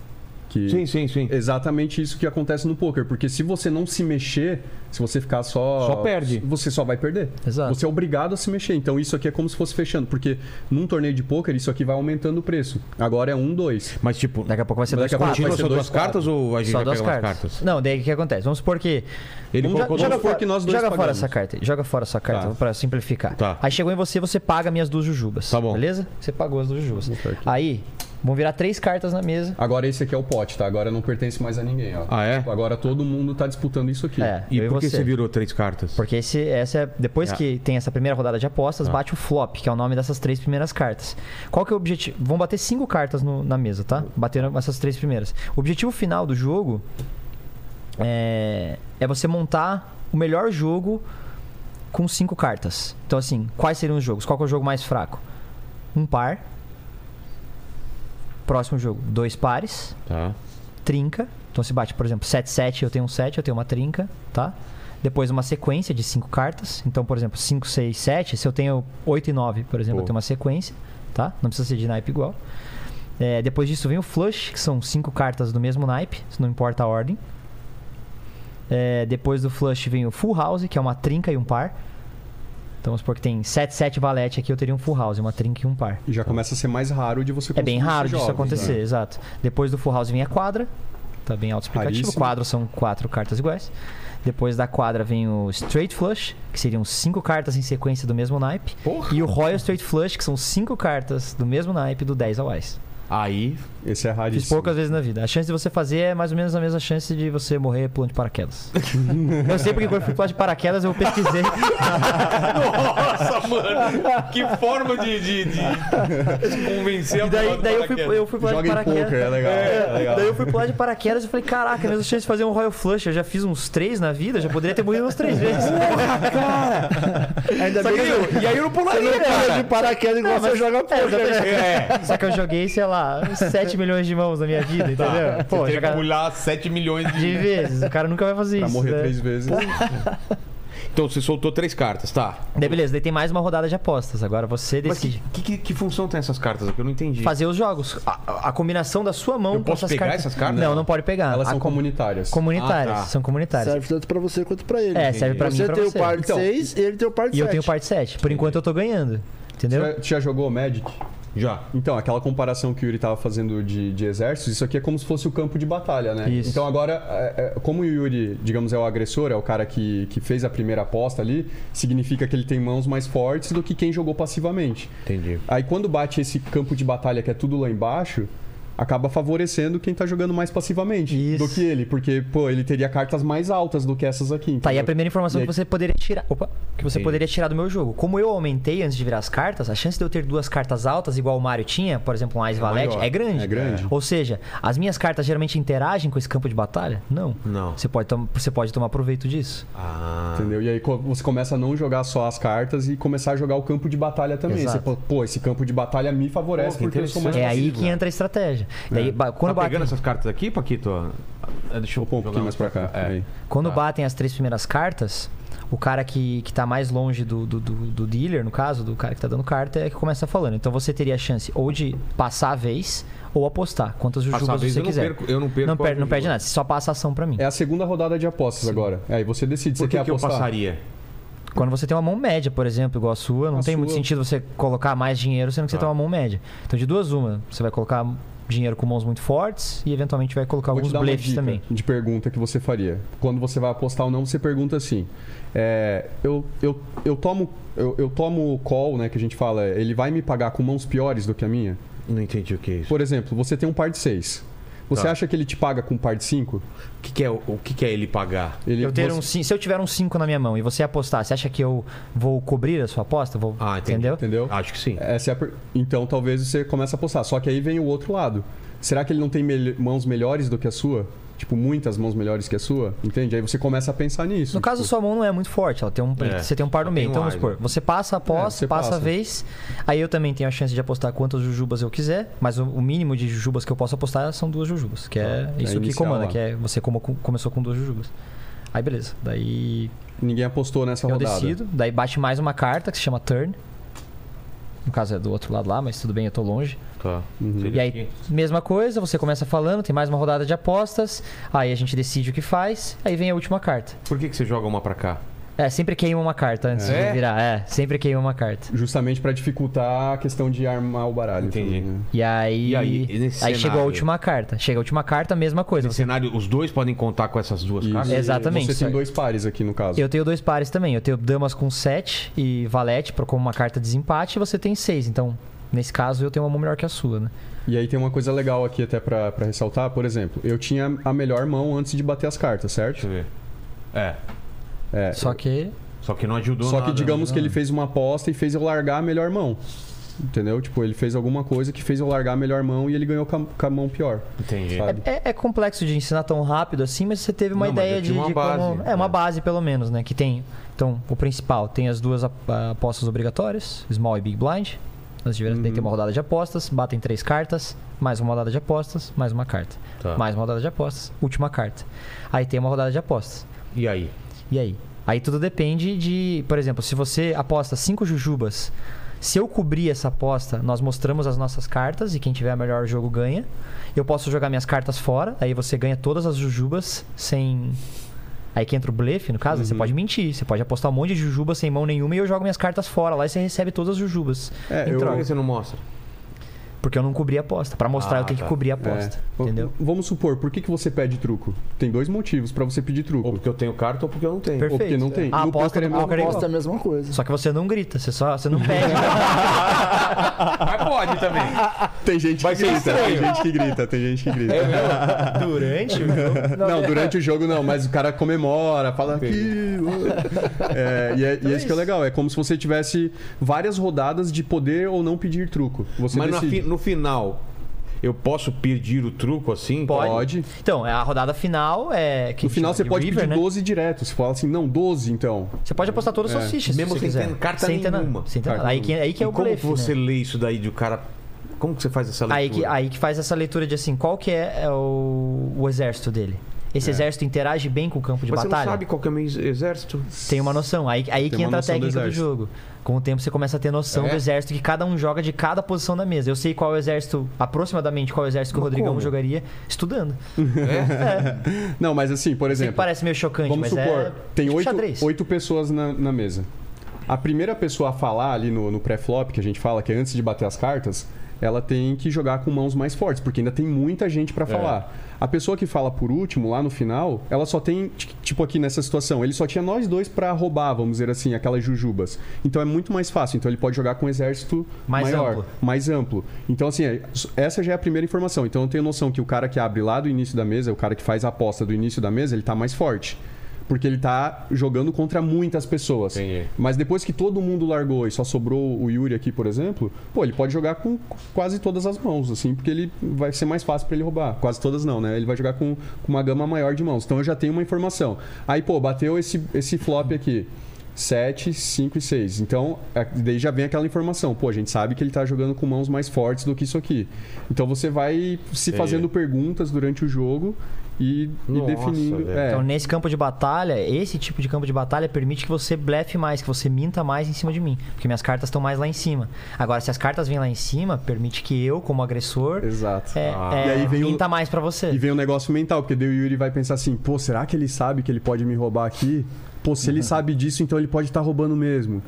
[SPEAKER 6] Que...
[SPEAKER 1] Sim, sim, sim.
[SPEAKER 4] É.
[SPEAKER 6] Exatamente isso que acontece no poker, porque se você não se mexer, se você ficar só.
[SPEAKER 1] Só perde.
[SPEAKER 6] Você só vai perder.
[SPEAKER 4] Exato.
[SPEAKER 6] Você é obrigado a se mexer. Então isso aqui é como se fosse fechando, porque num torneio de poker isso aqui vai aumentando o preço. Agora é um, dois.
[SPEAKER 1] Mas tipo,
[SPEAKER 4] Daqui a pouco vai ser
[SPEAKER 6] Daqui
[SPEAKER 4] dois
[SPEAKER 6] a pouco
[SPEAKER 4] quatro.
[SPEAKER 6] vai
[SPEAKER 1] continua
[SPEAKER 6] ser
[SPEAKER 1] só
[SPEAKER 6] dois,
[SPEAKER 1] duas
[SPEAKER 6] quatro.
[SPEAKER 1] cartas ou a gente
[SPEAKER 4] Só
[SPEAKER 1] vai
[SPEAKER 4] duas
[SPEAKER 1] pegar
[SPEAKER 4] cartas.
[SPEAKER 1] umas cartas?
[SPEAKER 4] Não, um daí o que acontece? Vamos supor que.
[SPEAKER 1] Ele
[SPEAKER 6] Vamos já-
[SPEAKER 1] colocou
[SPEAKER 6] já
[SPEAKER 1] duas
[SPEAKER 6] Vamos supor que nós dois
[SPEAKER 4] joga fora
[SPEAKER 6] pagamos.
[SPEAKER 4] essa carta. aí, Joga fora essa carta
[SPEAKER 6] Tá.
[SPEAKER 4] pra simplificar.
[SPEAKER 1] Tá.
[SPEAKER 4] Aí chegou em você, você paga minhas duas jujubas.
[SPEAKER 1] Tá bom.
[SPEAKER 4] Beleza? Você pagou as duas jujubas. Aí, vão virar três cartas na mesa.
[SPEAKER 6] Agora esse aqui é o pote, tá? Agora não pertence mais a ninguém, ó. Tipo,
[SPEAKER 1] Ah, é?
[SPEAKER 6] Agora todo mundo tá disputando isso aqui.
[SPEAKER 4] É,
[SPEAKER 1] E
[SPEAKER 4] eu
[SPEAKER 1] por
[SPEAKER 4] e
[SPEAKER 1] que você virou três cartas?
[SPEAKER 4] Porque esse, essa é, depois
[SPEAKER 1] É.
[SPEAKER 4] que tem essa primeira rodada de apostas,
[SPEAKER 1] Ah.
[SPEAKER 4] bate o flop, que é o nome dessas três primeiras cartas. Qual que é o objetivo? Vão bater cinco cartas no- na mesa, tá? Bateram essas três primeiras. O objetivo final do jogo é, é você montar o melhor jogo com cinco cartas. Então, assim, quais seriam os jogos? Qual que é o jogo mais fraco? Um par. Próximo jogo, dois pares
[SPEAKER 1] Tá.
[SPEAKER 4] trinca. Então se bate, por exemplo, 7, 7, eu tenho um 7, eu tenho uma trinca, tá? Depois uma sequência de cinco cartas. Então, por exemplo, 5, 6, 7. Se eu tenho 8 e 9, por exemplo,
[SPEAKER 1] Pô.
[SPEAKER 4] eu tenho uma sequência, tá? Não precisa ser de naipe igual. É, depois disso vem o flush, que são cinco cartas do mesmo naipe, isso não importa a ordem. É, depois do flush vem o full house, que é uma trinca e um par. Então vamos supor que tem 7, 7 valete aqui, eu teria um full house, uma trinca e um par.
[SPEAKER 6] E já começa a ser mais raro de você
[SPEAKER 4] É bem
[SPEAKER 6] construir
[SPEAKER 4] raro
[SPEAKER 6] esses
[SPEAKER 4] disso
[SPEAKER 6] jogos,
[SPEAKER 4] acontecer,
[SPEAKER 6] né?
[SPEAKER 4] exato. Depois do full house vem a quadra. Tá bem auto-explicativo.
[SPEAKER 6] Raríssimo.
[SPEAKER 4] Quadro são quatro cartas iguais. Depois da quadra vem o straight flush, que seriam cinco cartas em sequência do mesmo naipe.
[SPEAKER 1] Porra.
[SPEAKER 4] E o royal straight flush, que são cinco cartas do mesmo naipe do 10 ao Ice.
[SPEAKER 1] Aí,
[SPEAKER 6] Esse é
[SPEAKER 4] Fiz
[SPEAKER 6] raríssimo.
[SPEAKER 4] poucas vezes na vida. A chance de você fazer é mais ou menos a mesma chance de você morrer pulando de paraquedas. eu sei porque quando eu fui pular de paraquedas, eu pesquisei.
[SPEAKER 1] Nossa, mano! Que forma de, de, de- de convencer a Tá
[SPEAKER 4] E daí,
[SPEAKER 1] mulher
[SPEAKER 4] daí eu,
[SPEAKER 1] do
[SPEAKER 4] fui,
[SPEAKER 1] paraquedas.
[SPEAKER 4] eu fui pular
[SPEAKER 6] Joga
[SPEAKER 4] de
[SPEAKER 6] em
[SPEAKER 4] paraquedas.
[SPEAKER 6] poker, é legal. É, legal.
[SPEAKER 4] Daí eu fui pular de paraquedas e falei, caraca, mesmo chance de fazer um Royal Flush, eu já fiz uns três na vida, eu já poderia ter morrido umas três vezes.
[SPEAKER 5] Ainda
[SPEAKER 1] Só que
[SPEAKER 5] bem que
[SPEAKER 1] eu- e aí eu não
[SPEAKER 5] você
[SPEAKER 1] pularia,
[SPEAKER 5] não pula
[SPEAKER 1] cara.
[SPEAKER 5] de paraquedas igual você joga
[SPEAKER 4] É, eu
[SPEAKER 5] poker.
[SPEAKER 4] já pensei-
[SPEAKER 1] É,
[SPEAKER 4] Só que eu joguei, sei lá, 7 milhões de mãos na minha vida, entendeu? Pô,
[SPEAKER 1] tem Tá. que
[SPEAKER 4] jogar
[SPEAKER 1] pular 7 milhões de...
[SPEAKER 4] de vezes, o cara nunca vai fazer
[SPEAKER 6] Pra
[SPEAKER 4] isso.
[SPEAKER 6] morrer
[SPEAKER 4] né?
[SPEAKER 6] três vezes.
[SPEAKER 1] Então você soltou três cartas, tá?
[SPEAKER 4] Daí beleza, daí tem mais uma rodada de apostas. Agora você
[SPEAKER 1] Mas
[SPEAKER 4] decide.
[SPEAKER 1] que, que, que função tem essas cartas aqui? Eu não entendi.
[SPEAKER 4] fazer os jogos. A, a combinação da sua mão
[SPEAKER 1] Eu
[SPEAKER 4] com
[SPEAKER 1] posso
[SPEAKER 4] essas
[SPEAKER 1] pegar
[SPEAKER 4] cartas.
[SPEAKER 1] essas cartas?
[SPEAKER 4] Não, não pode pegar.
[SPEAKER 6] Elas
[SPEAKER 4] A
[SPEAKER 6] são
[SPEAKER 4] com-
[SPEAKER 6] comunitárias.
[SPEAKER 4] comunitárias,
[SPEAKER 1] Ah, tá.
[SPEAKER 4] são comunitárias.
[SPEAKER 5] Serve tanto pra você quanto pra ele.
[SPEAKER 4] É, serve pra mim
[SPEAKER 5] você
[SPEAKER 4] e pra
[SPEAKER 5] tem
[SPEAKER 4] você.
[SPEAKER 5] o par de
[SPEAKER 6] Então,
[SPEAKER 5] 6 e ele tem o par de
[SPEAKER 4] E
[SPEAKER 5] 7.
[SPEAKER 4] eu tenho parte 7. Por enquanto eu tô ganhando.
[SPEAKER 6] Você
[SPEAKER 4] Entendeu?
[SPEAKER 6] já, você já jogou Magic?
[SPEAKER 1] Já.
[SPEAKER 6] Então, aquela comparação que o Yuri estava fazendo de, de exércitos, isso aqui é como se fosse o campo de batalha, né?
[SPEAKER 4] Isso.
[SPEAKER 6] Então agora, é- é- como o Yuri, digamos, é o agressor, é o cara que, que fez a primeira aposta ali, significa que ele tem mãos mais fortes do que quem jogou passivamente.
[SPEAKER 1] Entendi.
[SPEAKER 6] Aí quando bate esse campo de batalha que é tudo lá embaixo, acaba favorecendo quem tá jogando mais passivamente
[SPEAKER 4] Isso.
[SPEAKER 6] do que ele, porque, pô, ele teria cartas mais altas do que essas aqui.
[SPEAKER 4] Tá, e a
[SPEAKER 6] entendeu?
[SPEAKER 4] primeira informação
[SPEAKER 6] E aí-
[SPEAKER 4] que você poderia tirar. Opa! Que você
[SPEAKER 1] Entendi.
[SPEAKER 4] poderia tirar do meu jogo. Como eu aumentei antes de virar as cartas, a chance de eu ter duas cartas altas, igual o Mario tinha, por exemplo, um Ais Valete,
[SPEAKER 1] maior.
[SPEAKER 4] é grande.
[SPEAKER 6] É grande.
[SPEAKER 4] Ou seja, as minhas cartas geralmente interagem com esse campo de batalha? Não.
[SPEAKER 1] Não.
[SPEAKER 4] Você pode, tom- você pode tomar proveito disso.
[SPEAKER 1] Ah.
[SPEAKER 6] Entendeu? E aí co- você começa a não jogar só as cartas e começar a jogar o campo de batalha também.
[SPEAKER 4] Exato.
[SPEAKER 6] Você fala, pô, esse campo de batalha me favorece
[SPEAKER 1] Pô, que
[SPEAKER 6] porque eu sou mais
[SPEAKER 4] é
[SPEAKER 1] interessante.
[SPEAKER 4] aí
[SPEAKER 1] possível,
[SPEAKER 4] que
[SPEAKER 1] né?
[SPEAKER 4] entra a estratégia.
[SPEAKER 6] É.
[SPEAKER 4] Daí, ba- quando
[SPEAKER 1] tá
[SPEAKER 4] bate.
[SPEAKER 1] pegando essas cartas aqui, Paquito? Ah, Deixa eu
[SPEAKER 6] Pô, um pouquinho mais pra cá.
[SPEAKER 1] É.
[SPEAKER 6] Aí.
[SPEAKER 4] Quando
[SPEAKER 1] Tá.
[SPEAKER 4] batem as três primeiras cartas, o cara que, que tá mais longe do, do, do- do dealer, no caso, do cara que tá dando carta, é que começa falando. Então você teria a chance ou de passar a vez ou apostar. Quantas
[SPEAKER 1] Passar a
[SPEAKER 4] jujubas
[SPEAKER 1] vez
[SPEAKER 4] você
[SPEAKER 1] eu não
[SPEAKER 4] quiser.
[SPEAKER 1] perco- eu não perco
[SPEAKER 4] Não,
[SPEAKER 1] a
[SPEAKER 4] per, não
[SPEAKER 1] jujuba.
[SPEAKER 4] perde nada, você só passa a ação pra mim.
[SPEAKER 6] É a segunda rodada de apostas agora. Aí você decide,
[SPEAKER 1] Por
[SPEAKER 6] você
[SPEAKER 1] que,
[SPEAKER 6] quer
[SPEAKER 1] que eu
[SPEAKER 6] apostar?
[SPEAKER 1] passaria?
[SPEAKER 4] Quando você tem uma mão média, por exemplo, igual a sua, não
[SPEAKER 6] A
[SPEAKER 4] tem muito
[SPEAKER 6] sua.
[SPEAKER 4] sentido você colocar mais dinheiro sendo que você
[SPEAKER 1] Tá.
[SPEAKER 4] tem uma mão média. Então de duas, uma. Você vai colocar dinheiro com mãos muito fortes e eventualmente vai colocar
[SPEAKER 6] Vou te
[SPEAKER 4] alguns
[SPEAKER 6] dar uma
[SPEAKER 4] blefs
[SPEAKER 6] dica
[SPEAKER 4] também.
[SPEAKER 6] de pergunta que você faria. Quando você vai apostar ou não, você pergunta assim: é, eu, eu, eu tomo eu, eu tomo call, né, que a gente fala, ele vai me pagar com mãos piores do que a minha?
[SPEAKER 1] Não entendi o que é isso.
[SPEAKER 6] Por exemplo, você tem um par de seis. Você
[SPEAKER 1] Tá.
[SPEAKER 6] acha que ele te paga com um par de cinco?
[SPEAKER 1] O que, que é, o o que, que é ele pagar?
[SPEAKER 6] Ele,
[SPEAKER 4] Eu ter
[SPEAKER 6] você-
[SPEAKER 4] um cin- se eu tiver um 5 na minha mão e você apostar, você acha que eu vou cobrir a sua aposta? Vou,
[SPEAKER 1] Ah, entendi,
[SPEAKER 4] entendeu?
[SPEAKER 6] Entendeu?
[SPEAKER 1] Acho que sim.
[SPEAKER 6] Essa é a per- Então talvez você comece a apostar. Só que aí vem o outro lado. Será que ele não tem mel- mãos melhores do que a sua? Tipo, muitas mãos melhores que a sua? Entende? Aí você começa a pensar nisso.
[SPEAKER 4] No caso,
[SPEAKER 6] tipo,
[SPEAKER 4] sua mão não é muito forte, ela tem um,
[SPEAKER 1] É,
[SPEAKER 4] você tem um par no
[SPEAKER 1] ela
[SPEAKER 4] meio.
[SPEAKER 1] tem um
[SPEAKER 4] Então vamos
[SPEAKER 1] ar,
[SPEAKER 4] supor,
[SPEAKER 1] né?
[SPEAKER 4] você passa a
[SPEAKER 6] É,
[SPEAKER 4] aposta,
[SPEAKER 6] você
[SPEAKER 4] passa a
[SPEAKER 6] passa.
[SPEAKER 4] vez. Aí eu também tenho a chance de apostar quantas jujubas eu quiser, mas o, o mínimo de jujubas que eu posso apostar são duas jujubas, que é
[SPEAKER 6] É
[SPEAKER 4] isso que
[SPEAKER 6] inicial
[SPEAKER 4] comanda,
[SPEAKER 6] lá.
[SPEAKER 4] que é você como, com- começou com duas jujubas. Aí beleza, daí
[SPEAKER 6] Ninguém apostou nessa
[SPEAKER 4] eu
[SPEAKER 6] Então, rodada.
[SPEAKER 4] decido, daí bate mais uma carta que se chama turn. No caso é do outro lado lá, mas tudo bem, eu tô longe.
[SPEAKER 1] Tá.
[SPEAKER 6] Uhum.
[SPEAKER 4] E aí, mesma coisa, você começa falando, tem mais uma rodada de apostas, aí a gente decide o que faz, aí vem a última carta.
[SPEAKER 1] Por que, que você joga uma pra cá?
[SPEAKER 4] É, sempre queima uma carta antes
[SPEAKER 1] É?
[SPEAKER 4] de virar, é, sempre queima uma carta.
[SPEAKER 6] Justamente pra dificultar a questão de armar o baralho.
[SPEAKER 1] Entendi.
[SPEAKER 6] tudo, né?
[SPEAKER 4] E aí,
[SPEAKER 1] E aí, e nesse
[SPEAKER 4] aí chegou a
[SPEAKER 1] cenário?
[SPEAKER 4] última carta. Chega a última carta, mesma coisa.
[SPEAKER 1] Nesse cenário, os dois podem contar com essas duas
[SPEAKER 6] E
[SPEAKER 1] cartas?
[SPEAKER 4] É. Exatamente,
[SPEAKER 6] Você tem
[SPEAKER 4] certo.
[SPEAKER 6] dois pares aqui no caso.
[SPEAKER 4] Eu tenho dois pares também. Eu tenho damas com 7 e valete pra- como uma carta de desempate, e você tem 6. Então, nesse caso, eu tenho uma mão melhor que a sua, né?
[SPEAKER 6] E aí tem uma coisa legal aqui até pra pra ressaltar. Por exemplo, eu tinha a melhor mão antes de bater as cartas,
[SPEAKER 1] Deixa
[SPEAKER 6] certo?
[SPEAKER 1] eu ver. É.
[SPEAKER 6] É.
[SPEAKER 4] Só que.
[SPEAKER 1] Só que não ajudou
[SPEAKER 6] Só
[SPEAKER 1] nada,
[SPEAKER 6] que digamos
[SPEAKER 1] né?
[SPEAKER 6] que ele fez uma aposta e fez eu largar a melhor mão. Entendeu? Tipo, ele fez alguma coisa que fez eu largar a melhor mão e ele ganhou com a, com a mão pior.
[SPEAKER 1] Entendi.
[SPEAKER 6] Sabe?
[SPEAKER 4] É, é- é complexo de ensinar tão rápido assim, mas você teve uma
[SPEAKER 1] Não, mas
[SPEAKER 4] ideia
[SPEAKER 1] eu
[SPEAKER 4] de,
[SPEAKER 1] tinha uma
[SPEAKER 4] de
[SPEAKER 1] base,
[SPEAKER 4] como. É, uma
[SPEAKER 1] né?
[SPEAKER 4] base, pelo menos, né? Que tem. Então, o principal tem as duas ap- apostas obrigatórias, Small e Big Blind. Nós tivemos tem que
[SPEAKER 1] Uhum.
[SPEAKER 4] ter uma rodada de apostas, batem três cartas, mais uma rodada de apostas, mais uma carta.
[SPEAKER 1] Tá.
[SPEAKER 4] Mais uma rodada de apostas, última carta. Aí tem uma rodada de apostas.
[SPEAKER 1] E aí?
[SPEAKER 4] E aí? Aí tudo depende de, por exemplo, se você aposta cinco jujubas, se eu cobrir essa aposta, nós mostramos as nossas cartas e quem tiver melhor jogo ganha. Eu posso jogar minhas cartas fora, aí você ganha todas as jujubas sem Aí que entra o blefe, no caso, né?
[SPEAKER 6] Uhum.
[SPEAKER 4] você pode mentir, você pode apostar um monte de jujuba sem mão nenhuma e eu jogo minhas cartas fora lá e você recebe todas as jujubas.
[SPEAKER 6] É,
[SPEAKER 4] Em
[SPEAKER 6] eu-
[SPEAKER 1] Por
[SPEAKER 4] troca.
[SPEAKER 1] que você não mostra?
[SPEAKER 4] Porque eu não cobri a aposta. Pra mostrar
[SPEAKER 1] Ah,
[SPEAKER 4] eu tenho
[SPEAKER 1] tá.
[SPEAKER 4] que cobrir a
[SPEAKER 6] É.
[SPEAKER 4] aposta.
[SPEAKER 6] V-
[SPEAKER 4] Entendeu?
[SPEAKER 6] Vamos supor, por que, que você pede truco? Tem dois motivos pra você pedir truco.
[SPEAKER 1] Ou porque eu tenho carta ou porque eu não tenho.
[SPEAKER 4] Perfeito.
[SPEAKER 6] Ou porque não tem.
[SPEAKER 4] A
[SPEAKER 6] No
[SPEAKER 4] aposta
[SPEAKER 6] poker é
[SPEAKER 4] do
[SPEAKER 6] mesmo-
[SPEAKER 4] poker é
[SPEAKER 5] Aposta é a
[SPEAKER 4] igual.
[SPEAKER 5] mesma coisa.
[SPEAKER 4] Só que você não grita, você só você não pede.
[SPEAKER 1] Mas pode também.
[SPEAKER 6] Tem gente que
[SPEAKER 1] Mas é
[SPEAKER 6] grita, tem
[SPEAKER 1] estranho.
[SPEAKER 6] gente que grita, tem gente que grita.
[SPEAKER 4] É Durante o jogo.
[SPEAKER 6] Não, durante o jogo não, mas o cara comemora, fala aqui. É, e é,
[SPEAKER 4] Então
[SPEAKER 6] e é isso que é legal, é como se você tivesse várias rodadas de poder ou não pedir truco. Você
[SPEAKER 1] Mas na
[SPEAKER 6] decide.
[SPEAKER 1] fi- no final, eu posso pedir o truco assim?
[SPEAKER 6] Pode.
[SPEAKER 4] Então, é a rodada final é que
[SPEAKER 6] No final
[SPEAKER 4] chama
[SPEAKER 6] você
[SPEAKER 4] de
[SPEAKER 6] pode
[SPEAKER 4] river, né?
[SPEAKER 6] pedir 12 direto. Você fala assim, não, 12 então.
[SPEAKER 4] Você pode apostar todas as
[SPEAKER 6] É.
[SPEAKER 4] suas fichas,
[SPEAKER 1] Mesmo
[SPEAKER 4] se você
[SPEAKER 1] sem
[SPEAKER 4] quiser.
[SPEAKER 1] ter carta
[SPEAKER 4] sem ter
[SPEAKER 1] nenhuma.
[SPEAKER 4] nada. Sem ter nada.
[SPEAKER 6] Carta
[SPEAKER 4] Aí que, aí que é o
[SPEAKER 1] e como
[SPEAKER 4] blefe,
[SPEAKER 1] você
[SPEAKER 4] né?
[SPEAKER 1] lê isso daí de cara. Como que você faz essa leitura?
[SPEAKER 4] Aí que, aí que faz essa leitura de assim, qual que é, é o, o exército dele? Esse
[SPEAKER 6] É.
[SPEAKER 4] exército interage bem com o campo de
[SPEAKER 1] Mas você
[SPEAKER 4] batalha?
[SPEAKER 1] não sabe qual que é o meu ex- exército?
[SPEAKER 4] Tem uma noção. Aí, aí
[SPEAKER 6] Tem
[SPEAKER 4] que entra
[SPEAKER 6] uma
[SPEAKER 4] a
[SPEAKER 6] noção do
[SPEAKER 4] técnica do,
[SPEAKER 6] exército.
[SPEAKER 4] jogo. Com o tempo você começa a ter noção
[SPEAKER 1] É?
[SPEAKER 4] do exército que cada um joga de cada posição da mesa. Eu sei qual é o exército, aproximadamente qual é o exército que o Rodrigão
[SPEAKER 1] como?
[SPEAKER 4] jogaria estudando.
[SPEAKER 6] Não, mas assim, por
[SPEAKER 4] Sei que
[SPEAKER 6] exemplo.
[SPEAKER 4] parece meio chocante, mas
[SPEAKER 6] Vamos supor,
[SPEAKER 4] é
[SPEAKER 6] tem
[SPEAKER 4] tipo
[SPEAKER 6] oito,
[SPEAKER 4] xadrez.
[SPEAKER 6] oito pessoas na, na mesa. A primeira pessoa a falar ali no, no pré-flop, que a gente fala que é antes de bater as cartas, ela tem que jogar com mãos mais fortes, porque ainda tem muita gente
[SPEAKER 4] É.
[SPEAKER 6] pra falar. A pessoa que fala por último, lá no final, ela só tem, t- tipo aqui nessa situação, ele só tinha nós dois pra roubar, vamos dizer assim, aquelas jujubas. Então é muito mais fácil. Então ele pode jogar com um exército
[SPEAKER 4] Mais
[SPEAKER 6] maior
[SPEAKER 4] amplo.
[SPEAKER 6] mais amplo. Então, assim, é- essa já é a primeira informação. Então, eu tenho noção que o cara que abre lá do início da mesa, o cara que faz a aposta do início da mesa, ele tá mais forte. Porque ele tá jogando contra muitas pessoas.
[SPEAKER 1] Entendi.
[SPEAKER 6] Mas depois que todo mundo largou e só sobrou o Yuri aqui, por exemplo, pô, ele pode jogar com quase todas as mãos, assim, porque ele vai ser mais fácil pra ele roubar. Quase todas não, né? Ele vai jogar com, com uma gama maior de mãos. Então eu já tenho uma informação. Aí, pô, bateu esse, esse flop aqui. 7, 5 e 6. Então, a- daí já vem aquela informação. Pô, a gente sabe que ele tá jogando com mãos mais fortes do que isso aqui. Então você vai se
[SPEAKER 1] Entendi.
[SPEAKER 6] fazendo perguntas durante o jogo e, e
[SPEAKER 1] Nossa,
[SPEAKER 6] definindo.
[SPEAKER 1] velho.
[SPEAKER 6] é.
[SPEAKER 4] Então, nesse campo de batalha, esse tipo de campo de batalha permite que você blefe mais, que você minta mais em cima de mim. Porque minhas cartas estão mais lá em cima. Agora, se as cartas vêm lá em cima, permite que eu, como agressor,
[SPEAKER 6] Exato.
[SPEAKER 4] é,
[SPEAKER 1] Ah.
[SPEAKER 4] é,
[SPEAKER 6] E aí vem o-
[SPEAKER 4] minta mais pra você.
[SPEAKER 6] E vem um negócio mental, porque daí o Yuri vai pensar assim, pô, será que ele sabe que ele pode me roubar aqui? Pô, se
[SPEAKER 4] Uhum.
[SPEAKER 6] ele sabe disso, então ele pode estar roubando mesmo.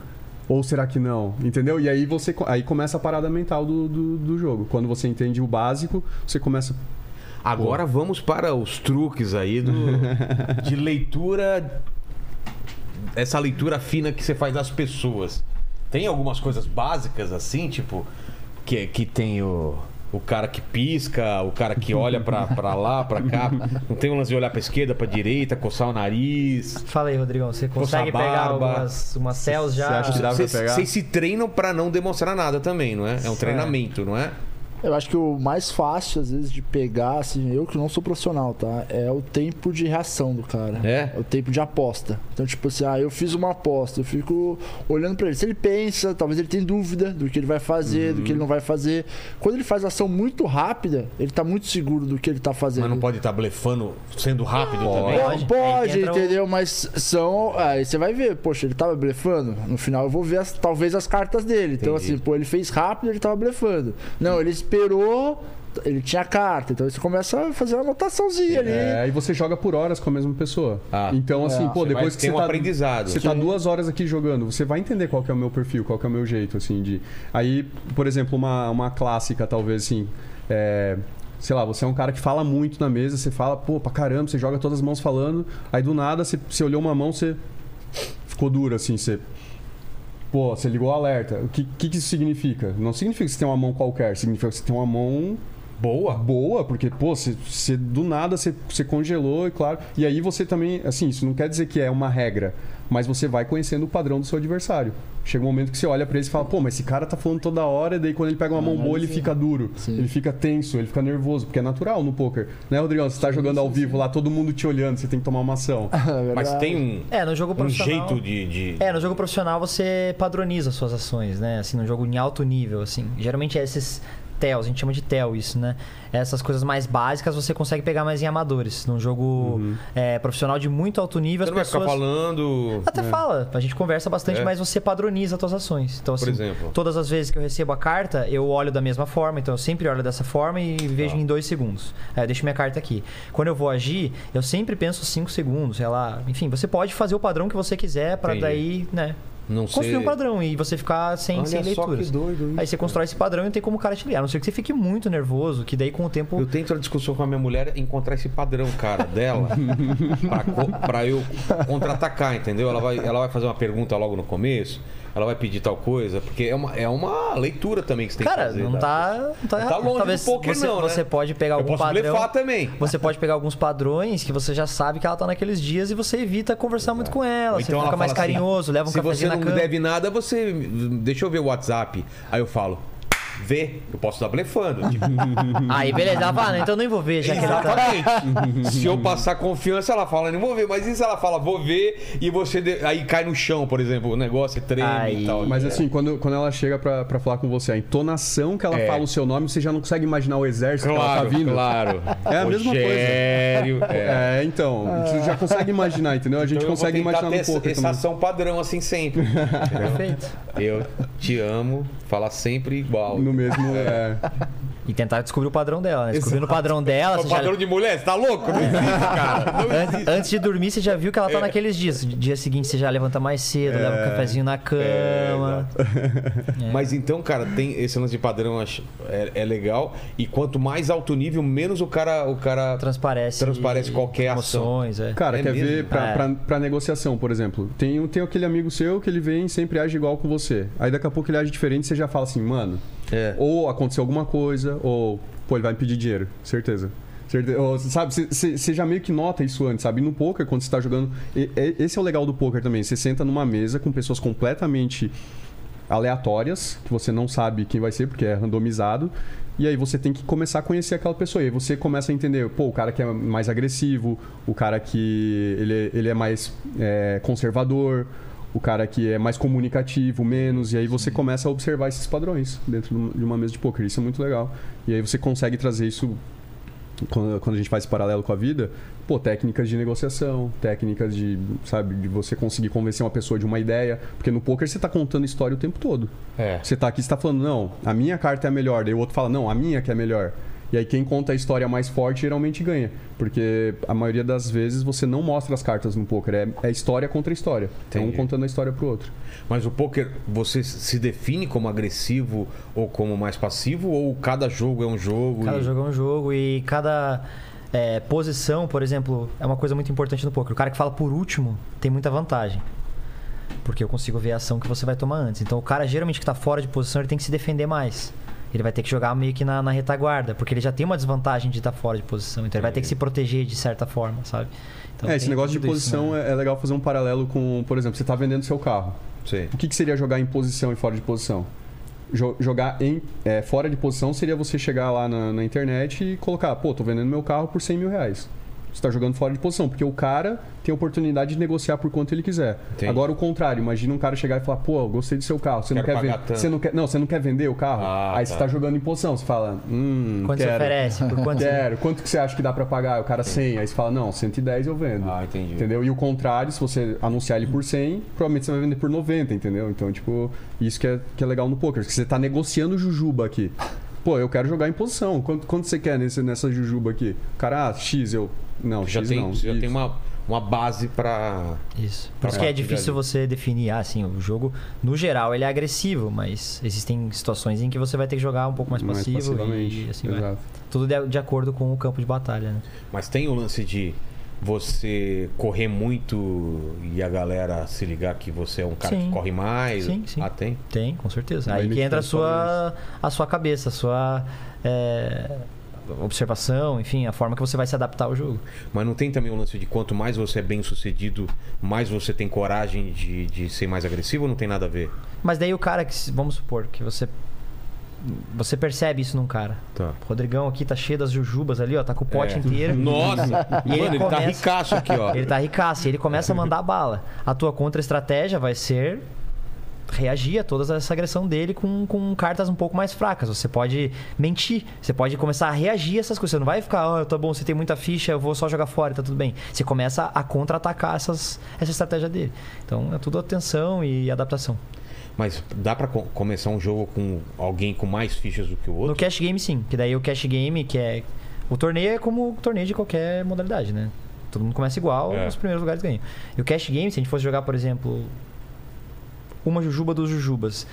[SPEAKER 6] Ou será que não? Entendeu? E aí você co- aí começa a parada mental do, do, do jogo. Quando você entende o básico, você começa.
[SPEAKER 1] Agora vamos para os truques aí do, de leitura. Essa leitura fina que você faz das pessoas. Tem algumas coisas básicas assim, tipo, que, que tem o, o cara que pisca, o cara que olha pra, pra lá, pra cá. Não tem um lance de olhar pra esquerda, pra direita, coçar o nariz.
[SPEAKER 4] Fala aí, Rodrigão, você
[SPEAKER 1] Coça a
[SPEAKER 4] consegue pegar
[SPEAKER 1] barba.
[SPEAKER 4] algumas umas cells já?
[SPEAKER 6] Você acha que dá pra
[SPEAKER 1] Vocês
[SPEAKER 6] pegar?
[SPEAKER 1] vocês se treinam pra não demonstrar nada também, não é? É um treinamento, não é?
[SPEAKER 5] Eu acho que o mais fácil, às vezes, de pegar, assim, eu que não sou profissional, tá? É o tempo de reação do cara.
[SPEAKER 1] É?
[SPEAKER 5] o tempo de aposta. Então, tipo assim, ah, eu fiz uma aposta, eu fico olhando pra ele. Se ele pensa, talvez ele tenha dúvida do que ele vai fazer, do que ele não vai fazer. Quando ele faz ação muito rápida, ele tá muito seguro do que ele tá fazendo.
[SPEAKER 1] Mas não pode estar blefando sendo rápido também.
[SPEAKER 4] Pode. Aí
[SPEAKER 5] Pode, pode
[SPEAKER 4] que entra o-
[SPEAKER 5] entendeu? Mas são. Aí você vai ver, poxa, ele tava blefando. No final eu vou ver as- talvez as cartas dele. Então,
[SPEAKER 1] Entendi.
[SPEAKER 5] assim, pô, ele fez rápido ele tava blefando. Não, ele esperou, ele tinha carta. Então você começa a fazer uma anotaçãozinha ali.
[SPEAKER 6] É, aí você joga por horas com a mesma pessoa.
[SPEAKER 1] Ah.
[SPEAKER 6] então, assim,
[SPEAKER 1] Você
[SPEAKER 6] pô,
[SPEAKER 1] vai
[SPEAKER 6] depois que
[SPEAKER 1] ter
[SPEAKER 6] você
[SPEAKER 1] um
[SPEAKER 6] tá.
[SPEAKER 1] aprendizado.
[SPEAKER 6] Você tá duas horas aqui jogando, você vai entender qual que é o meu perfil, qual que é o meu jeito, assim, de... Aí, por exemplo, uma, uma clássica, talvez, assim, é, Sei lá, você é um cara que fala muito na mesa, você fala, pô, pra caramba, você joga todas as mãos falando, aí do nada, você, você olhou uma mão, você ficou dura, assim, você... Pô, você ligou o alerta. O que, que, que isso significa? Não significa que você tem uma mão qualquer, significa que você tem uma mão
[SPEAKER 1] Boa.
[SPEAKER 6] boa, porque, pô, você, você- do nada você, você congelou, e claro. E aí você também, assim, isso não quer dizer que é uma regra, mas você vai conhecendo o padrão do seu adversário. Chega um momento que você olha pra ele e fala, pô, mas esse cara tá falando toda hora, e daí quando ele pega uma mão boa, ele fica duro,
[SPEAKER 5] Sim.
[SPEAKER 6] ele fica tenso, ele fica nervoso, porque é natural no poker. Né, Rodrigão? Você tá jogando ao vivo lá, todo mundo te olhando, você tem que tomar uma ação.
[SPEAKER 1] Mas tem um,
[SPEAKER 4] É, no jogo
[SPEAKER 1] um
[SPEAKER 4] profissional.
[SPEAKER 1] jeito de. de-
[SPEAKER 4] É, no jogo profissional você padroniza suas ações, né? Assim, num jogo em alto nível, assim. Geralmente é esses tel, a gente chama de tel isso, né? Essas coisas mais básicas você consegue pegar mais em amadores. Num jogo é, profissional de muito alto nível,
[SPEAKER 1] Uhum. Você não
[SPEAKER 4] as
[SPEAKER 1] vai
[SPEAKER 4] pessoas.
[SPEAKER 1] ficar falando.
[SPEAKER 4] Até fala, a gente conversa bastante,
[SPEAKER 1] É.
[SPEAKER 4] mas você padroniza as suas ações. Então, assim,
[SPEAKER 1] Por exemplo.
[SPEAKER 4] todas as vezes que eu recebo a carta, eu olho da mesma forma, então eu sempre olho dessa forma e
[SPEAKER 1] Tá.
[SPEAKER 4] vejo em dois segundos. Aí eu deixo minha carta aqui. Quando eu vou agir, eu sempre penso cinco segundos, sei lá. Enfim, você pode fazer o padrão que você quiser pra
[SPEAKER 1] Entendi.
[SPEAKER 4] daí, né,
[SPEAKER 1] Não sei.
[SPEAKER 4] construir um padrão e você ficar sem,
[SPEAKER 1] Olha
[SPEAKER 4] sem
[SPEAKER 1] só
[SPEAKER 4] leituras.
[SPEAKER 1] que doido isso.
[SPEAKER 4] Aí você constrói esse padrão e não tem como o cara te ligar. A não ser que você fique muito nervoso, que daí com o tempo.
[SPEAKER 1] Eu tento na discussão com a minha mulher encontrar esse padrão, cara, dela, pra, co- pra eu contra-atacar, entendeu? Ela vai, ela vai fazer uma pergunta logo no começo, ela vai pedir tal coisa, porque é uma, é uma leitura também que você tem que
[SPEAKER 4] Cara,
[SPEAKER 1] fazer.
[SPEAKER 4] não
[SPEAKER 1] da-
[SPEAKER 4] tá, não tá errado.
[SPEAKER 1] longe
[SPEAKER 4] Talvez
[SPEAKER 1] do poker,
[SPEAKER 4] você,
[SPEAKER 1] não, né?
[SPEAKER 4] você pode pegar
[SPEAKER 1] Eu
[SPEAKER 4] algum
[SPEAKER 1] posso
[SPEAKER 4] padrão.
[SPEAKER 1] blefar também.
[SPEAKER 4] Você pode pegar alguns padrões que você já sabe que ela tá naqueles dias e você evita conversar muito com ela.
[SPEAKER 1] É. Ou
[SPEAKER 4] você fica
[SPEAKER 1] ela
[SPEAKER 4] mais
[SPEAKER 1] fala assim,
[SPEAKER 4] carinhoso, leva um
[SPEAKER 1] Se você
[SPEAKER 4] cafezinho na
[SPEAKER 1] não
[SPEAKER 4] cama.
[SPEAKER 1] deve nada, você. Deixa eu ver o WhatsApp. Aí eu falo, vê, eu posso estar blefando. Tipo,
[SPEAKER 4] Aí, beleza, ela fala, "Ah, não, então não vou ver, já que ela tá.
[SPEAKER 1] Exatamente. se eu passar confiança, ela fala, não vou ver. Mas e se ela fala, vou ver, e você. de- Aí cai no chão, por exemplo, o negócio é treme
[SPEAKER 4] Aí.
[SPEAKER 1] e tal.
[SPEAKER 6] Mas assim, quando, quando ela chega pra, pra falar com você, a entonação que ela
[SPEAKER 1] É.
[SPEAKER 6] fala o seu nome, você já não consegue imaginar o exército que ela tá
[SPEAKER 1] Claro,
[SPEAKER 6] vindo.
[SPEAKER 1] claro.
[SPEAKER 6] É a mesma coisa.
[SPEAKER 1] Rogério, É.
[SPEAKER 6] É, então, você já consegue imaginar, entendeu? A gente
[SPEAKER 1] Então eu vou
[SPEAKER 6] consegue
[SPEAKER 1] tentar
[SPEAKER 6] imaginar
[SPEAKER 1] ter
[SPEAKER 6] um
[SPEAKER 1] essa-
[SPEAKER 6] pouco
[SPEAKER 1] essa
[SPEAKER 6] também.
[SPEAKER 1] ação padrão assim sempre. entendeu?
[SPEAKER 4] Perfeito.
[SPEAKER 1] eu te amo, falar sempre igual.
[SPEAKER 6] No mesmo. é.
[SPEAKER 4] E tentar descobrir o padrão dela, né? Descobrindo o padrão dela,
[SPEAKER 1] Ô,
[SPEAKER 4] você já- É.
[SPEAKER 1] padrão de mulher, você tá louco? Não existe, cara. Não
[SPEAKER 4] An-
[SPEAKER 1] existe. É.
[SPEAKER 4] Antes de dormir, você já viu que ela tá naqueles dias. Dia seguinte, você já levanta mais cedo, leva um cafezinho
[SPEAKER 1] É,
[SPEAKER 4] na cama.
[SPEAKER 1] Mas então, cara, tem esse lance de padrão acho- é, é legal. E quanto mais alto nível, menos o cara. O cara
[SPEAKER 4] transparece.
[SPEAKER 1] Transparece qualquer ação.
[SPEAKER 4] emoções, é.
[SPEAKER 6] Cara,
[SPEAKER 1] É
[SPEAKER 6] quer
[SPEAKER 1] mesmo?
[SPEAKER 6] ver pra,
[SPEAKER 4] É.
[SPEAKER 6] pra- pra negociação, por exemplo. Tem, um- tem aquele amigo seu que ele vem e sempre age igual com você. Aí daqui a pouco ele age diferente e você já fala assim, mano,
[SPEAKER 1] É.
[SPEAKER 6] ou aconteceu alguma coisa, ou, pô, ele vai me pedir dinheiro, certeza. Certe- ou, sabe, você já meio que nota isso antes, sabe? E No poker, quando você tá jogando. e- e- esse é o legal do poker também. Você senta numa mesa com pessoas completamente aleatórias, que você não sabe quem vai ser, porque é randomizado. E aí você tem que começar a conhecer aquela pessoa. E aí você começa a entender, pô, o cara que é mais agressivo, o cara que ele, é- ele é mais é, conservador, o cara que é mais comunicativo, menos. E aí você começa a observar esses padrões dentro de uma- de uma mesa de poker. Isso é muito legal. E aí você consegue trazer isso quando, quando a gente faz esse paralelo com a vida, pô, técnicas de negociação, técnicas de, sabe, de você conseguir convencer uma pessoa de uma ideia, porque no poker você tá contando história o tempo todo.
[SPEAKER 1] É.
[SPEAKER 6] Você tá aqui, você tá falando, não, a minha carta é a melhor, daí o outro fala, não, a minha que é a melhor. E aí quem conta a história mais forte geralmente ganha, porque a maioria das vezes você não mostra as cartas no poker, é, é história contra história, é um
[SPEAKER 1] Entendi.
[SPEAKER 6] contando a história pro outro.
[SPEAKER 1] Mas o poker, você se define como agressivo ou como mais passivo? Ou cada jogo é um jogo?
[SPEAKER 4] Cada
[SPEAKER 1] e-
[SPEAKER 4] jogo é um jogo e cada é, posição, por exemplo, é uma coisa muito importante no poker. O cara que fala por último tem muita vantagem. Porque eu consigo ver a ação que você vai tomar antes. Então o cara geralmente que tá fora de posição, ele tem que se defender mais. Ele vai ter que jogar meio que na, na retaguarda, porque ele já tem uma desvantagem de estar fora de posição. Então ele vai ter que se proteger de certa forma, sabe? Então,
[SPEAKER 6] é, esse
[SPEAKER 4] tem
[SPEAKER 6] negócio de
[SPEAKER 4] tudo isso,
[SPEAKER 6] posição
[SPEAKER 4] né?
[SPEAKER 6] é- é legal fazer um paralelo com, por exemplo, você tá vendendo seu carro.
[SPEAKER 1] Sim.
[SPEAKER 6] O que, que seria jogar em posição e fora de posição? Jo- jogar em, é, fora de posição seria você chegar lá na, na internet e colocar, pô, tô vendendo meu carro por 100 mil reais. Você tá jogando fora de posição, porque o cara tem a oportunidade de negociar por quanto ele quiser.
[SPEAKER 1] Entendi.
[SPEAKER 6] Agora o contrário, imagina um cara chegar e falar, pô, eu gostei do seu carro, você não
[SPEAKER 1] Quero
[SPEAKER 6] quer
[SPEAKER 1] pagar
[SPEAKER 6] vender.
[SPEAKER 1] tanto.
[SPEAKER 6] Você não quer. Não, você não quer vender o carro?
[SPEAKER 1] Ah,
[SPEAKER 6] Aí você
[SPEAKER 1] tá.
[SPEAKER 6] tá jogando em posição, você fala, hum.
[SPEAKER 4] Quanto
[SPEAKER 6] quero,
[SPEAKER 4] você oferece? Por quanto você...
[SPEAKER 6] Quero. Quanto que você acha que dá pra pagar? O cara 100. Aí você fala, não, 110 eu vendo.
[SPEAKER 1] Ah, entendi.
[SPEAKER 6] Entendeu? E o contrário, se você anunciar ele por 100, provavelmente você vai vender por 90, entendeu? Então, tipo, isso que é, que é legal no poker, que você tá negociando jujuba aqui. Pô, eu quero jogar em posição. Quanto, quanto você quer nesse, nessa jujuba aqui? Cara, ah, X, eu. Não,
[SPEAKER 1] Já
[SPEAKER 6] X
[SPEAKER 1] tem,
[SPEAKER 6] não.
[SPEAKER 1] já
[SPEAKER 6] Y.
[SPEAKER 1] tem uma, uma base pra.
[SPEAKER 4] Isso.
[SPEAKER 1] Pra
[SPEAKER 4] Por isso que é
[SPEAKER 1] parte
[SPEAKER 4] difícil
[SPEAKER 1] dali.
[SPEAKER 4] você definir, ah, assim, o jogo, no geral, ele é agressivo, mas existem situações em que você vai ter que jogar um pouco mais
[SPEAKER 6] Mais
[SPEAKER 4] passivo
[SPEAKER 6] passivamente.
[SPEAKER 4] e assim vai.
[SPEAKER 6] Exato.
[SPEAKER 4] Tudo de, de acordo com o campo de batalha, né?
[SPEAKER 1] Mas tem o lance de você correr muito e a galera se ligar que você é um cara
[SPEAKER 4] Sim.
[SPEAKER 1] que corre mais.
[SPEAKER 4] Sim, sim.
[SPEAKER 1] Ah, tem?
[SPEAKER 4] Tem, com certeza.
[SPEAKER 6] Também
[SPEAKER 4] Aí
[SPEAKER 6] me
[SPEAKER 4] que entra a
[SPEAKER 6] faz
[SPEAKER 4] sua, a sua cabeça, a sua é, observação, enfim, a forma que você vai se adaptar ao jogo.
[SPEAKER 1] Mas não tem também o lance de quanto mais você é bem sucedido, mais você tem coragem de, de ser mais agressivo ou não tem nada a ver?
[SPEAKER 4] Mas daí o cara que, se- vamos supor, que você. Você percebe isso num cara.
[SPEAKER 1] Tá.
[SPEAKER 4] O Rodrigão aqui tá cheio das jujubas ali, ó, tá com o
[SPEAKER 1] É.
[SPEAKER 4] pote inteiro.
[SPEAKER 1] Nossa! Mano,
[SPEAKER 4] E ele
[SPEAKER 1] ele, tá
[SPEAKER 4] começa-
[SPEAKER 1] ricaço aqui, ó.
[SPEAKER 4] Ele tá ricaço, e ele começa a mandar bala. A tua contra-estratégia vai ser reagir a toda essa agressão dele com, com cartas um pouco mais fracas. Você pode mentir, você pode começar a reagir a essas coisas. Você não vai ficar, ó, tá bom, você tem muita ficha, eu vou só jogar fora, tá tudo bem. Você começa a contra-atacar essas, essa estratégia dele. Então é tudo atenção e adaptação.
[SPEAKER 1] Mas dá pra co- começar um jogo com alguém com mais fichas do que o
[SPEAKER 4] No
[SPEAKER 1] outro?
[SPEAKER 4] cash game, sim. Que daí o cash game, que é. O torneio é como o torneio de qualquer modalidade, né? Todo mundo começa igual,
[SPEAKER 1] É.
[SPEAKER 4] os primeiros lugares ganham. E o cash game, se a gente fosse jogar, por exemplo, uma jujuba dos jujubas.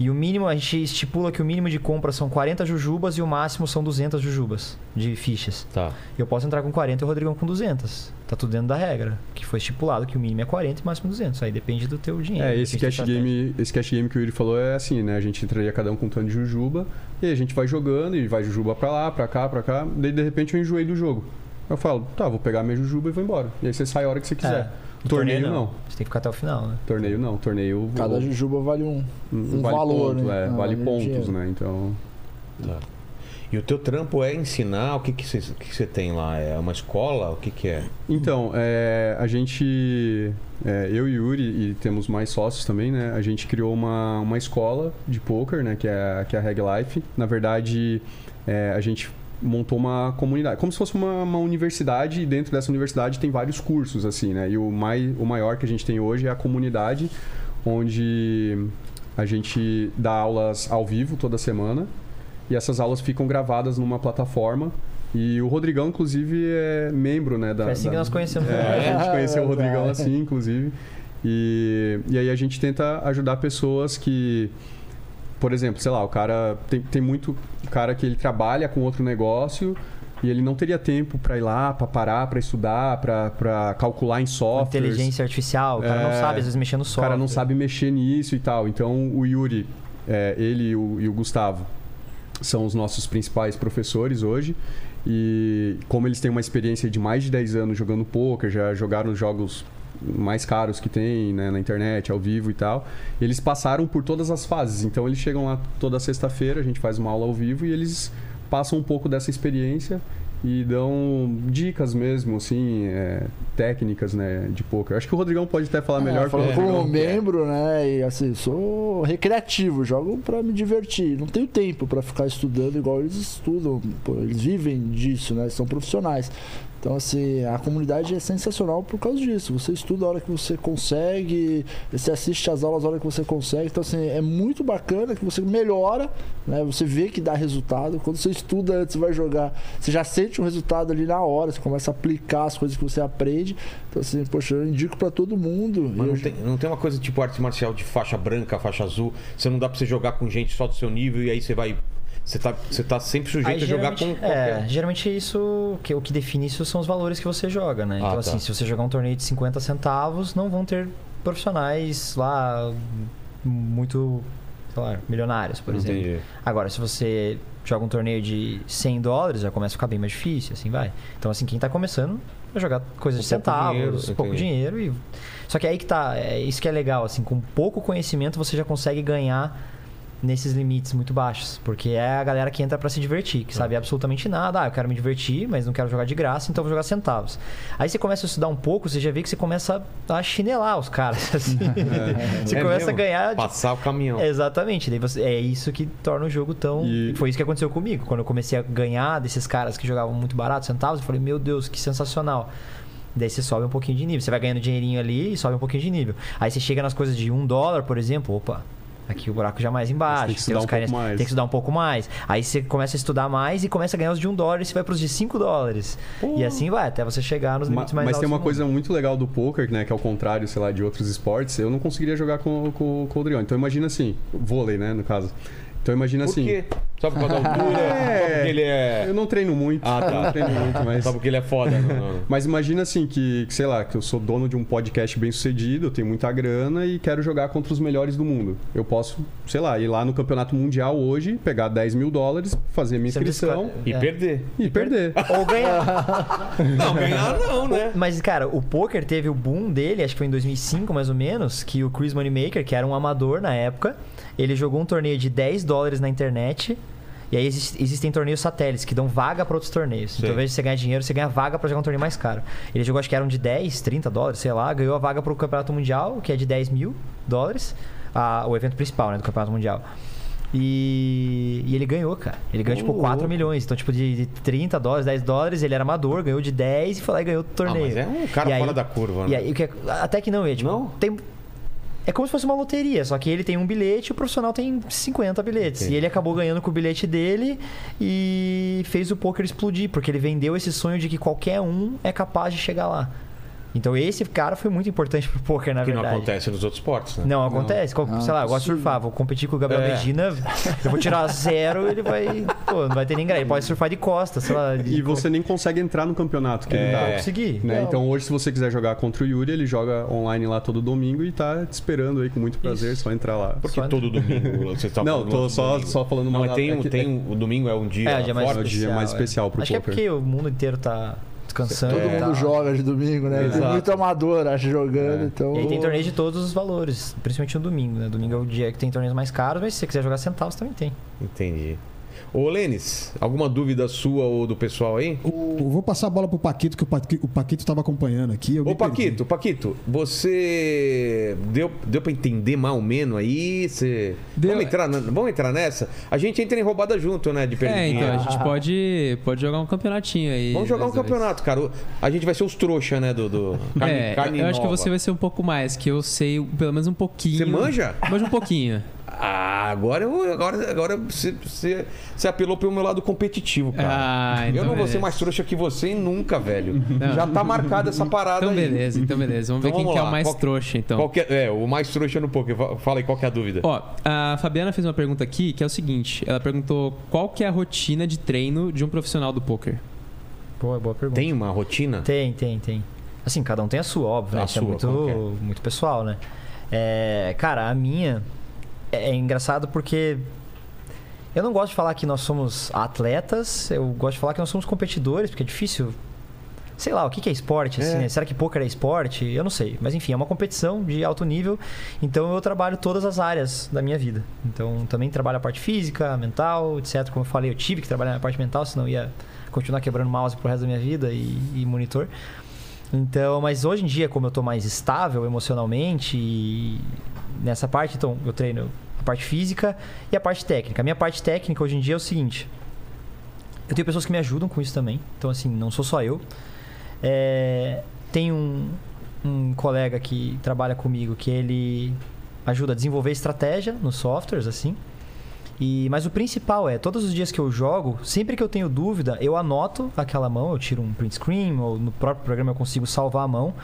[SPEAKER 4] E o mínimo, a gente estipula que o mínimo de compra são 40 jujubas e o máximo são 200 jujubas de fichas.
[SPEAKER 1] Tá.
[SPEAKER 4] Eu posso entrar com 40 e o Rodrigão com 200. Tá tudo dentro da regra, que foi estipulado que o mínimo é 40 e o máximo 200. Aí depende do teu dinheiro.
[SPEAKER 6] É, esse
[SPEAKER 4] depende da
[SPEAKER 6] cash,
[SPEAKER 4] estratégia.
[SPEAKER 6] game, esse cash game que o Yuri falou é assim, né? A gente entraria cada um com um tanto de jujuba, e aí a gente vai jogando, e vai jujuba pra lá, pra cá, pra cá. Daí, de repente, eu enjoei do jogo. Eu falo, tá, vou pegar minha jujuba e vou embora. E aí você sai a hora que você quiser.
[SPEAKER 4] É, O
[SPEAKER 6] torneio, não.
[SPEAKER 4] Você tem que ficar até o final, né?
[SPEAKER 6] Torneio não. Torneio
[SPEAKER 5] Cada
[SPEAKER 6] o-
[SPEAKER 5] jujuba vale um.
[SPEAKER 6] um
[SPEAKER 5] um
[SPEAKER 6] vale
[SPEAKER 5] valor,
[SPEAKER 6] ponto,
[SPEAKER 5] né? Ah,
[SPEAKER 6] é, vale
[SPEAKER 5] vale um
[SPEAKER 6] pontos,
[SPEAKER 5] dinheiro.
[SPEAKER 6] né? Então,
[SPEAKER 1] E o teu trampo é ensinar o que que você que você tem lá? É uma escola? O que que é?
[SPEAKER 6] Então, é, a gente, é, eu e Yuri, e temos mais sócios também, né? A gente criou uma, uma escola de poker, né? Que é, a- que é a Reg Life. Na verdade, é, a gente montou uma comunidade, como se fosse uma, uma universidade, e dentro dessa universidade tem vários cursos, assim, né? E o, mai, o maior que a gente tem hoje é a comunidade, onde a gente dá aulas ao vivo toda semana. E essas aulas ficam gravadas numa plataforma. E o Rodrigão, inclusive, é membro, né? Da,
[SPEAKER 4] Foi assim
[SPEAKER 6] da-
[SPEAKER 4] que nós conhecemos.
[SPEAKER 6] é, a gente conheceu o Rodrigão
[SPEAKER 5] Verdade.
[SPEAKER 6] assim, inclusive. E, e aí a gente tenta ajudar pessoas que. Por exemplo, sei lá, o cara. Tem, tem muito cara que ele trabalha com outro negócio e ele não teria tempo pra ir lá, pra parar, pra estudar, pra- pra calcular em
[SPEAKER 4] Com
[SPEAKER 6] softwares.
[SPEAKER 4] inteligência artificial, o cara não
[SPEAKER 6] É.
[SPEAKER 4] sabe, às vezes mexendo no
[SPEAKER 6] O
[SPEAKER 4] software.
[SPEAKER 6] cara não sabe mexer nisso e tal. Então o Yuri, é, ele e o, e o Gustavo são os nossos principais professores hoje. E como eles têm uma experiência de mais de 10 anos jogando poker, já jogaram os jogos mais caros que tem né, na internet, ao vivo e tal, eles passaram por todas as fases. Então eles chegam lá toda sexta-feira, a gente faz uma aula ao vivo e eles passam um pouco dessa experiência e dão dicas mesmo, assim, é, técnicas né, de poker. Acho que o Rodrigão pode até falar melhor.
[SPEAKER 5] É, falando
[SPEAKER 6] porque-
[SPEAKER 5] como
[SPEAKER 1] Rodrigão, que é.
[SPEAKER 5] membro, né? E assim, sou recreativo, jogo pra me divertir. Não tenho tempo pra ficar estudando igual eles estudam. pô, eles vivem disso, né? Eles são profissionais. Então, assim, a comunidade é sensacional por causa disso. Você estuda a hora que você consegue, você assiste as aulas a hora que você consegue. Então, assim, é muito bacana que você melhora, né? Você vê que dá resultado. Quando você estuda antes, você vai jogar, você já sente um resultado ali na hora, você começa a aplicar as coisas que você aprende. Então, assim, poxa, eu indico pra todo mundo.
[SPEAKER 1] Mas
[SPEAKER 5] Eu-
[SPEAKER 1] não tem, não tem uma coisa tipo arte marcial de faixa branca, faixa azul. Você não dá pra você jogar com gente só do seu nível e aí você vai. Você tá, você tá sempre
[SPEAKER 4] Aí,
[SPEAKER 1] sujeito a jogar com.
[SPEAKER 4] geralmente-
[SPEAKER 1] qualquer- um.
[SPEAKER 4] É, geralmente isso, que, o que define isso são os valores que você joga, né?
[SPEAKER 1] Ah,
[SPEAKER 4] então,
[SPEAKER 1] tá.
[SPEAKER 4] assim, se você jogar um torneio de 50 centavos, não vão ter profissionais lá muito, sei lá, milionários, por exemplo.
[SPEAKER 1] Entendi.
[SPEAKER 4] Agora, se você joga um torneio de 100 dólares, já começa a ficar bem mais difícil, assim vai. Então, assim, quem tá começando vai jogar coisa
[SPEAKER 1] Com
[SPEAKER 4] de
[SPEAKER 1] pouco
[SPEAKER 4] centavos,
[SPEAKER 1] dinheiro,
[SPEAKER 4] pouco
[SPEAKER 1] entendi.
[SPEAKER 4] dinheiro e... Só que aí que tá, é isso que é legal, assim, com pouco conhecimento você já consegue ganhar nesses limites muito baixos, porque é a galera que entra pra se divertir,
[SPEAKER 1] Tá.
[SPEAKER 4] que sabe absolutamente nada. Ah, eu quero me divertir, mas não quero jogar de graça, então eu vou jogar centavos. Aí você começa a estudar um pouco, você já vê que você começa a chinelar os caras, assim. você
[SPEAKER 1] É
[SPEAKER 4] começa
[SPEAKER 1] mesmo?
[SPEAKER 4] a ganhar de
[SPEAKER 1] Passar o caminhão.
[SPEAKER 4] É, Exatamente, daí você- é isso que torna o jogo tão.
[SPEAKER 6] E-
[SPEAKER 4] Foi isso que aconteceu comigo. Quando eu comecei a ganhar desses caras que jogavam muito barato, centavos, eu falei, meu Deus, que sensacional. Daí você sobe um pouquinho de nível. Você vai ganhando dinheirinho ali e sobe um pouquinho de nível. Aí você chega nas coisas de um dólar, por exemplo, opa. Aqui o buraco já é mais embaixo.
[SPEAKER 6] Tem que estudar
[SPEAKER 4] os
[SPEAKER 6] um pouco
[SPEAKER 4] carinhas-
[SPEAKER 6] mais.
[SPEAKER 4] Tem que estudar um pouco mais. Aí você começa a estudar mais e começa a ganhar os de um dólar e você vai pros de cinco dólares. E assim vai, até você chegar nos
[SPEAKER 6] Ma-
[SPEAKER 4] limites mais
[SPEAKER 6] mas
[SPEAKER 4] altos.
[SPEAKER 6] tem
[SPEAKER 4] do
[SPEAKER 6] uma
[SPEAKER 4] mundo.
[SPEAKER 6] coisa muito legal do poker, né? Que ao contrário, sei lá, de outros esportes, eu não conseguiria jogar com, com, com o Adriano. Então imagina assim, vôlei, né, no caso. Então imagina
[SPEAKER 1] Por
[SPEAKER 6] assim.
[SPEAKER 1] quê? Só por causa da altura? Só porque ele é.
[SPEAKER 6] Eu não treino muito.
[SPEAKER 1] Ah, tá.
[SPEAKER 6] Eu não treino muito, mas.
[SPEAKER 1] Só porque ele é foda. não, não.
[SPEAKER 6] Mas imagina assim que, que, sei lá, que eu sou dono de um podcast bem sucedido, eu tenho muita grana e quero jogar contra os melhores do mundo. Eu posso, sei lá, ir lá no campeonato mundial hoje, pegar 10 mil dólares, fazer minha
[SPEAKER 4] Você não disse
[SPEAKER 6] inscrição
[SPEAKER 4] qual-
[SPEAKER 1] E
[SPEAKER 4] é.
[SPEAKER 1] perder.
[SPEAKER 6] e perder.
[SPEAKER 4] Ou ganhar.
[SPEAKER 1] Não, ganhar não, né?
[SPEAKER 4] Mas, cara, o poker teve o boom dele, acho que foi em 2005 mais ou menos, que o Chris Moneymaker, que era um amador na época, ele jogou um torneio de 10 dólares na internet. E aí exis- existem torneios satélites que dão vaga pra outros torneios. Então, ao invés de você ganhar dinheiro, você ganha vaga pra jogar um torneio mais caro. Ele jogou, acho que era um de 10, 30 dólares, sei lá, ganhou a vaga pro Campeonato Mundial, que é de 10 mil dólares. a- o evento principal né, do Campeonato Mundial. E, e ele ganhou, cara. Ele ganhou, tipo, 4 milhões. Então, tipo, de, de 30 dólares, 10 dólares, ele era amador, ganhou de 10 e foi lá e ganhou o
[SPEAKER 1] Ah,
[SPEAKER 4] torneio.
[SPEAKER 1] mas é um cara
[SPEAKER 4] E aí-
[SPEAKER 1] fora da curva,
[SPEAKER 4] E
[SPEAKER 1] né?
[SPEAKER 4] aí, o que é- até que não, é tipo,
[SPEAKER 1] Não?
[SPEAKER 4] tem- é como se fosse uma loteria, só que ele tem um bilhete e o profissional tem 50 bilhetes.
[SPEAKER 1] Entendi.
[SPEAKER 4] E ele acabou ganhando com o bilhete dele e fez o poker explodir, porque ele vendeu esse sonho de que qualquer um é capaz de chegar lá. Então esse cara foi muito importante pro poker, na
[SPEAKER 1] que não
[SPEAKER 4] verdade.
[SPEAKER 1] acontece nos outros esportes, né?
[SPEAKER 4] Não, acontece. Como,
[SPEAKER 2] Ah,
[SPEAKER 4] sei lá, eu gosto de
[SPEAKER 2] possível.
[SPEAKER 4] surfar, vou competir com o Gabriel
[SPEAKER 1] É.
[SPEAKER 4] Medina, eu vou tirar zero, ele vai. Pô, não vai ter nem graça. Ele pode surfar de costa, sei lá. de-
[SPEAKER 6] E você nem consegue entrar no campeonato que ele
[SPEAKER 4] É. Não
[SPEAKER 6] dá.
[SPEAKER 4] vai
[SPEAKER 1] É.
[SPEAKER 4] conseguir.
[SPEAKER 6] Né? Então hoje, se você quiser jogar contra o Yuri, ele joga online lá todo domingo e tá te esperando aí com muito prazer, só entrar lá.
[SPEAKER 1] Porque
[SPEAKER 4] Só-
[SPEAKER 1] todo domingo vocês estão
[SPEAKER 6] Não,
[SPEAKER 1] falando
[SPEAKER 6] tô
[SPEAKER 1] do
[SPEAKER 6] só,
[SPEAKER 1] domingo.
[SPEAKER 6] só falando
[SPEAKER 1] Não,
[SPEAKER 6] uma
[SPEAKER 1] mas tem,
[SPEAKER 6] é
[SPEAKER 1] um,
[SPEAKER 6] que-
[SPEAKER 1] tem um, o domingo é um dia
[SPEAKER 4] É, o dia mais
[SPEAKER 1] fora.
[SPEAKER 6] é o dia
[SPEAKER 4] especial,
[SPEAKER 6] mais
[SPEAKER 4] é.
[SPEAKER 6] especial pro
[SPEAKER 4] Acho que é
[SPEAKER 6] poker.
[SPEAKER 4] porque o mundo inteiro tá descansando.
[SPEAKER 5] Todo
[SPEAKER 4] e
[SPEAKER 5] mundo
[SPEAKER 4] tal.
[SPEAKER 5] joga de domingo, né? Tem
[SPEAKER 6] Exato.
[SPEAKER 5] muito amador, acho, jogando. Então...
[SPEAKER 4] É. E aí tem torneio de todos os valores, principalmente no domingo, né? Domingo é o dia que tem torneios mais caros, mas se você quiser jogar centavos também tem.
[SPEAKER 1] Entendi. Ô, Lênis, alguma dúvida sua ou do pessoal aí?
[SPEAKER 2] Eu vou passar a bola pro Paquito, que o Paquito, o Paquito tava acompanhando aqui. eu me
[SPEAKER 1] Ô, Paquito, Paquito, você deu, deu pra entender mais ou menos aí? Você...
[SPEAKER 3] Deu.
[SPEAKER 1] Vamos, entrar na- vamos entrar nessa? A gente entra em roubada junto, né? De perder
[SPEAKER 3] É, então,
[SPEAKER 1] dinheiro.
[SPEAKER 3] a gente pode, pode jogar um campeonatinho aí.
[SPEAKER 1] Vamos jogar um
[SPEAKER 3] nós dois.
[SPEAKER 1] campeonato, cara. O- A gente vai ser os trouxa, né, do, do- carne-
[SPEAKER 3] é,
[SPEAKER 1] carne
[SPEAKER 3] eu acho que
[SPEAKER 1] nova.
[SPEAKER 3] você vai ser um pouco mais, que eu sei pelo menos um pouquinho.
[SPEAKER 1] Você manja?
[SPEAKER 3] Manja um pouquinho.
[SPEAKER 1] Ah, agora, eu, agora, agora você, você, você apelou pelo meu lado competitivo, cara.
[SPEAKER 3] Ah,
[SPEAKER 1] Tá. eu
[SPEAKER 3] então
[SPEAKER 1] não vou ser
[SPEAKER 3] beleza.
[SPEAKER 1] mais trouxa que você nunca, velho.
[SPEAKER 3] Não.
[SPEAKER 1] Já tá marcada essa parada
[SPEAKER 3] Então
[SPEAKER 1] aí.
[SPEAKER 3] beleza, então beleza. Vamos ver
[SPEAKER 1] Então
[SPEAKER 3] quem
[SPEAKER 1] vamos
[SPEAKER 3] que é
[SPEAKER 1] lá.
[SPEAKER 3] o mais
[SPEAKER 1] Qual-
[SPEAKER 3] trouxa, então.
[SPEAKER 1] Qual que é, é, o mais trouxa no poker. Fa- Fala aí, qual que é a dúvida?
[SPEAKER 3] Ó, a Fabiana fez uma pergunta aqui que é o seguinte: ela perguntou qual que é a rotina de treino de um profissional do poker.
[SPEAKER 4] Pô, é boa pergunta.
[SPEAKER 1] Tem uma rotina?
[SPEAKER 4] Tem, tem, tem. Assim, cada um tem a sua, óbvio,
[SPEAKER 1] A
[SPEAKER 4] né? Isso
[SPEAKER 1] sua,
[SPEAKER 4] é
[SPEAKER 1] como que é?
[SPEAKER 4] muito, muito pessoal, né? É, cara, a minha é, é engraçado porque eu não gosto de falar que nós somos atletas, eu gosto de falar que nós somos competidores, porque é difícil. Sei lá, o que que é esporte, assim,
[SPEAKER 1] É.
[SPEAKER 4] né? Será que poker é esporte? Eu não sei. Mas enfim, é uma competição de alto nível, então eu trabalho todas as áreas da minha vida. Então também trabalho a parte física, mental, etc. Como eu falei, eu tive que trabalhar na parte mental, senão eu ia continuar quebrando mouse pro resto da minha vida e, e monitor. Então, mas hoje em dia, como eu tô mais estável emocionalmente e nessa parte, então eu treino a parte física e a parte técnica. A minha parte técnica hoje em dia é o seguinte: eu tenho pessoas que me ajudam com isso também, então assim, não sou só eu. É, tem um, um colega que trabalha comigo que ele ajuda a desenvolver estratégia nos softwares, assim. E, mas o principal é, todos os dias que eu jogo, sempre que eu tenho dúvida, eu anoto aquela mão, eu tiro um print screen, ou no próprio programa eu consigo salvar a mão,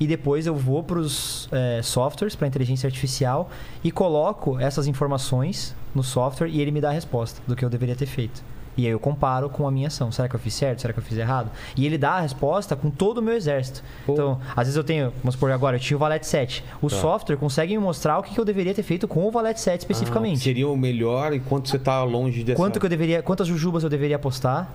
[SPEAKER 4] e depois eu vou para os softwares, para inteligência artificial, e coloco essas informações no software e ele me dá a resposta do que eu deveria ter feito. E aí eu comparo com a minha ação. Será que eu fiz certo? Será que eu fiz errado? E ele dá a resposta com todo o meu exército. Então, às vezes eu tenho, vamos supor agora, eu tinha o valete 7. O software consegue me mostrar o que que eu deveria ter feito com o valete 7
[SPEAKER 1] Ah,
[SPEAKER 4] especificamente
[SPEAKER 1] seria o melhor enquanto você tá longe dessa...
[SPEAKER 4] quanto que eu deveria, quantas jujubas eu deveria apostar,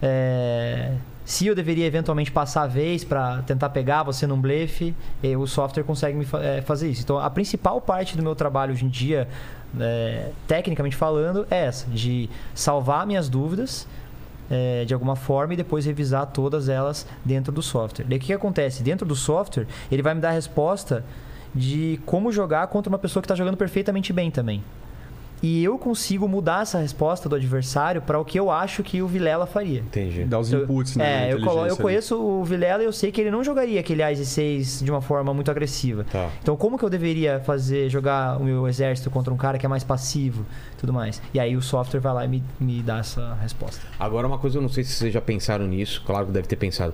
[SPEAKER 4] é, se eu deveria eventualmente passar a vez para tentar pegar você num blefe, e o software consegue me fa- é, fazer isso. Então a principal parte do meu trabalho hoje em dia, é, tecnicamente falando, é essa, de salvar minhas dúvidas. é, de alguma forma e depois revisar todas elas dentro do software. Daí o que, que acontece? Dentro do software, ele vai me dar a resposta de como jogar contra uma pessoa que está jogando perfeitamente bem também e eu consigo mudar essa resposta do adversário para o que eu acho que o Vilela faria.
[SPEAKER 1] Entendi.
[SPEAKER 6] Dá os
[SPEAKER 4] Eu-
[SPEAKER 6] inputs, né?
[SPEAKER 4] É,
[SPEAKER 6] na
[SPEAKER 4] eu, colo- eu
[SPEAKER 6] inteligência ali.
[SPEAKER 4] conheço o Vilela e eu sei que ele não jogaria aquele Ás e 6 de uma forma muito agressiva.
[SPEAKER 1] Tá.
[SPEAKER 4] Então, como que eu deveria fazer, jogar o meu exército contra um cara que é mais passivo tudo mais? E aí o software vai lá e me, me dá essa resposta.
[SPEAKER 1] Agora, uma coisa, eu não sei se vocês já pensaram nisso, claro que deve ter pensado.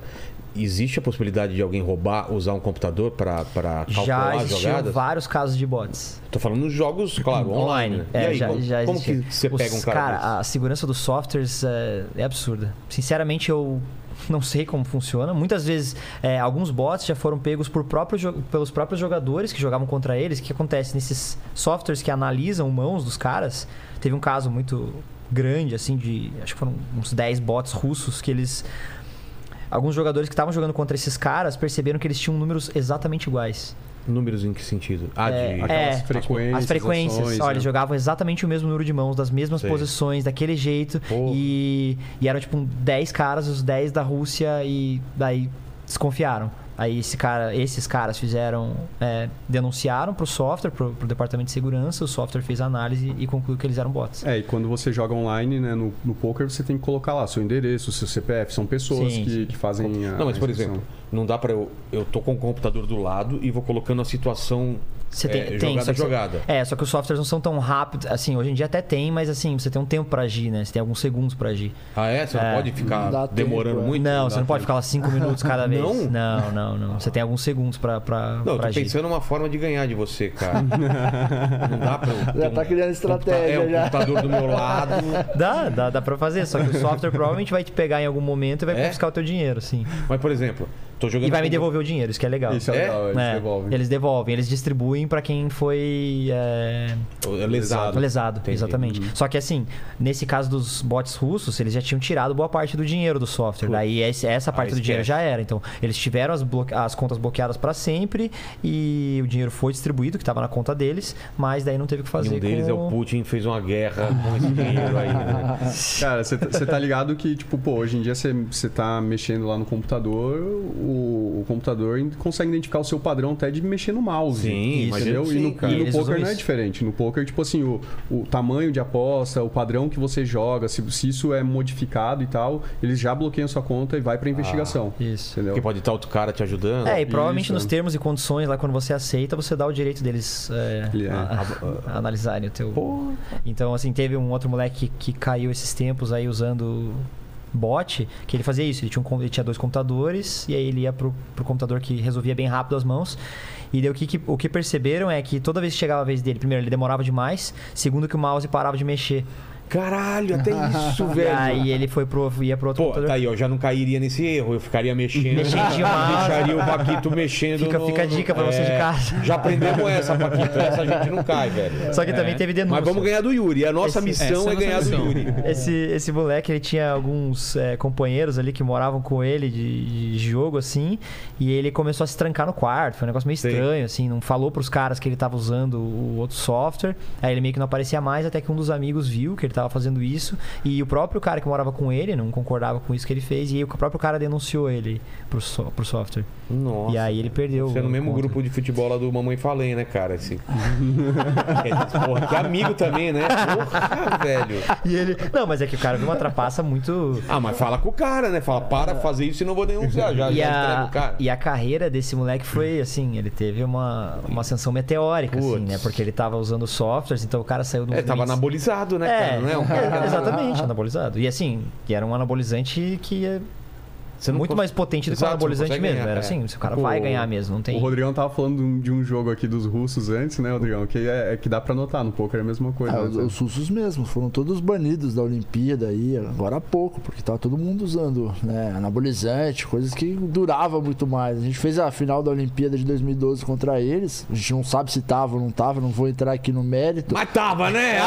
[SPEAKER 1] Existe a possibilidade de alguém roubar, usar um computador pra pra calcular
[SPEAKER 4] já
[SPEAKER 1] as
[SPEAKER 4] existiam
[SPEAKER 1] jogadas?
[SPEAKER 4] vários casos de bots.
[SPEAKER 1] Tô falando nos jogos, claro, online. né?
[SPEAKER 4] É,
[SPEAKER 1] e aí,
[SPEAKER 4] já,
[SPEAKER 1] como,
[SPEAKER 4] já
[SPEAKER 1] como que
[SPEAKER 4] existia.
[SPEAKER 1] você
[SPEAKER 4] Os-
[SPEAKER 1] pega um cara, desse?
[SPEAKER 4] a segurança dos softwares é, é absurda. Sinceramente, eu não sei como funciona. Muitas vezes, é, alguns bots já foram pegos por próprios jo- pelos próprios jogadores que jogavam contra eles. O que acontece nesses softwares que analisam mãos dos caras? Teve um caso muito grande, assim, de... Acho que foram uns 10 bots russos que eles alguns jogadores que estavam jogando contra esses caras perceberam que eles tinham números exatamente iguais.
[SPEAKER 1] Números em que sentido? Ah,
[SPEAKER 4] É,
[SPEAKER 1] de...
[SPEAKER 6] Aquelas
[SPEAKER 4] é,
[SPEAKER 6] frequências.
[SPEAKER 4] As frequências,
[SPEAKER 6] ações,
[SPEAKER 4] olha,
[SPEAKER 6] né?
[SPEAKER 4] eles jogavam exatamente o mesmo número de mãos, das mesmas
[SPEAKER 1] Sei.
[SPEAKER 4] posições, daquele jeito.
[SPEAKER 1] Pô.
[SPEAKER 4] E, e eram tipo um 10 caras, os 10 da Rússia, e daí desconfiaram. Aí esse cara, esses caras fizeram, é, denunciaram pro software, pro, pro departamento de segurança, o software fez a análise e concluiu que eles eram bots.
[SPEAKER 6] É, e quando você joga online, né, no, no poker, você tem que colocar lá seu endereço, seu CPF, são pessoas
[SPEAKER 4] Sim,
[SPEAKER 6] que,
[SPEAKER 4] sim.
[SPEAKER 6] que fazem a
[SPEAKER 1] Não, mas por
[SPEAKER 6] inscrição.
[SPEAKER 1] exemplo, não dá pra eu. Eu tô com o computador do lado e vou colocando a situação
[SPEAKER 4] Você
[SPEAKER 1] é,
[SPEAKER 4] tem, tem
[SPEAKER 1] jogada
[SPEAKER 4] só que você-
[SPEAKER 1] jogada.
[SPEAKER 4] É, só que os softwares não são tão rápidos, assim, hoje em dia até tem, mas assim, você tem um tempo pra agir, né? Você tem alguns segundos pra agir.
[SPEAKER 1] Ah, é? Você
[SPEAKER 4] É.
[SPEAKER 1] não pode ficar
[SPEAKER 5] Não dá tempo,
[SPEAKER 1] demorando
[SPEAKER 5] é.
[SPEAKER 1] muito?
[SPEAKER 4] não,
[SPEAKER 1] dá
[SPEAKER 4] você não pode
[SPEAKER 1] tempo.
[SPEAKER 4] ficar lá cinco minutos cada vez.
[SPEAKER 1] Não?
[SPEAKER 4] não, não. não. Você tem alguns segundos pra, pra,
[SPEAKER 1] Não, eu
[SPEAKER 4] pra
[SPEAKER 1] tô
[SPEAKER 4] agir.
[SPEAKER 1] pensando uma forma de ganhar de você, cara. não dá pra. eu ter
[SPEAKER 5] Já tá criando
[SPEAKER 1] computa-
[SPEAKER 5] estratégia,
[SPEAKER 1] É,
[SPEAKER 5] já.
[SPEAKER 1] um computador do meu lado.
[SPEAKER 4] Dá, dá, dá pra fazer, só que o software provavelmente vai te pegar em algum momento e vai
[SPEAKER 1] É?
[SPEAKER 4] confiscar o teu dinheiro, sim.
[SPEAKER 1] Mas, por exemplo, tô jogando.
[SPEAKER 4] E vai me
[SPEAKER 1] com-
[SPEAKER 4] devolver o dinheiro, isso que é legal.
[SPEAKER 6] Isso é,
[SPEAKER 1] É?
[SPEAKER 6] legal, eles
[SPEAKER 4] É,
[SPEAKER 6] devolvem.
[SPEAKER 4] Eles devolvem, eles distribuem pra quem foi é,
[SPEAKER 1] Lesado.
[SPEAKER 4] lesado,
[SPEAKER 1] Entendi. Uhum.
[SPEAKER 4] exatamente. Só que assim, nesse caso dos bots russos, eles já tinham tirado boa parte do dinheiro do software.
[SPEAKER 1] Putz.
[SPEAKER 4] Daí esse- essa parte do
[SPEAKER 1] esquece.
[SPEAKER 4] dinheiro já era. Então, eles tiveram as, blo- as contas bloqueadas pra sempre e o dinheiro foi distribuído, que tava na conta deles, mas daí não teve o que
[SPEAKER 1] E
[SPEAKER 4] fazer.
[SPEAKER 1] um deles
[SPEAKER 4] com...
[SPEAKER 1] é o Putin, fez uma guerra com esse dinheiro aí. Né?
[SPEAKER 6] Cara, você tá você tá ligado que, tipo, pô, hoje em dia você- você tá mexendo lá no computador, o, o computador in- consegue identificar o seu padrão até de mexer no mouse.
[SPEAKER 1] Sim, mas
[SPEAKER 6] Entendeu?
[SPEAKER 1] eu
[SPEAKER 6] e no,
[SPEAKER 1] sim, cara.
[SPEAKER 6] e no
[SPEAKER 4] Eles
[SPEAKER 6] poker
[SPEAKER 4] usam
[SPEAKER 6] não é
[SPEAKER 4] isso.
[SPEAKER 6] diferente. No poker, tipo assim, o, o tamanho de aposta, o padrão que você joga, se, se isso é modificado e tal, eles já bloqueiam sua conta e vai pra investigação.
[SPEAKER 4] Isso.
[SPEAKER 6] Entendeu?
[SPEAKER 1] Porque pode estar outro cara te ajudando.
[SPEAKER 4] É, e provavelmente
[SPEAKER 6] Isso,
[SPEAKER 4] nos
[SPEAKER 6] né?
[SPEAKER 4] termos e condições, lá quando você aceita, você dá o direito deles é,
[SPEAKER 6] Ele é.
[SPEAKER 4] a-
[SPEAKER 1] Ah,
[SPEAKER 4] a- analisarem o teu. Então, assim, teve um outro moleque que, que caiu esses tempos aí usando bot, que ele fazia isso, ele tinha, um com- ele tinha dois computadores, e aí ele ia pro, pro computador que resolvia bem rápido as mãos. E daí o que, que- o que perceberam é que toda vez que chegava a vez dele, primeiro, ele demorava demais, segundo que o mouse parava de mexer.
[SPEAKER 1] Caralho, até isso,
[SPEAKER 4] E
[SPEAKER 1] velho.
[SPEAKER 4] aí ele foi pro, ia pro outro
[SPEAKER 1] Pô,
[SPEAKER 4] computador.
[SPEAKER 1] tá aí, ó. Já não cairia nesse erro. Eu ficaria mexendo.
[SPEAKER 4] Mexendo demais.
[SPEAKER 1] Deixaria o Paquito mexendo.
[SPEAKER 4] Fica-
[SPEAKER 1] no- É,
[SPEAKER 4] fica a dica pra você de casa.
[SPEAKER 1] Já aprendemos essa, Paquito. Essa a gente não cai, velho.
[SPEAKER 4] Só que também
[SPEAKER 3] É.
[SPEAKER 4] teve denúncia.
[SPEAKER 1] tá- Mas vamos ganhar do Yuri. A nossa
[SPEAKER 4] Esse-
[SPEAKER 1] missão
[SPEAKER 3] essa é
[SPEAKER 1] é,
[SPEAKER 3] a nossa
[SPEAKER 1] ganhar
[SPEAKER 3] missão.
[SPEAKER 1] do Yuri.
[SPEAKER 4] Esse, esse moleque, ele tinha alguns é, companheiros ali que moravam com ele de, de jogo, assim, e ele começou a se trancar no quarto. Foi um negócio meio
[SPEAKER 1] Sim.
[SPEAKER 4] estranho, assim, não falou pros caras que ele tava usando o outro software. Aí ele meio que não aparecia mais, até que um dos amigos viu que ele tava fazendo isso, e o próprio cara que morava com ele não concordava com isso que ele fez, e aí o próprio cara denunciou ele pro, so- pro software.
[SPEAKER 1] Nossa.
[SPEAKER 4] e aí ele perdeu.
[SPEAKER 1] Você é no
[SPEAKER 4] a
[SPEAKER 1] mesmo
[SPEAKER 4] conta.
[SPEAKER 1] grupo de futebol lá do Mamãe Falei, né, cara? Esse... Porra, que amigo também, né? Porra, velho.
[SPEAKER 4] E ele. Não, mas é que o cara viu uma trapaça muito.
[SPEAKER 1] Ah, mas fala com o cara, né? Fala, para fazer isso e não vou denunciar. tá Já,
[SPEAKER 4] E
[SPEAKER 1] já entrega
[SPEAKER 4] a,
[SPEAKER 1] o cara.
[SPEAKER 4] e a carreira desse moleque foi assim, ele teve uma, uma ascensão meteórica, assim,
[SPEAKER 1] Putz.
[SPEAKER 4] né? Porque ele tava usando softwares, então o cara saiu do.
[SPEAKER 1] É, tava anabolizado, né,
[SPEAKER 4] É,
[SPEAKER 1] cara? Não é um cara.
[SPEAKER 4] é, exatamente, anabolizado. E assim, que era um anabolizante que é
[SPEAKER 1] Você não
[SPEAKER 4] muito
[SPEAKER 1] cons-
[SPEAKER 4] mais potente do que um
[SPEAKER 1] Exato, você não
[SPEAKER 4] anabolizante
[SPEAKER 1] consegue
[SPEAKER 4] mesmo.
[SPEAKER 1] ganhar, é.
[SPEAKER 4] era assim, se o cara
[SPEAKER 6] O-
[SPEAKER 4] vai ganhar mesmo, não tem.
[SPEAKER 6] O Rodrigão tava falando de um- de um jogo aqui dos russos antes, né, Rodrigão? Que é, é que dá pra notar, no poker é a mesma coisa.
[SPEAKER 5] Ah,
[SPEAKER 6] né?
[SPEAKER 5] os, os russos mesmo, foram todos banidos da Olimpíada aí, agora há pouco, porque tava todo mundo usando né, anabolizante, coisas que durava muito mais. A gente fez a final da Olimpíada de 2012 contra eles, a gente não sabe se tava ou não tava, não vou entrar aqui no mérito.
[SPEAKER 1] Mas tava, né?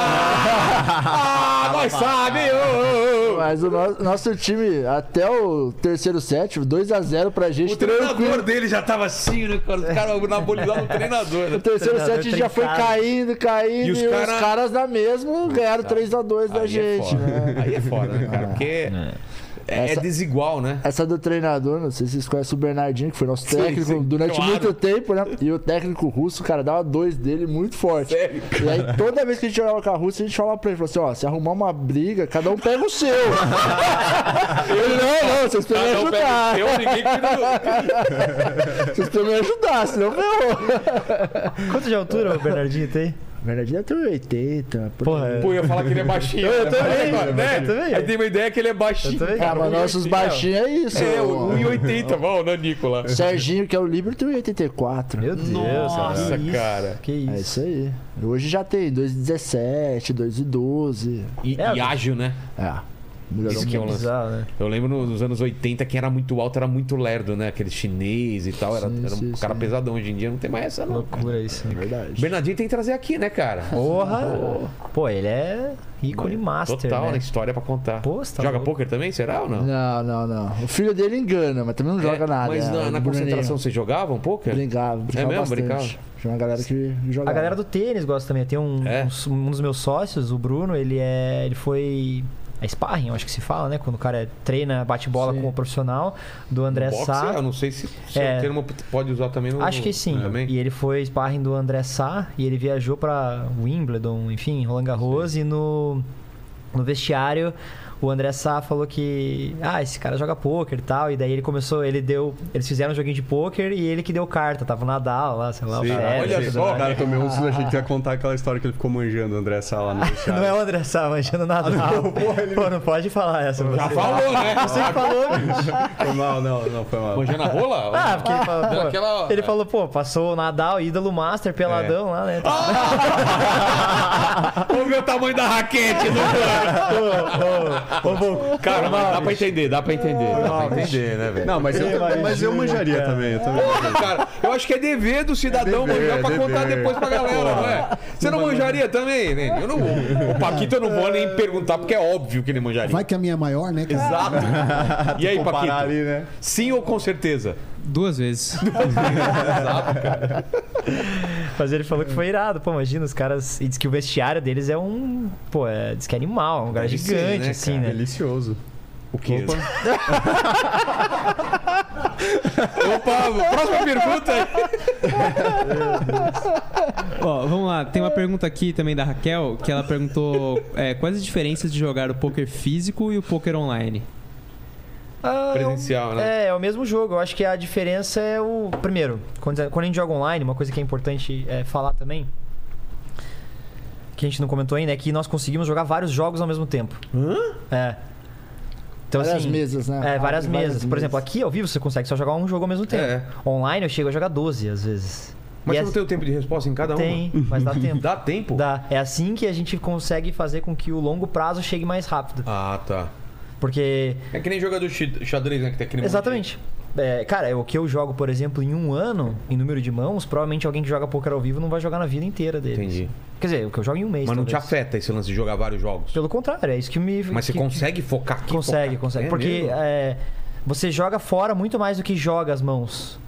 [SPEAKER 1] Ah, ah, nós sabe! ô, ô, ô.
[SPEAKER 5] Mas o no- nosso time, até o terceiro set, 2x0 pra gente,
[SPEAKER 1] O treinador
[SPEAKER 5] tranquilo.
[SPEAKER 1] dele já tava assim, né, cara? Os caras anabolizaram o treinador.
[SPEAKER 5] O
[SPEAKER 1] né?
[SPEAKER 5] terceiro
[SPEAKER 4] treinador
[SPEAKER 5] set já foi
[SPEAKER 4] trincado.
[SPEAKER 5] caindo, caindo, e os,
[SPEAKER 1] cara- tá.
[SPEAKER 5] caras da mesma ganharam 3x2 da
[SPEAKER 1] Aí é
[SPEAKER 5] gente,
[SPEAKER 1] foda.
[SPEAKER 5] né?
[SPEAKER 1] Aí é foda, né, cara? Porque é, é
[SPEAKER 5] Essa-
[SPEAKER 1] desigual, né?
[SPEAKER 5] Essa do treinador, não sei se vocês conhecem o Bernardinho, que foi nosso técnico
[SPEAKER 1] sim,
[SPEAKER 5] durante
[SPEAKER 1] claro.
[SPEAKER 5] muito tempo, né? E o técnico russo, cara, dava dois dele muito forte.
[SPEAKER 1] Sério?
[SPEAKER 5] E aí, toda vez que a gente jogava com a Rússia, a gente falava pra ele, falou assim, ó, se arrumar uma briga, cada um pega o seu. ele, não, não, vocês precisam me
[SPEAKER 1] Cada um pega o
[SPEAKER 5] ajudar.
[SPEAKER 1] seu, ninguém tira
[SPEAKER 5] Vocês precisam me ajudar, senão ferrou.
[SPEAKER 4] Quanto de altura o Bernardinho tem?
[SPEAKER 5] O Bernardinho tem 80, por
[SPEAKER 4] Porra,
[SPEAKER 1] o- Pô, eu ia falar que ele é baixinho.
[SPEAKER 4] Eu
[SPEAKER 1] né?
[SPEAKER 4] também,
[SPEAKER 1] Mas, né?
[SPEAKER 4] eu também.
[SPEAKER 1] Aí tem uma ideia que ele é baixinho.
[SPEAKER 4] Eu também.
[SPEAKER 5] Ah, mas nossos baixinhos é isso.
[SPEAKER 1] É,
[SPEAKER 5] ó.
[SPEAKER 1] o 1,80. Vamos, né, Nanico lá.
[SPEAKER 5] Serginho, que é o líbero, tem 84.
[SPEAKER 1] É
[SPEAKER 4] Meu Deus,
[SPEAKER 1] Nossa,
[SPEAKER 4] que
[SPEAKER 1] cara.
[SPEAKER 4] Isso, que
[SPEAKER 5] É
[SPEAKER 4] isso.
[SPEAKER 5] isso aí. Hoje já tem 2,17, 2,12.
[SPEAKER 1] E,
[SPEAKER 4] É,
[SPEAKER 1] e ágil, né?
[SPEAKER 5] É. Melhorou
[SPEAKER 1] Isso
[SPEAKER 4] Isso
[SPEAKER 1] que
[SPEAKER 4] que
[SPEAKER 1] é um
[SPEAKER 4] é
[SPEAKER 1] lance.
[SPEAKER 4] bizarro, né?
[SPEAKER 1] Eu lembro nos anos 80, quem era muito alto era muito lerdo, né? Aquele chinês e tal. Era,
[SPEAKER 5] Sim,
[SPEAKER 1] era um
[SPEAKER 5] sim,
[SPEAKER 1] cara
[SPEAKER 5] sim.
[SPEAKER 1] pesadão. Hoje em dia não tem mais essa, não.
[SPEAKER 4] Loucura isso. né?
[SPEAKER 5] Verdade.
[SPEAKER 1] Bernardinho tem que trazer aqui, né, cara?
[SPEAKER 4] Porra! Pô, ele é ícone master.
[SPEAKER 1] Total, né?
[SPEAKER 4] né?
[SPEAKER 1] História pra contar.
[SPEAKER 4] Pô, você tá
[SPEAKER 1] Joga
[SPEAKER 4] louco.
[SPEAKER 1] pôquer também, será ou não?
[SPEAKER 5] Não, não, não. O filho dele engana, mas também não joga
[SPEAKER 1] É,
[SPEAKER 5] nada.
[SPEAKER 1] Mas na,
[SPEAKER 5] né?
[SPEAKER 1] na
[SPEAKER 5] O
[SPEAKER 1] concentração
[SPEAKER 5] Bruninho.
[SPEAKER 1] vocês jogavam pôquer?
[SPEAKER 5] Brincava, brincava
[SPEAKER 1] mesmo?
[SPEAKER 5] bastante.
[SPEAKER 1] Brincava?
[SPEAKER 5] Tinha uma galera que jogava.
[SPEAKER 4] A galera do tênis gosta também. Tem um,
[SPEAKER 1] É?
[SPEAKER 4] um, um dos meus sócios, o Bruno, ele é. Ele foi É sparring, eu acho que se fala, né? Quando o cara treina, bate bola
[SPEAKER 5] Sim.
[SPEAKER 4] com o profissional, do André
[SPEAKER 1] Boxe,
[SPEAKER 4] Sá.
[SPEAKER 1] eu não sei se, se
[SPEAKER 4] É.
[SPEAKER 1] o termo pode usar também no.
[SPEAKER 4] Acho que sim.
[SPEAKER 1] né, Também.
[SPEAKER 4] E ele foi sparring do André Sá e ele viajou pra Wimbledon, enfim, Roland Garros e no, no vestiário o André Sá falou que ah, esse cara joga pôquer e tal, e daí ele começou, ele deu, eles fizeram um joguinho de pôquer e ele que deu carta, tava o Nadal lá, sei lá,
[SPEAKER 1] Sim.
[SPEAKER 4] o Federer,
[SPEAKER 1] Olha
[SPEAKER 4] tudo
[SPEAKER 1] só,
[SPEAKER 4] mais.
[SPEAKER 1] Ah,
[SPEAKER 6] O cara tomei um susto, achei que tu ia contar aquela história que ele ficou manjando o André Sá lá no
[SPEAKER 4] Não é
[SPEAKER 6] vestiário.
[SPEAKER 4] o André Sá, manjando o
[SPEAKER 1] Ah,
[SPEAKER 4] Nadal. Ah, Pô, não pode falar essa.
[SPEAKER 1] Já
[SPEAKER 4] você.
[SPEAKER 1] falou, né?
[SPEAKER 4] Você que falou, bicho.
[SPEAKER 6] Foi mal, não, não, foi mal.
[SPEAKER 1] Manjando a rola?
[SPEAKER 4] Ah, porque ele falou, pô,
[SPEAKER 1] Daquela-
[SPEAKER 4] ele falou, pô, passou o Nadal, ídolo master,
[SPEAKER 1] É.
[SPEAKER 4] peladão lá, né?
[SPEAKER 1] Ah! Ou meu tamanho da raquete, não
[SPEAKER 4] Ô, ô, ô,
[SPEAKER 1] Cara, mas dá pra entender, dá pra entender. Dá pra entender, né, velho?
[SPEAKER 6] Não, mas eu,
[SPEAKER 4] Imagina,
[SPEAKER 6] mas eu manjaria também,
[SPEAKER 4] É.
[SPEAKER 6] eu também.
[SPEAKER 1] Porra, cara, eu acho que é dever do cidadão
[SPEAKER 6] É dever,
[SPEAKER 1] manjar pra
[SPEAKER 6] é
[SPEAKER 1] contar
[SPEAKER 6] dever.
[SPEAKER 1] depois pra galera, não é? Você não manjaria também, né? Eu não vou. O Paquito eu não vou nem perguntar, porque é óbvio que ele manjaria.
[SPEAKER 2] Vai que a minha é maior, né? cara?
[SPEAKER 1] Exato. E aí, Paquito?
[SPEAKER 6] Comparar ali, né?
[SPEAKER 1] Sim ou com certeza?
[SPEAKER 3] Duas vezes.
[SPEAKER 4] Mas ele falou que foi irado, pô, imagina, os caras. E diz que o vestiário deles é um. Pô, é, diz que é animal, é um lugar
[SPEAKER 1] Deve ser,
[SPEAKER 4] gigante,
[SPEAKER 1] né,
[SPEAKER 4] assim, né?
[SPEAKER 6] Delicioso.
[SPEAKER 1] O quê? Opa, Opa próxima pergunta.
[SPEAKER 3] Ó, vamos lá. Tem uma pergunta aqui também da Raquel, que ela perguntou é, quais as diferenças de jogar o poker físico e o poker online.
[SPEAKER 4] Ah, é um-
[SPEAKER 1] Presencial, né?
[SPEAKER 4] É, é o mesmo jogo. Eu acho que a diferença é o. Primeiro, quando quando a gente joga online, uma coisa que é importante é, falar também. Que a gente não comentou ainda, é que nós conseguimos jogar vários jogos ao mesmo tempo. Hã? É. Então,
[SPEAKER 5] várias
[SPEAKER 4] assim,
[SPEAKER 5] mesas, né?
[SPEAKER 4] É, várias mesas. Por exemplo, aqui ao vivo você consegue só jogar um jogo ao mesmo tempo.
[SPEAKER 1] É.
[SPEAKER 4] Online eu chego a jogar 12 às vezes.
[SPEAKER 1] Mas
[SPEAKER 4] E
[SPEAKER 1] você
[SPEAKER 4] assim
[SPEAKER 1] não tem o tempo de resposta em cada uma?
[SPEAKER 4] Tem, mas dá tempo.
[SPEAKER 1] Dá tempo?
[SPEAKER 4] Dá. É assim que a gente consegue fazer com que o longo prazo chegue mais rápido.
[SPEAKER 1] Ah, tá.
[SPEAKER 4] Porque.
[SPEAKER 1] É que nem jogador chi- xadrez, né? Que tem aquele monte de-
[SPEAKER 4] Exatamente. É, cara, é o que eu jogo, por exemplo, em um ano, em número de mãos, provavelmente alguém que joga poker ao vivo não vai jogar na vida inteira deles.
[SPEAKER 1] Entendi.
[SPEAKER 4] Quer dizer, o que eu jogo em um mês.
[SPEAKER 1] Mas não te
[SPEAKER 4] talvez.
[SPEAKER 1] afeta esse lance de jogar vários jogos.
[SPEAKER 4] Pelo contrário, é isso que me.
[SPEAKER 1] Mas você
[SPEAKER 4] que-
[SPEAKER 1] consegue focar aqui? focar
[SPEAKER 4] Consegue,
[SPEAKER 1] aqui?
[SPEAKER 4] consegue.
[SPEAKER 1] É
[SPEAKER 4] porque
[SPEAKER 1] mesmo?
[SPEAKER 4] é, você joga fora muito mais do que joga as mãos.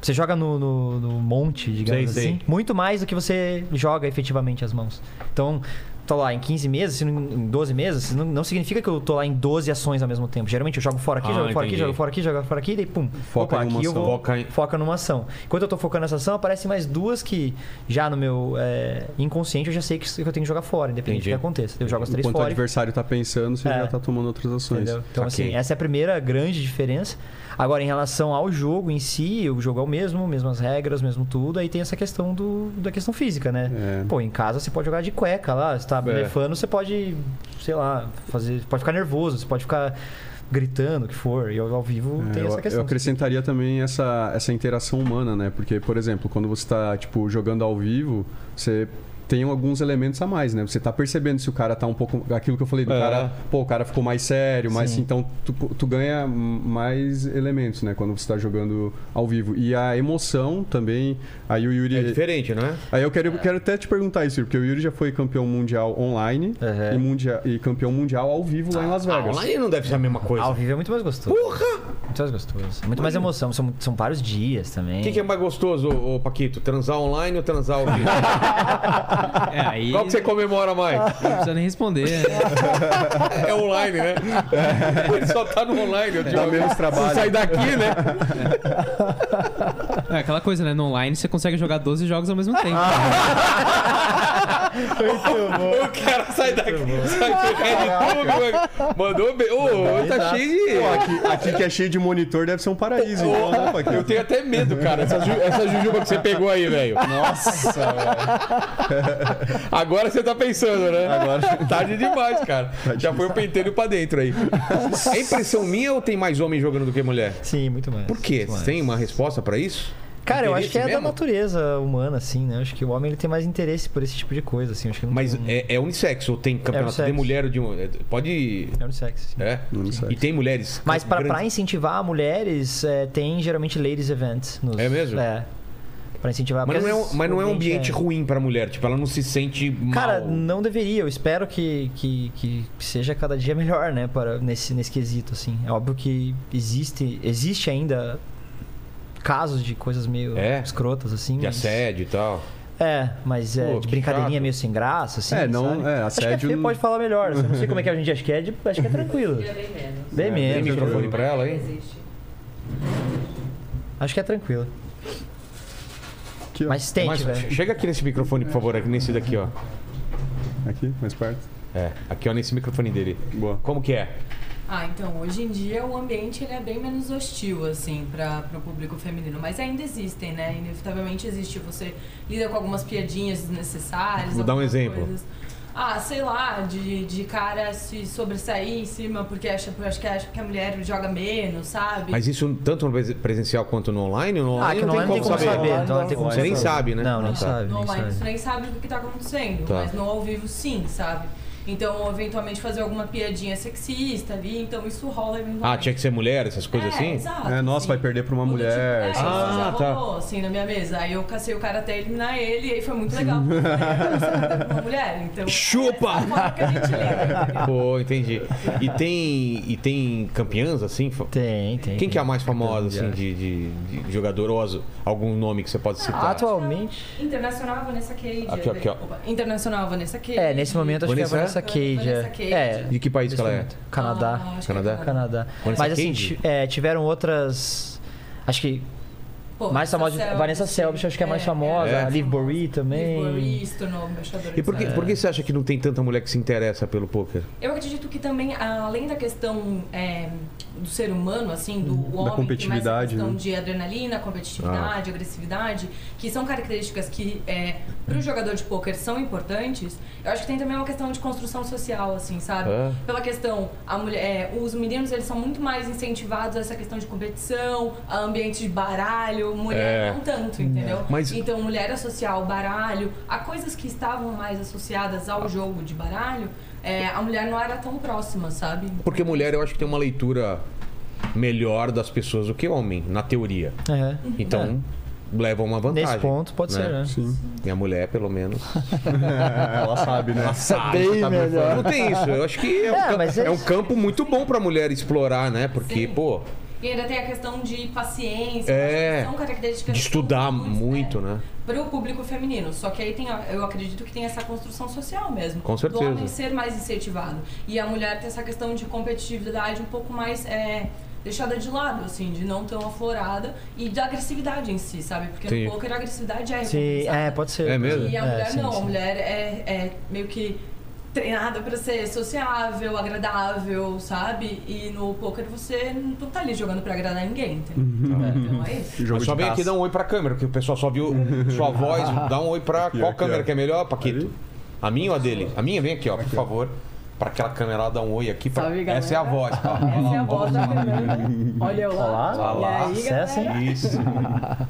[SPEAKER 4] Você joga no, no- no monte, digamos
[SPEAKER 1] Sei,
[SPEAKER 4] assim.
[SPEAKER 1] sei.
[SPEAKER 4] Muito mais do que você joga efetivamente as mãos. Então, tô lá em 15 meses, se não- em 12 meses, se não, não significa que eu tô lá em 12 ações ao mesmo tempo. Geralmente eu jogo fora aqui,
[SPEAKER 1] Ah,
[SPEAKER 4] jogo fora aqui,
[SPEAKER 1] entendi.
[SPEAKER 4] jogo fora aqui, jogo fora aqui, e daí pum.
[SPEAKER 6] Foca
[SPEAKER 4] opa,
[SPEAKER 6] em uma
[SPEAKER 4] aqui eu
[SPEAKER 6] ação.
[SPEAKER 4] vou,
[SPEAKER 1] Foca em-
[SPEAKER 4] foca numa ação. Enquanto eu tô focando nessa ação, aparecem mais duas que já no meu é, inconsciente eu já sei que que eu tenho que jogar fora, independente
[SPEAKER 1] Entendi. é
[SPEAKER 4] do que aconteça. Eu jogo as três
[SPEAKER 6] Enquanto o
[SPEAKER 4] fora. e
[SPEAKER 6] adversário tá pensando, você
[SPEAKER 4] É.
[SPEAKER 6] já tá tomando outras ações.
[SPEAKER 4] Entendeu? Então,
[SPEAKER 1] Saquei.
[SPEAKER 4] assim, essa é a primeira grande diferença. Agora, em relação ao jogo em si, o jogo é o mesmo, mesmas regras, mesmo tudo. Aí tem essa questão do, da questão física, né?
[SPEAKER 6] É.
[SPEAKER 4] Pô, em casa você pode jogar de cueca lá, você
[SPEAKER 1] É.
[SPEAKER 4] tá blefando, você pode, sei lá, fazer. Pode ficar nervoso, você pode ficar gritando, o que for. E ao ao vivo
[SPEAKER 6] É,
[SPEAKER 4] tem
[SPEAKER 6] eu,
[SPEAKER 4] essa questão.
[SPEAKER 6] eu acrescentaria também essa, essa interação humana, né? Porque, por exemplo, quando você tá, tipo, jogando ao vivo, você tem alguns elementos a mais, né? Você tá percebendo se o cara tá um pouco... Aquilo que eu falei do
[SPEAKER 1] É.
[SPEAKER 6] cara... Pô, o cara ficou mais sério, mas
[SPEAKER 4] Sim.
[SPEAKER 6] então tu, tu ganha mais elementos, né? Quando você tá jogando ao vivo. E a emoção também... Aí o Yuri...
[SPEAKER 1] É diferente, não é?
[SPEAKER 6] Aí eu quero, eu quero até te perguntar isso, porque o Yuri já foi campeão mundial online
[SPEAKER 4] Uhum.
[SPEAKER 6] e, mundia- e campeão mundial ao vivo lá em Las
[SPEAKER 1] Ah,
[SPEAKER 6] Vegas.
[SPEAKER 1] online não deve ser a mesma coisa.
[SPEAKER 4] Ao vivo é muito mais gostoso. Porra! Muito mais gostoso. Muito mais emoção. São, são vários dias também.
[SPEAKER 1] O que, que é mais gostoso, ô, ô, Paquito? Transar online ou transar ao vivo?
[SPEAKER 3] É, aí
[SPEAKER 1] Qual que você comemora mais?
[SPEAKER 3] não precisa nem responder. né?
[SPEAKER 1] É online, né? Ele só tá no online. Eu
[SPEAKER 6] Dá
[SPEAKER 1] digo,
[SPEAKER 6] menos trabalho.
[SPEAKER 1] sai daqui, né?
[SPEAKER 3] É aquela coisa, né? No online você consegue jogar 12 jogos ao mesmo tempo.
[SPEAKER 1] Ah. O cara sai daqui, sai do Red Bull, mandou bem. Ô, tá cheio de...
[SPEAKER 6] Pô, aqui, aqui que é cheio de monitor deve ser um paraíso. então, né, Paquito?
[SPEAKER 1] Eu tenho até medo, cara. Essa, ju- essa jujuba que você pegou aí, velho.
[SPEAKER 6] Nossa, velho.
[SPEAKER 1] Agora você tá pensando, né?
[SPEAKER 6] Agora-
[SPEAKER 1] Tarde demais, cara. Já foi o pentelho pra dentro aí. É impressão minha ou tem mais homem jogando do que mulher?
[SPEAKER 4] Sim, muito mais.
[SPEAKER 1] Por quê?
[SPEAKER 4] Muito mais.
[SPEAKER 1] Você tem uma resposta pra isso?
[SPEAKER 4] Cara, eu acho
[SPEAKER 1] Interesse
[SPEAKER 4] que é
[SPEAKER 1] mesmo?
[SPEAKER 4] da natureza humana, assim, né? Eu acho que o homem ele tem mais interesse por esse tipo de coisa, assim. Eu Acho que não
[SPEAKER 1] Mas
[SPEAKER 4] tem...
[SPEAKER 1] é, é unissex ou tem campeonato de
[SPEAKER 4] unissex.
[SPEAKER 1] mulher ou de homem? Pode.
[SPEAKER 4] é unissex. Assim.
[SPEAKER 1] É.
[SPEAKER 6] Unissex.
[SPEAKER 1] E tem mulheres.
[SPEAKER 4] Mas pra, pra
[SPEAKER 1] grandes-
[SPEAKER 4] incentivar mulheres, é, tem geralmente ladies events. Nos,
[SPEAKER 1] É mesmo?
[SPEAKER 4] É. Pra incentivar.
[SPEAKER 1] Mas não
[SPEAKER 4] porque
[SPEAKER 1] é,
[SPEAKER 4] às
[SPEAKER 1] um-
[SPEAKER 4] vezes
[SPEAKER 1] mas não é um
[SPEAKER 4] o
[SPEAKER 1] ambiente ruim pra mulher. Tipo, ela não se sente mal.
[SPEAKER 4] Cara, não deveria. Eu espero que, que, que seja cada dia melhor, né? Para, nesse, nesse quesito, assim. É óbvio que existe, existe ainda casos de coisas meio
[SPEAKER 1] É?
[SPEAKER 4] escrotas, assim.
[SPEAKER 1] de
[SPEAKER 4] mas-
[SPEAKER 1] assédio e tal.
[SPEAKER 4] É, mas é,
[SPEAKER 1] Pô,
[SPEAKER 4] de
[SPEAKER 1] que
[SPEAKER 4] brincadeirinha
[SPEAKER 1] chato.
[SPEAKER 4] meio sem graça, assim.
[SPEAKER 6] É,
[SPEAKER 4] sabe?
[SPEAKER 6] não- é,
[SPEAKER 4] acho que a
[SPEAKER 6] assédio
[SPEAKER 4] Fê
[SPEAKER 6] não-
[SPEAKER 4] pode falar melhor. assim, Eu não sei como é que é hoje em dia, acho que é, de- acho que é tranquilo.
[SPEAKER 7] Dia bem menos.
[SPEAKER 1] Tem
[SPEAKER 4] Bem menos.
[SPEAKER 1] microfone pra ela, hein?
[SPEAKER 7] Existe.
[SPEAKER 4] Acho que é tranquilo.
[SPEAKER 6] Aqui, ó.
[SPEAKER 4] Mas tente,
[SPEAKER 1] Mas
[SPEAKER 4] velho.
[SPEAKER 1] chega aqui nesse microfone, por favor, aqui nesse daqui, ó.
[SPEAKER 6] Aqui, mais perto.
[SPEAKER 1] É, aqui ó, nesse microfone dele.
[SPEAKER 6] Boa.
[SPEAKER 1] Como que é?
[SPEAKER 8] Ah, então, hoje em dia o ambiente ele é bem menos hostil, assim, para o público feminino. Mas ainda existem, né? Inevitavelmente existe. Você lida com algumas piadinhas desnecessárias.
[SPEAKER 1] Vou dar um
[SPEAKER 8] algumas
[SPEAKER 1] exemplo.
[SPEAKER 8] coisas. Ah, sei lá, de, de cara se sobressair em cima porque acha, porque acha, que acha que a mulher joga menos, sabe?
[SPEAKER 1] Mas isso tanto no presencial quanto no online? No
[SPEAKER 4] Ah,
[SPEAKER 1] online
[SPEAKER 4] que não é, não tem como saber. Não, não tem como
[SPEAKER 1] Você nem
[SPEAKER 4] saber.
[SPEAKER 1] sabe, né?
[SPEAKER 4] Não, nem
[SPEAKER 1] Tá.
[SPEAKER 4] sabe.
[SPEAKER 8] No
[SPEAKER 4] nem
[SPEAKER 8] online
[SPEAKER 4] sabe.
[SPEAKER 8] você nem sabe o que está acontecendo,
[SPEAKER 1] Tá.
[SPEAKER 8] mas no ao vivo sim, sabe? Então, eventualmente fazer alguma piadinha sexista ali, então isso rola eventualmente.
[SPEAKER 1] Ah, tinha que ser mulher, essas coisas
[SPEAKER 8] É,
[SPEAKER 1] assim?
[SPEAKER 4] Ah,
[SPEAKER 8] exato,
[SPEAKER 6] É, nossa,
[SPEAKER 8] assim.
[SPEAKER 6] vai perder pra uma
[SPEAKER 8] Tudo
[SPEAKER 6] mulher.
[SPEAKER 8] Tipo, é,
[SPEAKER 1] Ah,
[SPEAKER 8] isso já
[SPEAKER 1] tá.
[SPEAKER 8] rolou, assim, na minha mesa. Aí eu cacei o cara até eliminar ele, e aí foi muito legal. porque eu falei, "Nossa, Uma mulher, então...
[SPEAKER 1] Chupa!
[SPEAKER 8] É essa forma que a gente lida.
[SPEAKER 1] Pô, entendi. E tem, e tem campeãs, assim? fa-
[SPEAKER 4] Tem, tem.
[SPEAKER 1] Quem que é a mais famosa,
[SPEAKER 4] Campeãs
[SPEAKER 1] assim, de, de, de jogador? Ou as- algum nome que você pode
[SPEAKER 4] Ah,
[SPEAKER 1] citar?
[SPEAKER 4] Atualmente.
[SPEAKER 8] Internacional Vanessa Cage.
[SPEAKER 1] Aqui, aqui, ó.
[SPEAKER 8] Opa, Internacional Vanessa Cage.
[SPEAKER 4] É, nesse momento acho que é a
[SPEAKER 1] Vanessa?
[SPEAKER 4] Vanessa Cage. é.
[SPEAKER 8] Vanessa Cage.
[SPEAKER 4] É.
[SPEAKER 1] De que país
[SPEAKER 4] nesse
[SPEAKER 1] que ela é?
[SPEAKER 4] momento. Canadá.
[SPEAKER 8] Ah, acho que é
[SPEAKER 1] Canadá?
[SPEAKER 4] Canadá.
[SPEAKER 1] Vanessa
[SPEAKER 4] Mas assim,
[SPEAKER 1] Cage?
[SPEAKER 4] ti- é, tiveram outras. Acho que
[SPEAKER 8] Pô, assim,
[SPEAKER 4] mais famosa. Vanessa Selbst, acho que é a mais famosa.
[SPEAKER 1] É.
[SPEAKER 4] Liv Bory também.
[SPEAKER 8] Libristo, novo embaixador.
[SPEAKER 1] E por que,
[SPEAKER 8] de
[SPEAKER 1] por que você acha que não tem tanta mulher que se interessa pelo poker?
[SPEAKER 8] Eu acredito que também, além da questão é, do ser humano, assim, do homem, tem
[SPEAKER 6] competitividade,
[SPEAKER 8] mais a questão
[SPEAKER 6] né?
[SPEAKER 8] de adrenalina,
[SPEAKER 1] Ah.
[SPEAKER 8] competitividade, agressividade, que são características que para o jogador de pôquer são importantes, eu acho que tem também uma questão de construção social, assim, sabe?
[SPEAKER 1] É.
[SPEAKER 8] Pela questão, a mulher, é, os meninos eles são muito mais incentivados a essa questão de competição, a ambiente de baralho, mulher
[SPEAKER 1] É.
[SPEAKER 8] não tanto, entendeu?
[SPEAKER 1] Mas-
[SPEAKER 8] Então, mulher associar ao baralho, a coisas que estavam mais associadas ao jogo de baralho, é, a mulher não era tão próxima, sabe?
[SPEAKER 1] Porque mulher, é um eu acho que tem uma leitura melhor das pessoas do que homem, na teoria.
[SPEAKER 4] É.
[SPEAKER 1] Então, leva uma
[SPEAKER 4] É.
[SPEAKER 1] vantagem.
[SPEAKER 4] Nesse ponto pode
[SPEAKER 1] né?
[SPEAKER 4] ser, né?
[SPEAKER 1] E a mulher, pelo menos.
[SPEAKER 6] É, ela sabe, né?
[SPEAKER 1] sabe,
[SPEAKER 5] bem
[SPEAKER 1] tá me
[SPEAKER 5] melhor.
[SPEAKER 1] falando. Não tem isso. Eu acho que é, um,
[SPEAKER 4] É,
[SPEAKER 1] campo-
[SPEAKER 4] mas
[SPEAKER 1] é
[SPEAKER 4] eles-
[SPEAKER 1] um campo muito bom pra mulher explorar, né? Porque,
[SPEAKER 8] Sim.
[SPEAKER 1] pô,
[SPEAKER 8] E ainda tem a questão de paciência,
[SPEAKER 1] É,
[SPEAKER 8] que são características
[SPEAKER 1] de estudar
[SPEAKER 8] comuns,
[SPEAKER 1] muito, né?
[SPEAKER 8] para o público feminino. Só que aí tem, a- eu acredito que tem essa construção social mesmo.
[SPEAKER 1] Com certeza.
[SPEAKER 8] Do homem ser mais incentivado. E a mulher tem essa questão de competitividade um pouco mais é, deixada de lado, assim, de não tão aflorada e da agressividade em si, sabe? Porque
[SPEAKER 1] Sim.
[SPEAKER 8] no poker a agressividade é
[SPEAKER 4] Sim,
[SPEAKER 8] recompensada.
[SPEAKER 4] é, pode ser.
[SPEAKER 1] É mesmo?
[SPEAKER 8] E a mulher
[SPEAKER 4] sim,
[SPEAKER 8] não, a
[SPEAKER 4] sim.
[SPEAKER 8] mulher é, é meio que treinada pra ser sociável, agradável, sabe? E no poker você não tá ali jogando pra agradar ninguém, entendeu?
[SPEAKER 4] Uhum.
[SPEAKER 8] Então é isso.
[SPEAKER 6] Jogo
[SPEAKER 1] mas só
[SPEAKER 6] de
[SPEAKER 1] vem aqui
[SPEAKER 6] taça.
[SPEAKER 1] e dá um oi pra câmera, porque o pessoal só viu sua voz. Dá um oi pra
[SPEAKER 6] Aqui,
[SPEAKER 1] qual
[SPEAKER 6] aqui,
[SPEAKER 1] câmera
[SPEAKER 6] ó.
[SPEAKER 1] que é melhor, Paquito? A minha ou a dele? A minha, vem aqui, ó, por favor. Pra aquela câmera lá, dá um oi aqui. Pra...
[SPEAKER 9] Salve, galera.
[SPEAKER 1] Essa é a voz. Ó,
[SPEAKER 9] Essa é a
[SPEAKER 1] ó, ó,
[SPEAKER 9] voz da Fernanda. Olha eu lá.
[SPEAKER 4] Olá.
[SPEAKER 9] Olha
[SPEAKER 1] Olá.
[SPEAKER 9] aí,
[SPEAKER 4] Sucesso,
[SPEAKER 9] galera.
[SPEAKER 1] Isso.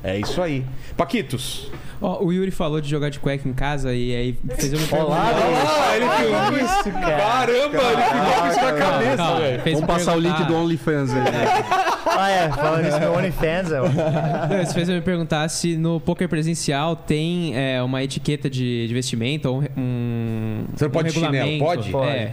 [SPEAKER 1] É isso aí. Paquitos.
[SPEAKER 3] Ó, o Yuri falou de jogar de cueca em casa e aí fez
[SPEAKER 1] é
[SPEAKER 3] uma pergunta.
[SPEAKER 4] Olá,
[SPEAKER 1] Ah, ele filmou isso, Caramba, ele filmou isso na
[SPEAKER 3] Calma,
[SPEAKER 1] cabeça,
[SPEAKER 3] calma,
[SPEAKER 1] velho.
[SPEAKER 3] fez
[SPEAKER 6] É, Vamos
[SPEAKER 3] uma
[SPEAKER 6] passar o link
[SPEAKER 3] pergunta-
[SPEAKER 6] do OnlyFans aí. Né?
[SPEAKER 4] Ah, é, falando isso no OnlyFans, é.
[SPEAKER 3] Não, Isso fez eu me perguntar se no poker presencial tem é, uma etiqueta de, de vestimenta ou um re- um.
[SPEAKER 1] Você não
[SPEAKER 3] um
[SPEAKER 1] pode de chinelo,
[SPEAKER 3] regulamento.
[SPEAKER 1] pode?
[SPEAKER 4] Pode,
[SPEAKER 3] É.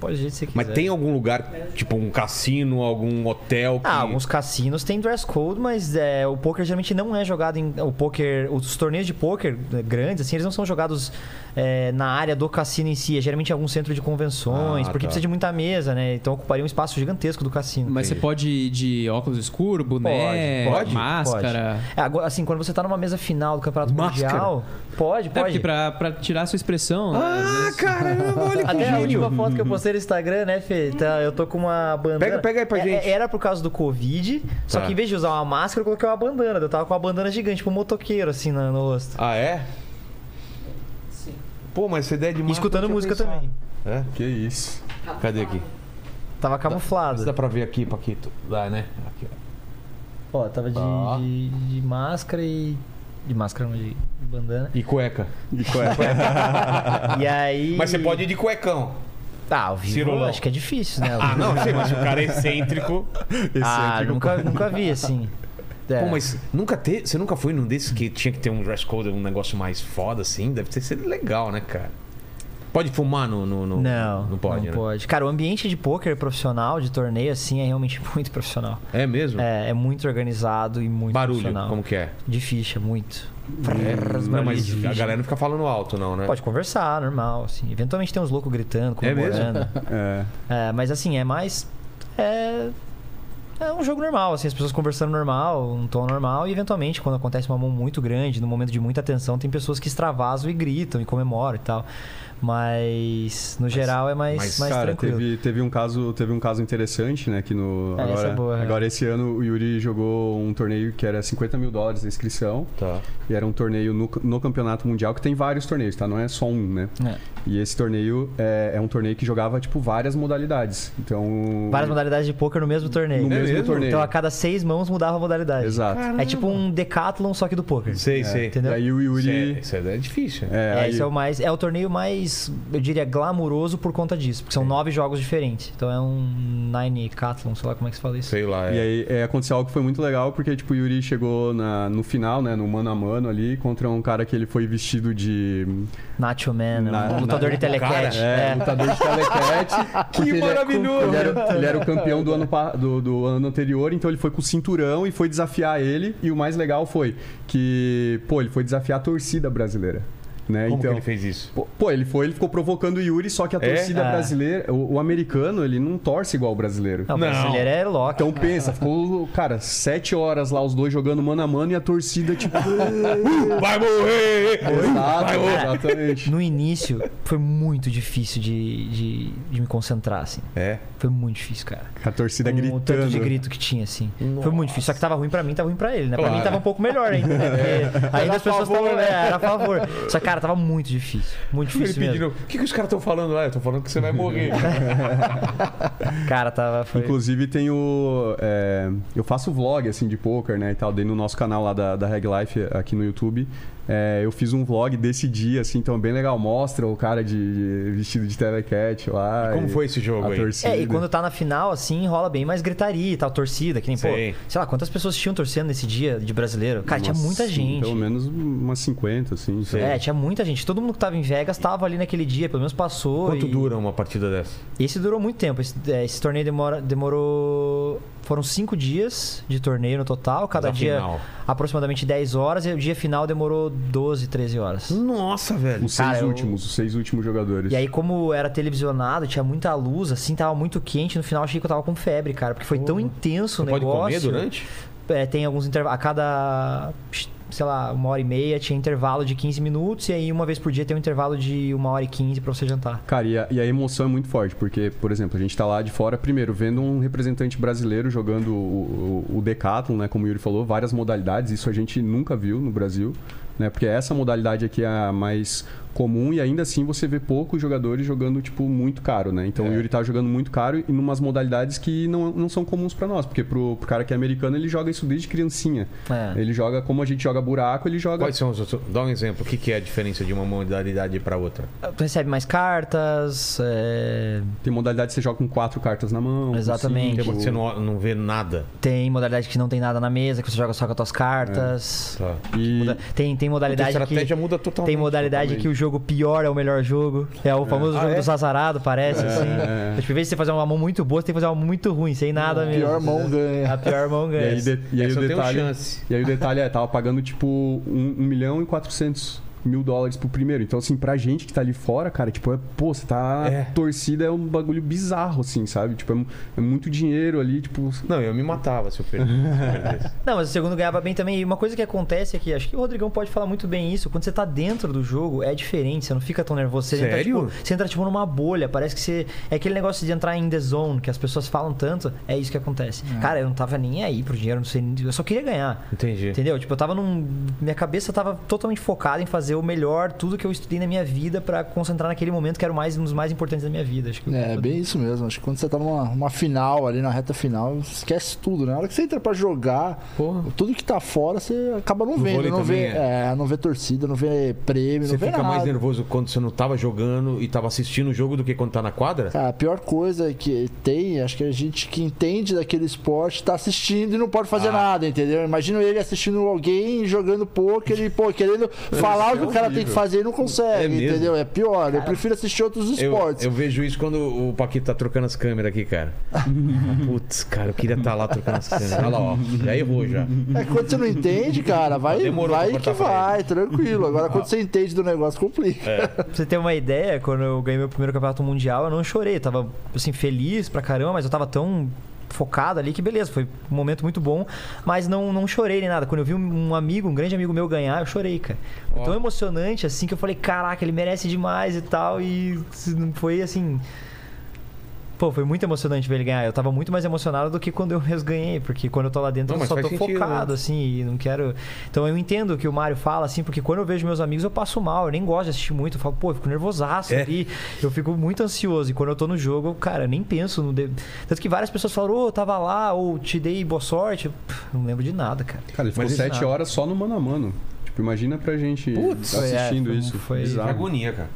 [SPEAKER 4] Pode do jeito que você quiser.
[SPEAKER 1] Mas tem um- algum lugar, tipo um cassino, algum hotel que...
[SPEAKER 4] Ah, alguns cassinos têm dress code, mas é, o poker geralmente não é jogado em. O poker. Os torneios de poker né, grandes, assim, eles não são jogados é, na área do cassino em si. É geralmente em algum centro de convenções,
[SPEAKER 1] Ah,
[SPEAKER 4] porque
[SPEAKER 1] tá.
[SPEAKER 4] precisa de muita mesa, né? Então ocuparia um espaço gigantesco do cassino.
[SPEAKER 3] Mas você pode ir de óculos escuro, boné,
[SPEAKER 1] Pode, pode,
[SPEAKER 3] máscara.
[SPEAKER 4] É, agora, assim, quando você tá numa mesa final do Campeonato
[SPEAKER 1] Máscara?
[SPEAKER 4] Mundial, pode,
[SPEAKER 3] Até porque
[SPEAKER 4] pode.
[SPEAKER 3] pra, pra tirar a sua expressão. né, às
[SPEAKER 1] Ah,
[SPEAKER 3] vezes-
[SPEAKER 1] caramba, olha que
[SPEAKER 4] Até a
[SPEAKER 1] gênio.
[SPEAKER 4] última foto que eu postei no Instagram, né, Fê? Tá, eu tô com uma bandana.
[SPEAKER 1] Pega- pega aí pra
[SPEAKER 4] É-
[SPEAKER 1] gente.
[SPEAKER 4] Era por causa do Covid, só
[SPEAKER 1] Tá.
[SPEAKER 4] que em vez de usar uma máscara, eu coloquei uma bandana. Eu tava com uma bandana gigante, tipo um motoqueiro, assim, na- no rosto.
[SPEAKER 1] Ah, é? Pô, mas essa ideia de
[SPEAKER 4] E
[SPEAKER 1] máscara
[SPEAKER 4] escutando
[SPEAKER 1] eu não tinha
[SPEAKER 4] música também.
[SPEAKER 1] pensado.
[SPEAKER 6] Que isso.
[SPEAKER 1] É? Cadê aqui? Tá.
[SPEAKER 4] Tava
[SPEAKER 1] Isso dá
[SPEAKER 4] camuflado.
[SPEAKER 1] pra ver aqui, Paquito. Dá, né? Aqui, ó.
[SPEAKER 4] Ó, tava de,
[SPEAKER 1] Ó.
[SPEAKER 4] de, de máscara e. De máscara, não, de bandana.
[SPEAKER 1] E cueca.
[SPEAKER 6] E qual é?
[SPEAKER 4] Ah, E aí.
[SPEAKER 1] Ah. Mas você pode ir de cuecão.
[SPEAKER 4] Ah, o vivo
[SPEAKER 1] Cirolão.
[SPEAKER 4] acho que é difícil, né?
[SPEAKER 1] Ah, não, sim, mas o cara é excêntrico.
[SPEAKER 6] Esse é tipo-
[SPEAKER 4] Ah,
[SPEAKER 6] antigo-
[SPEAKER 4] nunca, nunca vi assim. É.
[SPEAKER 1] Pô, mas nunca te... você nunca foi num desses que tinha que ter um dress code, um negócio mais foda assim? Deve ter sido legal, né, cara? Pode fumar no. no, no-
[SPEAKER 4] Não,
[SPEAKER 1] Não pode, né?
[SPEAKER 4] Cara, o ambiente de pôquer profissional, de torneio, assim, é realmente muito profissional.
[SPEAKER 1] É mesmo?
[SPEAKER 4] É, é muito organizado e muito
[SPEAKER 1] Barulho,
[SPEAKER 4] profissional.
[SPEAKER 1] como que é?
[SPEAKER 4] De ficha, muito.
[SPEAKER 1] Não, É, mas a galera não fica falando alto, não, né?
[SPEAKER 4] Pode conversar, normal, assim. Eventualmente tem uns loucos gritando,
[SPEAKER 1] É mesmo?
[SPEAKER 4] comemorando. É, mas assim, é mais. É. É um jogo normal, assim, as pessoas conversando normal, um tom normal, e eventualmente, quando acontece uma mão muito grande, num momento de muita tensão, tem pessoas que extravasam e gritam e comemoram e tal. Mas, no geral, é mais,
[SPEAKER 1] mas,
[SPEAKER 4] mais
[SPEAKER 6] Cara,
[SPEAKER 4] tranquilo.
[SPEAKER 6] teve, teve um caso, teve um caso interessante, né? Que no.
[SPEAKER 4] É, essa
[SPEAKER 6] agora,
[SPEAKER 4] é boa, né?
[SPEAKER 6] agora esse ano o Yuri jogou um torneio que era 50 mil dólares a inscrição.
[SPEAKER 1] Tá.
[SPEAKER 6] E era um torneio no, no campeonato mundial, que tem vários torneios, tá? Não é só um, né?
[SPEAKER 4] É.
[SPEAKER 6] E esse torneio é, é um torneio que jogava, tipo, várias modalidades. Então.
[SPEAKER 4] Várias modalidades de pôquer no mesmo torneio.
[SPEAKER 6] No
[SPEAKER 1] É
[SPEAKER 6] mesmo
[SPEAKER 1] mesmo?
[SPEAKER 6] torneio.
[SPEAKER 4] Então, a cada seis mãos mudava a modalidade.
[SPEAKER 6] Exato.
[SPEAKER 4] É tipo um decathlon, só que do pôquer.
[SPEAKER 1] Sei, sei.
[SPEAKER 4] Entendeu?
[SPEAKER 6] E aí o
[SPEAKER 1] Isso é,
[SPEAKER 6] Yuri.
[SPEAKER 1] isso é difícil.
[SPEAKER 6] É,
[SPEAKER 4] É,
[SPEAKER 6] aí-
[SPEAKER 4] esse é o mais. É o torneio mais, eu diria, glamuroso por conta disso. Porque são nove jogos diferentes. Então é um Nine Catlon, sei lá como é que se fala isso.
[SPEAKER 1] Sei lá.
[SPEAKER 6] E
[SPEAKER 1] É.
[SPEAKER 6] aí é, aconteceu algo que foi muito legal, porque tipo, o Yuri chegou na- no final, né? No mano a mano ali, contra um cara que ele foi vestido de.
[SPEAKER 4] Nacho Man,
[SPEAKER 6] Na-
[SPEAKER 4] um lutador
[SPEAKER 6] na-
[SPEAKER 4] de telecat.
[SPEAKER 6] É,
[SPEAKER 4] é.
[SPEAKER 6] lutador de telecat. porque ele é-
[SPEAKER 1] maravilhoso!
[SPEAKER 6] Ele era, ele era o campeão do ano, pa- do, do ano anterior, então ele foi com o cinturão e foi desafiar ele. E o mais legal foi que, pô, ele foi desafiar a torcida brasileira. Né?
[SPEAKER 1] Como
[SPEAKER 6] então,
[SPEAKER 1] que ele fez isso?
[SPEAKER 6] Pô- Pô, ele foi, ele ficou provocando o Yuri, só que a
[SPEAKER 1] É?
[SPEAKER 6] torcida
[SPEAKER 4] Ah.
[SPEAKER 6] brasileira, o, o americano, ele não torce igual o brasileiro.
[SPEAKER 4] Não, o brasileiro é Loki.
[SPEAKER 6] Então pensa, ficou, cara, sete horas lá os dois jogando mano a mano e a torcida, tipo.
[SPEAKER 4] É.
[SPEAKER 1] Vai morrer!
[SPEAKER 6] Exato,
[SPEAKER 4] morrer.
[SPEAKER 6] exatamente.
[SPEAKER 4] No início, foi muito difícil de, de, de me concentrar, assim.
[SPEAKER 1] É.
[SPEAKER 4] Foi muito difícil, cara.
[SPEAKER 6] A torcida
[SPEAKER 4] O tanto de
[SPEAKER 6] gritando.
[SPEAKER 4] grito que tinha, assim. Foi muito difícil. Só que tava ruim pra mim, tava ruim pra ele, né? Pra
[SPEAKER 1] Claro.
[SPEAKER 4] mim tava um pouco melhor ainda. Né? Porque ainda as pessoas estavam. É, era a favor. Só que, cara, tava muito difícil. Muito
[SPEAKER 1] Ele
[SPEAKER 4] difícil mesmo.
[SPEAKER 1] pedindo, o que, que os caras estão falando lá? Eu tô falando que você vai morrer.
[SPEAKER 4] Cara, tava. Foi...
[SPEAKER 6] Inclusive tem o. é, eu faço vlog assim de poker, né? E tal, daí no nosso canal lá da, da Reg Life aqui no YouTube. é, eu fiz um vlog desse dia, assim, então é bem legal. Mostra o cara de, de- vestido de telecat lá.
[SPEAKER 1] Como
[SPEAKER 6] e
[SPEAKER 1] foi esse jogo
[SPEAKER 6] a
[SPEAKER 1] aí?
[SPEAKER 6] torcida.
[SPEAKER 4] É, e quando tá na final, assim, rola bem mais gritaria e tal, torcida, que nem, pô,
[SPEAKER 1] Sei.
[SPEAKER 4] sei lá, quantas pessoas tinham torcendo nesse dia de brasileiro? Cara, tinha
[SPEAKER 6] Umas
[SPEAKER 4] muita
[SPEAKER 6] cin-
[SPEAKER 4] gente.
[SPEAKER 6] Pelo menos umas 50, assim. então.
[SPEAKER 4] É, tinha muita gente. Todo mundo que tava em Vegas tava ali naquele dia, pelo menos passou.
[SPEAKER 1] Quanto
[SPEAKER 4] e-
[SPEAKER 1] dura uma partida dessa?
[SPEAKER 4] Esse durou muito tempo. Esse, é, esse torneio demora- demorou. Foram cinco dias de torneio no total, cada
[SPEAKER 1] Mas a
[SPEAKER 4] dia
[SPEAKER 1] final.
[SPEAKER 4] aproximadamente 10 horas, e o dia final demorou 12, 13 horas.
[SPEAKER 1] Nossa, velho.
[SPEAKER 6] Os seis
[SPEAKER 4] Cara, é um eu-
[SPEAKER 6] últimos, os seis últimos jogadores.
[SPEAKER 4] E aí, como era televisionado, tinha muita luz, assim, tava muito quente. No final, achei que eu tava com febre, cara, porque foi tão intenso o
[SPEAKER 1] Você pode comer
[SPEAKER 4] negócio.
[SPEAKER 1] durante?
[SPEAKER 4] É, tem alguns intervalos. A cada, sei lá, uma hora e meia tinha intervalo de 15 minutos. E aí, uma vez por dia, tem um intervalo de uma hora e 15 pra você jantar.
[SPEAKER 6] Cara, e a, e a emoção é muito forte, porque, por exemplo, a gente tá lá de fora, primeiro, vendo um representante brasileiro jogando o, o, o Decathlon, né? Como o Yuri falou, várias modalidades, isso a gente nunca viu no Brasil, né? Porque essa modalidade aqui é a mais comum e ainda assim você vê poucos jogadores jogando, tipo, muito caro, né? Então o Yuri tá jogando muito caro e numas modalidades que não, não são comuns pra nós, porque pro, pro cara que é americano, ele joga isso desde criancinha.
[SPEAKER 4] É.
[SPEAKER 6] Ele joga, como a gente joga buraco, ele joga...
[SPEAKER 1] Quais são os outros? Dá um exemplo. O que, que é a diferença de uma modalidade pra outra?
[SPEAKER 4] Tu recebe mais cartas. é,
[SPEAKER 6] Tem modalidade que você joga com quatro cartas na mão. tipo, com
[SPEAKER 4] Exatamente.
[SPEAKER 6] cinco.
[SPEAKER 1] Você não, não vê nada.
[SPEAKER 4] Tem modalidade que não tem nada na mesa, que você joga só com as tuas cartas.
[SPEAKER 1] Tá.
[SPEAKER 6] E-
[SPEAKER 4] Muda- Tem, tem
[SPEAKER 1] A
[SPEAKER 4] modalidade que.
[SPEAKER 1] estratégia muda totalmente. Ah,
[SPEAKER 4] Tem modalidade que o jogo pior é o melhor jogo. É o famoso jogo dos azarados, parece,
[SPEAKER 1] É.
[SPEAKER 4] assim.
[SPEAKER 6] É,
[SPEAKER 4] Mas, Tipo, em vez de você fazer uma mão muito boa, você tem que fazer uma mão muito ruim, sem nada
[SPEAKER 5] A
[SPEAKER 4] mesmo.
[SPEAKER 5] É. pior mão ganha.
[SPEAKER 4] A pior mão
[SPEAKER 6] é. E
[SPEAKER 4] ganha.
[SPEAKER 6] aí, de- e aí
[SPEAKER 1] Essa
[SPEAKER 6] o
[SPEAKER 1] eu tenho
[SPEAKER 6] detalhe.
[SPEAKER 1] chance.
[SPEAKER 6] E aí o detalhe é, tava pagando tipo 1 milhão e 400 mil dólares pro primeiro. Então, assim, pra gente que tá ali fora, cara, tipo, é, pô, você tá.
[SPEAKER 1] É.
[SPEAKER 6] Torcida é um bagulho bizarro, assim, sabe? Tipo, é, mu- é muito dinheiro ali, tipo.
[SPEAKER 1] Não, eu me matava se eu perdesse.
[SPEAKER 4] Não, mas o segundo ganhava bem também. E uma coisa que acontece é que, acho que o Rodrigão pode falar muito bem isso, quando você tá dentro do jogo, é diferente, você não fica tão nervoso. Você entra,
[SPEAKER 1] Sério?
[SPEAKER 4] tipo, você entra, tipo, numa bolha, parece que você... É aquele negócio de entrar em the zone, que as pessoas falam tanto, é isso que acontece. Cara, eu não tava nem aí pro dinheiro, não sei, eu só queria ganhar.
[SPEAKER 5] É.
[SPEAKER 1] Entendi.
[SPEAKER 4] Entendeu? Tipo, eu tava num. Minha cabeça tava totalmente focada em fazer o melhor, tudo que eu estudei na minha vida pra concentrar naquele momento que era o mais, um dos mais importantes da minha vida. Acho que
[SPEAKER 5] É, é bem isso mesmo. Acho que quando você tá numa numa final ali, na reta final, esquece tudo, né? Na hora que você entra pra jogar, tudo que tá fora, você acaba não
[SPEAKER 1] No
[SPEAKER 5] vendo.
[SPEAKER 1] vôlei
[SPEAKER 5] Não vê,
[SPEAKER 1] também,
[SPEAKER 5] é, não vê torcida, não vê prêmio,
[SPEAKER 1] Você
[SPEAKER 5] não vê
[SPEAKER 1] fica
[SPEAKER 5] nada.
[SPEAKER 1] mais nervoso quando você não tava jogando e tava assistindo o jogo do que quando tá na quadra?
[SPEAKER 5] Cara, a pior coisa que tem, acho que a gente que entende daquele esporte tá assistindo e não
[SPEAKER 1] Ah.
[SPEAKER 5] pode fazer nada, entendeu? Imagina ele assistindo alguém jogando pôquer e, pô, querendo falar o que que o cara tem que fazer e não
[SPEAKER 1] É
[SPEAKER 5] consegue,
[SPEAKER 1] mesmo?
[SPEAKER 5] entendeu? É pior. Eu prefiro assistir outros
[SPEAKER 1] Eu,
[SPEAKER 5] esportes.
[SPEAKER 1] eu vejo isso quando o Paquito tá trocando as câmeras aqui, cara. Putz, cara, eu queria estar lá trocando as câmeras. Olha lá, ó. Já errou já.
[SPEAKER 5] É que quando você não entende, cara, vai,
[SPEAKER 1] Demorou
[SPEAKER 5] vai
[SPEAKER 1] pra
[SPEAKER 5] que
[SPEAKER 1] cortar É. pra
[SPEAKER 5] vai, tranquilo. Agora, quando você entende do negócio, complica.
[SPEAKER 4] Pra você ter uma ideia, quando eu ganhei meu primeiro campeonato mundial, eu não chorei. Eu tava, assim, feliz pra caramba, mas eu tava tão focado ali que beleza, foi um momento muito bom, mas não, não chorei nem nada. Quando eu vi um um amigo, um grande amigo meu ganhar, eu chorei, cara. Foi Tão emocionante, assim, que eu falei, caraca, ele merece demais e tal, e foi assim... Pô, foi muito emocionante ver ele ganhar. Eu tava muito mais emocionado do que quando eu mesmo ganhei, porque quando eu tô lá
[SPEAKER 1] Não,
[SPEAKER 4] dentro eu
[SPEAKER 1] mas
[SPEAKER 4] só tô
[SPEAKER 1] faz sentido,
[SPEAKER 4] focado,
[SPEAKER 1] né?
[SPEAKER 4] assim, e não quero. Então eu entendo o que o Mário fala, assim, porque quando eu vejo meus amigos eu passo mal, eu nem gosto de assistir muito, eu falo, pô, eu fico nervosaço
[SPEAKER 1] É.
[SPEAKER 4] ali, eu fico muito ansioso. E quando eu tô no jogo, eu, cara, eu nem penso no. de- Tanto que várias pessoas falaram, ô, eu tava lá, ou te dei boa sorte. Eu, pff, não lembro de nada, cara.
[SPEAKER 6] Cara, ele ficou
[SPEAKER 1] Mas isso-
[SPEAKER 6] sete horas só no mano a mano. Tipo, imagina pra gente
[SPEAKER 1] Putz,
[SPEAKER 6] tá
[SPEAKER 1] um-
[SPEAKER 4] é,
[SPEAKER 6] assistindo
[SPEAKER 4] foi-
[SPEAKER 6] isso.
[SPEAKER 4] foi-
[SPEAKER 1] Que
[SPEAKER 6] Bizarro.
[SPEAKER 1] agonia, cara.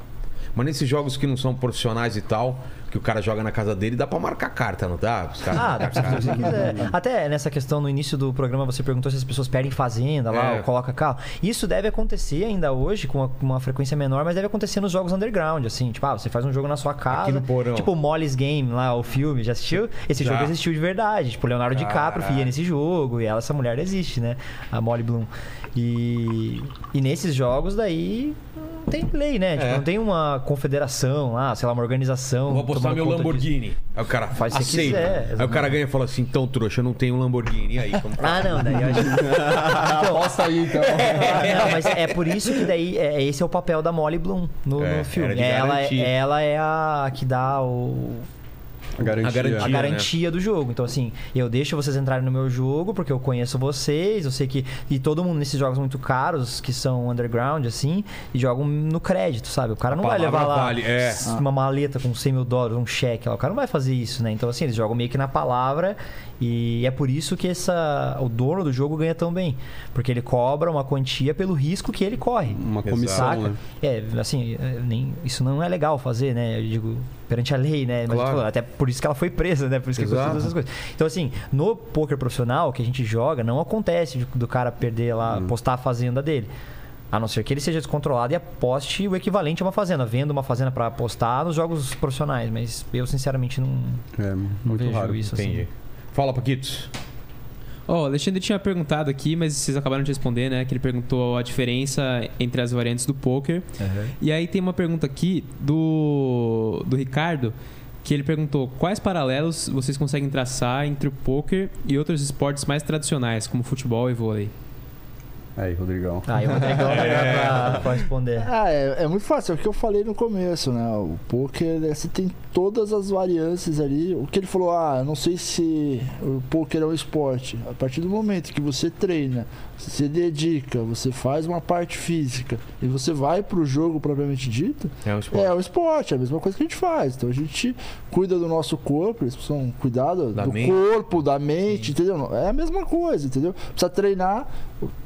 [SPEAKER 1] Mas nesses jogos que não são profissionais e tal, que o cara joga na casa dele, dá pra marcar carta, não dá? Os caras
[SPEAKER 4] Ah, dá
[SPEAKER 1] marcam
[SPEAKER 4] pra fazer o que você
[SPEAKER 1] carta.
[SPEAKER 4] quiser. Até nessa questão no início do programa você perguntou se as pessoas perdem fazenda lá
[SPEAKER 1] É.
[SPEAKER 4] ou coloca carro. Isso deve acontecer ainda hoje com uma, com uma frequência menor, mas deve acontecer nos jogos underground, assim. Tipo, ah, você faz um jogo na sua casa.
[SPEAKER 1] Aqui no porão.
[SPEAKER 4] Tipo o Molly's Game lá, o filme, já assistiu? Esse
[SPEAKER 1] Já.
[SPEAKER 4] jogo existiu de verdade. Tipo, o Leonardo DiCaprio ia nesse jogo e ela, essa mulher existe, né? A Molly Bloom. E, e nesses jogos daí não tem lei, né? Tipo,
[SPEAKER 1] É.
[SPEAKER 4] não tem uma confederação lá, sei lá, uma organização.
[SPEAKER 1] Vou apostar
[SPEAKER 4] tomando
[SPEAKER 1] meu
[SPEAKER 4] conta disso.
[SPEAKER 1] Lamborghini. Aí o cara
[SPEAKER 4] Faz
[SPEAKER 1] faz
[SPEAKER 4] o que
[SPEAKER 1] aceita.
[SPEAKER 4] quiser,
[SPEAKER 1] aí o
[SPEAKER 4] exatamente.
[SPEAKER 1] cara ganha e fala assim: então, trouxa, eu não tenho um Lamborghini. E aí, como
[SPEAKER 4] Ah, não, daí eu acho
[SPEAKER 6] Aposta aí, então.
[SPEAKER 4] Ah, não, mas é por isso que daí é, esse é o papel da Molly Bloom no,
[SPEAKER 1] É,
[SPEAKER 4] no filme.
[SPEAKER 1] era de
[SPEAKER 4] Ela,
[SPEAKER 1] garantir.
[SPEAKER 4] é- ela é a que dá o,
[SPEAKER 6] A garantia.
[SPEAKER 1] A garantia.
[SPEAKER 4] a
[SPEAKER 1] né?
[SPEAKER 4] garantia do jogo. Então, assim, eu deixo vocês entrarem no meu jogo porque eu conheço vocês, eu sei que. E todo mundo nesses jogos muito caros, que são underground, assim, e jogam no crédito, sabe? O cara não vai
[SPEAKER 1] palavra
[SPEAKER 4] levar lá
[SPEAKER 1] vale, é.
[SPEAKER 4] s- uma maleta com 100 mil dólares, um cheque lá. O cara não vai fazer isso, né? Então, assim, eles jogam meio que na palavra e é por isso que essa, o dono do jogo ganha tão bem. Porque ele cobra uma quantia pelo risco que ele corre.
[SPEAKER 6] Uma comissão,
[SPEAKER 4] Saca?
[SPEAKER 6] né?
[SPEAKER 4] É, assim, é, nem, isso não é legal fazer, né? Eu digo, perante a lei, né? Mas,
[SPEAKER 1] Claro.
[SPEAKER 4] tipo, até por isso que ela foi presa, né? Por isso que aconteceu
[SPEAKER 1] Exato.
[SPEAKER 4] todas essas coisas. Então, assim, no poker profissional que a gente joga, não acontece de- do cara perder lá,
[SPEAKER 6] Hum.
[SPEAKER 4] postar a fazenda dele. A não ser que ele seja descontrolado e aposte o equivalente a uma fazenda, vendo uma fazenda pra apostar nos jogos profissionais. Mas eu, sinceramente, não,
[SPEAKER 6] É,
[SPEAKER 4] não
[SPEAKER 6] muito
[SPEAKER 4] vejo
[SPEAKER 6] raro.
[SPEAKER 4] isso
[SPEAKER 1] Entendi.
[SPEAKER 4] assim.
[SPEAKER 1] Fala, Paquitos.
[SPEAKER 3] Ó, o Alexandre tinha perguntado aqui, mas vocês acabaram de responder, né? Que ele perguntou a diferença entre as variantes do poker. E aí tem uma pergunta aqui do, do Ricardo, que ele perguntou quais paralelos vocês conseguem traçar entre o poker e outros esportes mais tradicionais, como futebol e vôlei.
[SPEAKER 6] Aí, Rodrigão.
[SPEAKER 4] Ah, eu vou pegar o melhor pra, pra responder.
[SPEAKER 5] Ah, é, é muito fácil, é o que eu falei no começo, né? O poker, né, você tem todas as variantes ali. O que ele falou, ah, eu não sei se o poker é um esporte. A partir do momento que você treina, você se dedica, você faz uma parte física e você vai pro jogo propriamente dito,
[SPEAKER 1] É um
[SPEAKER 5] é
[SPEAKER 1] esporte.
[SPEAKER 5] o esporte, é a mesma coisa que a gente faz. Então a gente cuida do nosso corpo, eles precisam cuidar do,
[SPEAKER 1] Da
[SPEAKER 5] do
[SPEAKER 1] mente.
[SPEAKER 5] corpo, da mente, entendeu? É a mesma coisa, entendeu? Precisa treinar,